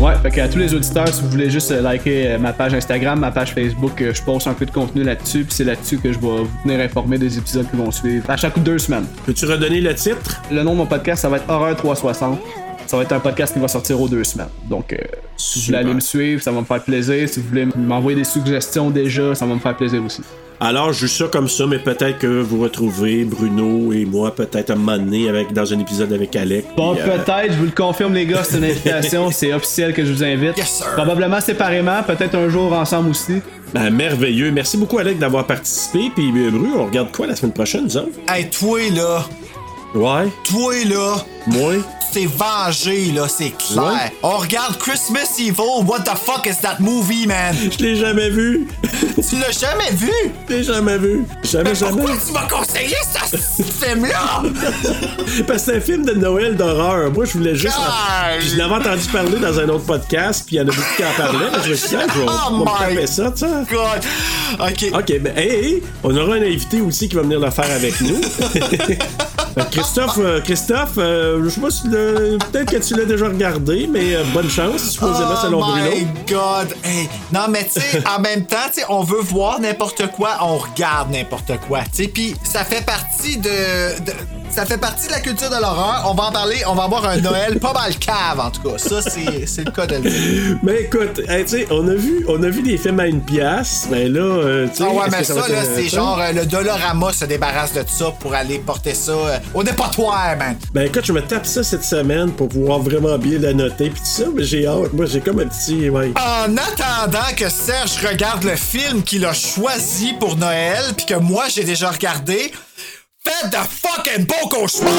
S3: Ouais, fait que à tous les auditeurs, si vous voulez juste euh, liker euh, ma page Instagram, ma page Facebook, euh, je poste un peu de contenu là-dessus, puis c'est là-dessus que je vais vous tenir informé des épisodes qui vont suivre à chaque deux semaines.
S2: Peux-tu redonner le titre?
S3: Le nom de mon podcast, ça va être Horreur 360. Ça va être un podcast qui va sortir aux deux semaines. Donc, euh, si vous voulez aller me suivre, ça va me faire plaisir. Si vous voulez m'envoyer des suggestions déjà, ça va me faire plaisir aussi.
S2: Alors, je joue ça comme ça, mais peut-être que vous retrouvez Bruno et moi, peut-être un moment donné, avec, dans un épisode avec Alec.
S3: Bon,
S2: Puis, euh,
S3: peut-être, je vous le confirme, les gars, c'est une <laughs> invitation, c'est officiel que je vous invite.
S1: Yes, sir.
S3: Probablement séparément, peut-être un jour ensemble aussi.
S2: ben, merveilleux. Merci beaucoup, Alec, d'avoir participé. Puis, euh, Bru, on regarde quoi la semaine prochaine, nous autres?
S1: Hey, toi, là,
S2: Ouais,
S1: toi, là,
S2: moi. <laughs>
S1: tu t'es vengé, là, c'est clair.
S2: Ouais.
S1: On regarde Christmas Evil. What the fuck is that
S2: <laughs>
S1: movie, man?
S2: Je l'ai jamais vu. <laughs>
S1: tu l'as jamais vu?
S2: Je l'ai jamais vu. Jamais, jamais.
S1: Pourquoi tu m'as conseillé ce <laughs> ce
S2: <laughs>
S1: film-là?
S2: Parce que c'est un film de Noël d'horreur. Moi, je voulais juste.
S1: Aïe!
S2: Puis je l'avais entendu parler dans un autre podcast, puis il y en a beaucoup qui en parlaient. mais je me suis dit, ah, je vais,
S1: Oh
S2: je vais me
S1: my
S2: taper ça, tu sais.
S1: God. OK.
S2: Ok, ben, hey, hey, on aura un invité aussi qui va venir le faire avec
S1: <laughs>
S2: nous. Christophe, euh, Christophe, euh, je sais pas si le- peut-être que tu l'as déjà regardé, mais euh, bonne chance, supposément, selon
S1: oh
S2: Bruno.
S1: my God! Hey, Non, mais tu sais, en même temps, tu sais, on veut voir n'importe quoi, on regarde n'importe quoi. Tu sais, puis ça fait partie de, de- ça fait partie de la culture de l'horreur. On va en parler. On va avoir un Noël pas mal cave en tout cas. Ça, c'est c'est le cas de le dire.
S2: Mais écoute, hey, tu sais, on a vu, on a vu des films à une pièce, mais là, euh, tu sais,
S1: Ah ouais,
S2: est-ce
S1: mais
S2: que
S1: ça,
S2: va être
S1: là, c'est
S2: intéressant?
S1: genre euh, le Dolorama se débarrasse de ça pour aller porter ça euh, au dépotoir, man.
S2: Ben écoute, je me tape ça cette semaine pour pouvoir vraiment bien la noter puis tout ça, mais j'ai hâte. Moi, j'ai comme un petit, ouais.
S1: En attendant que Serge regarde le film qu'il a choisi pour Noël, puis que moi j'ai déjà regardé, faites de fucking beaux cauchemars!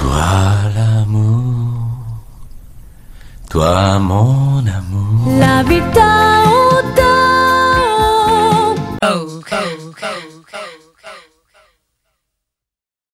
S7: Toi l'amour, toi mon amour.
S5: La vida
S6: Oh, oh, oh, oh.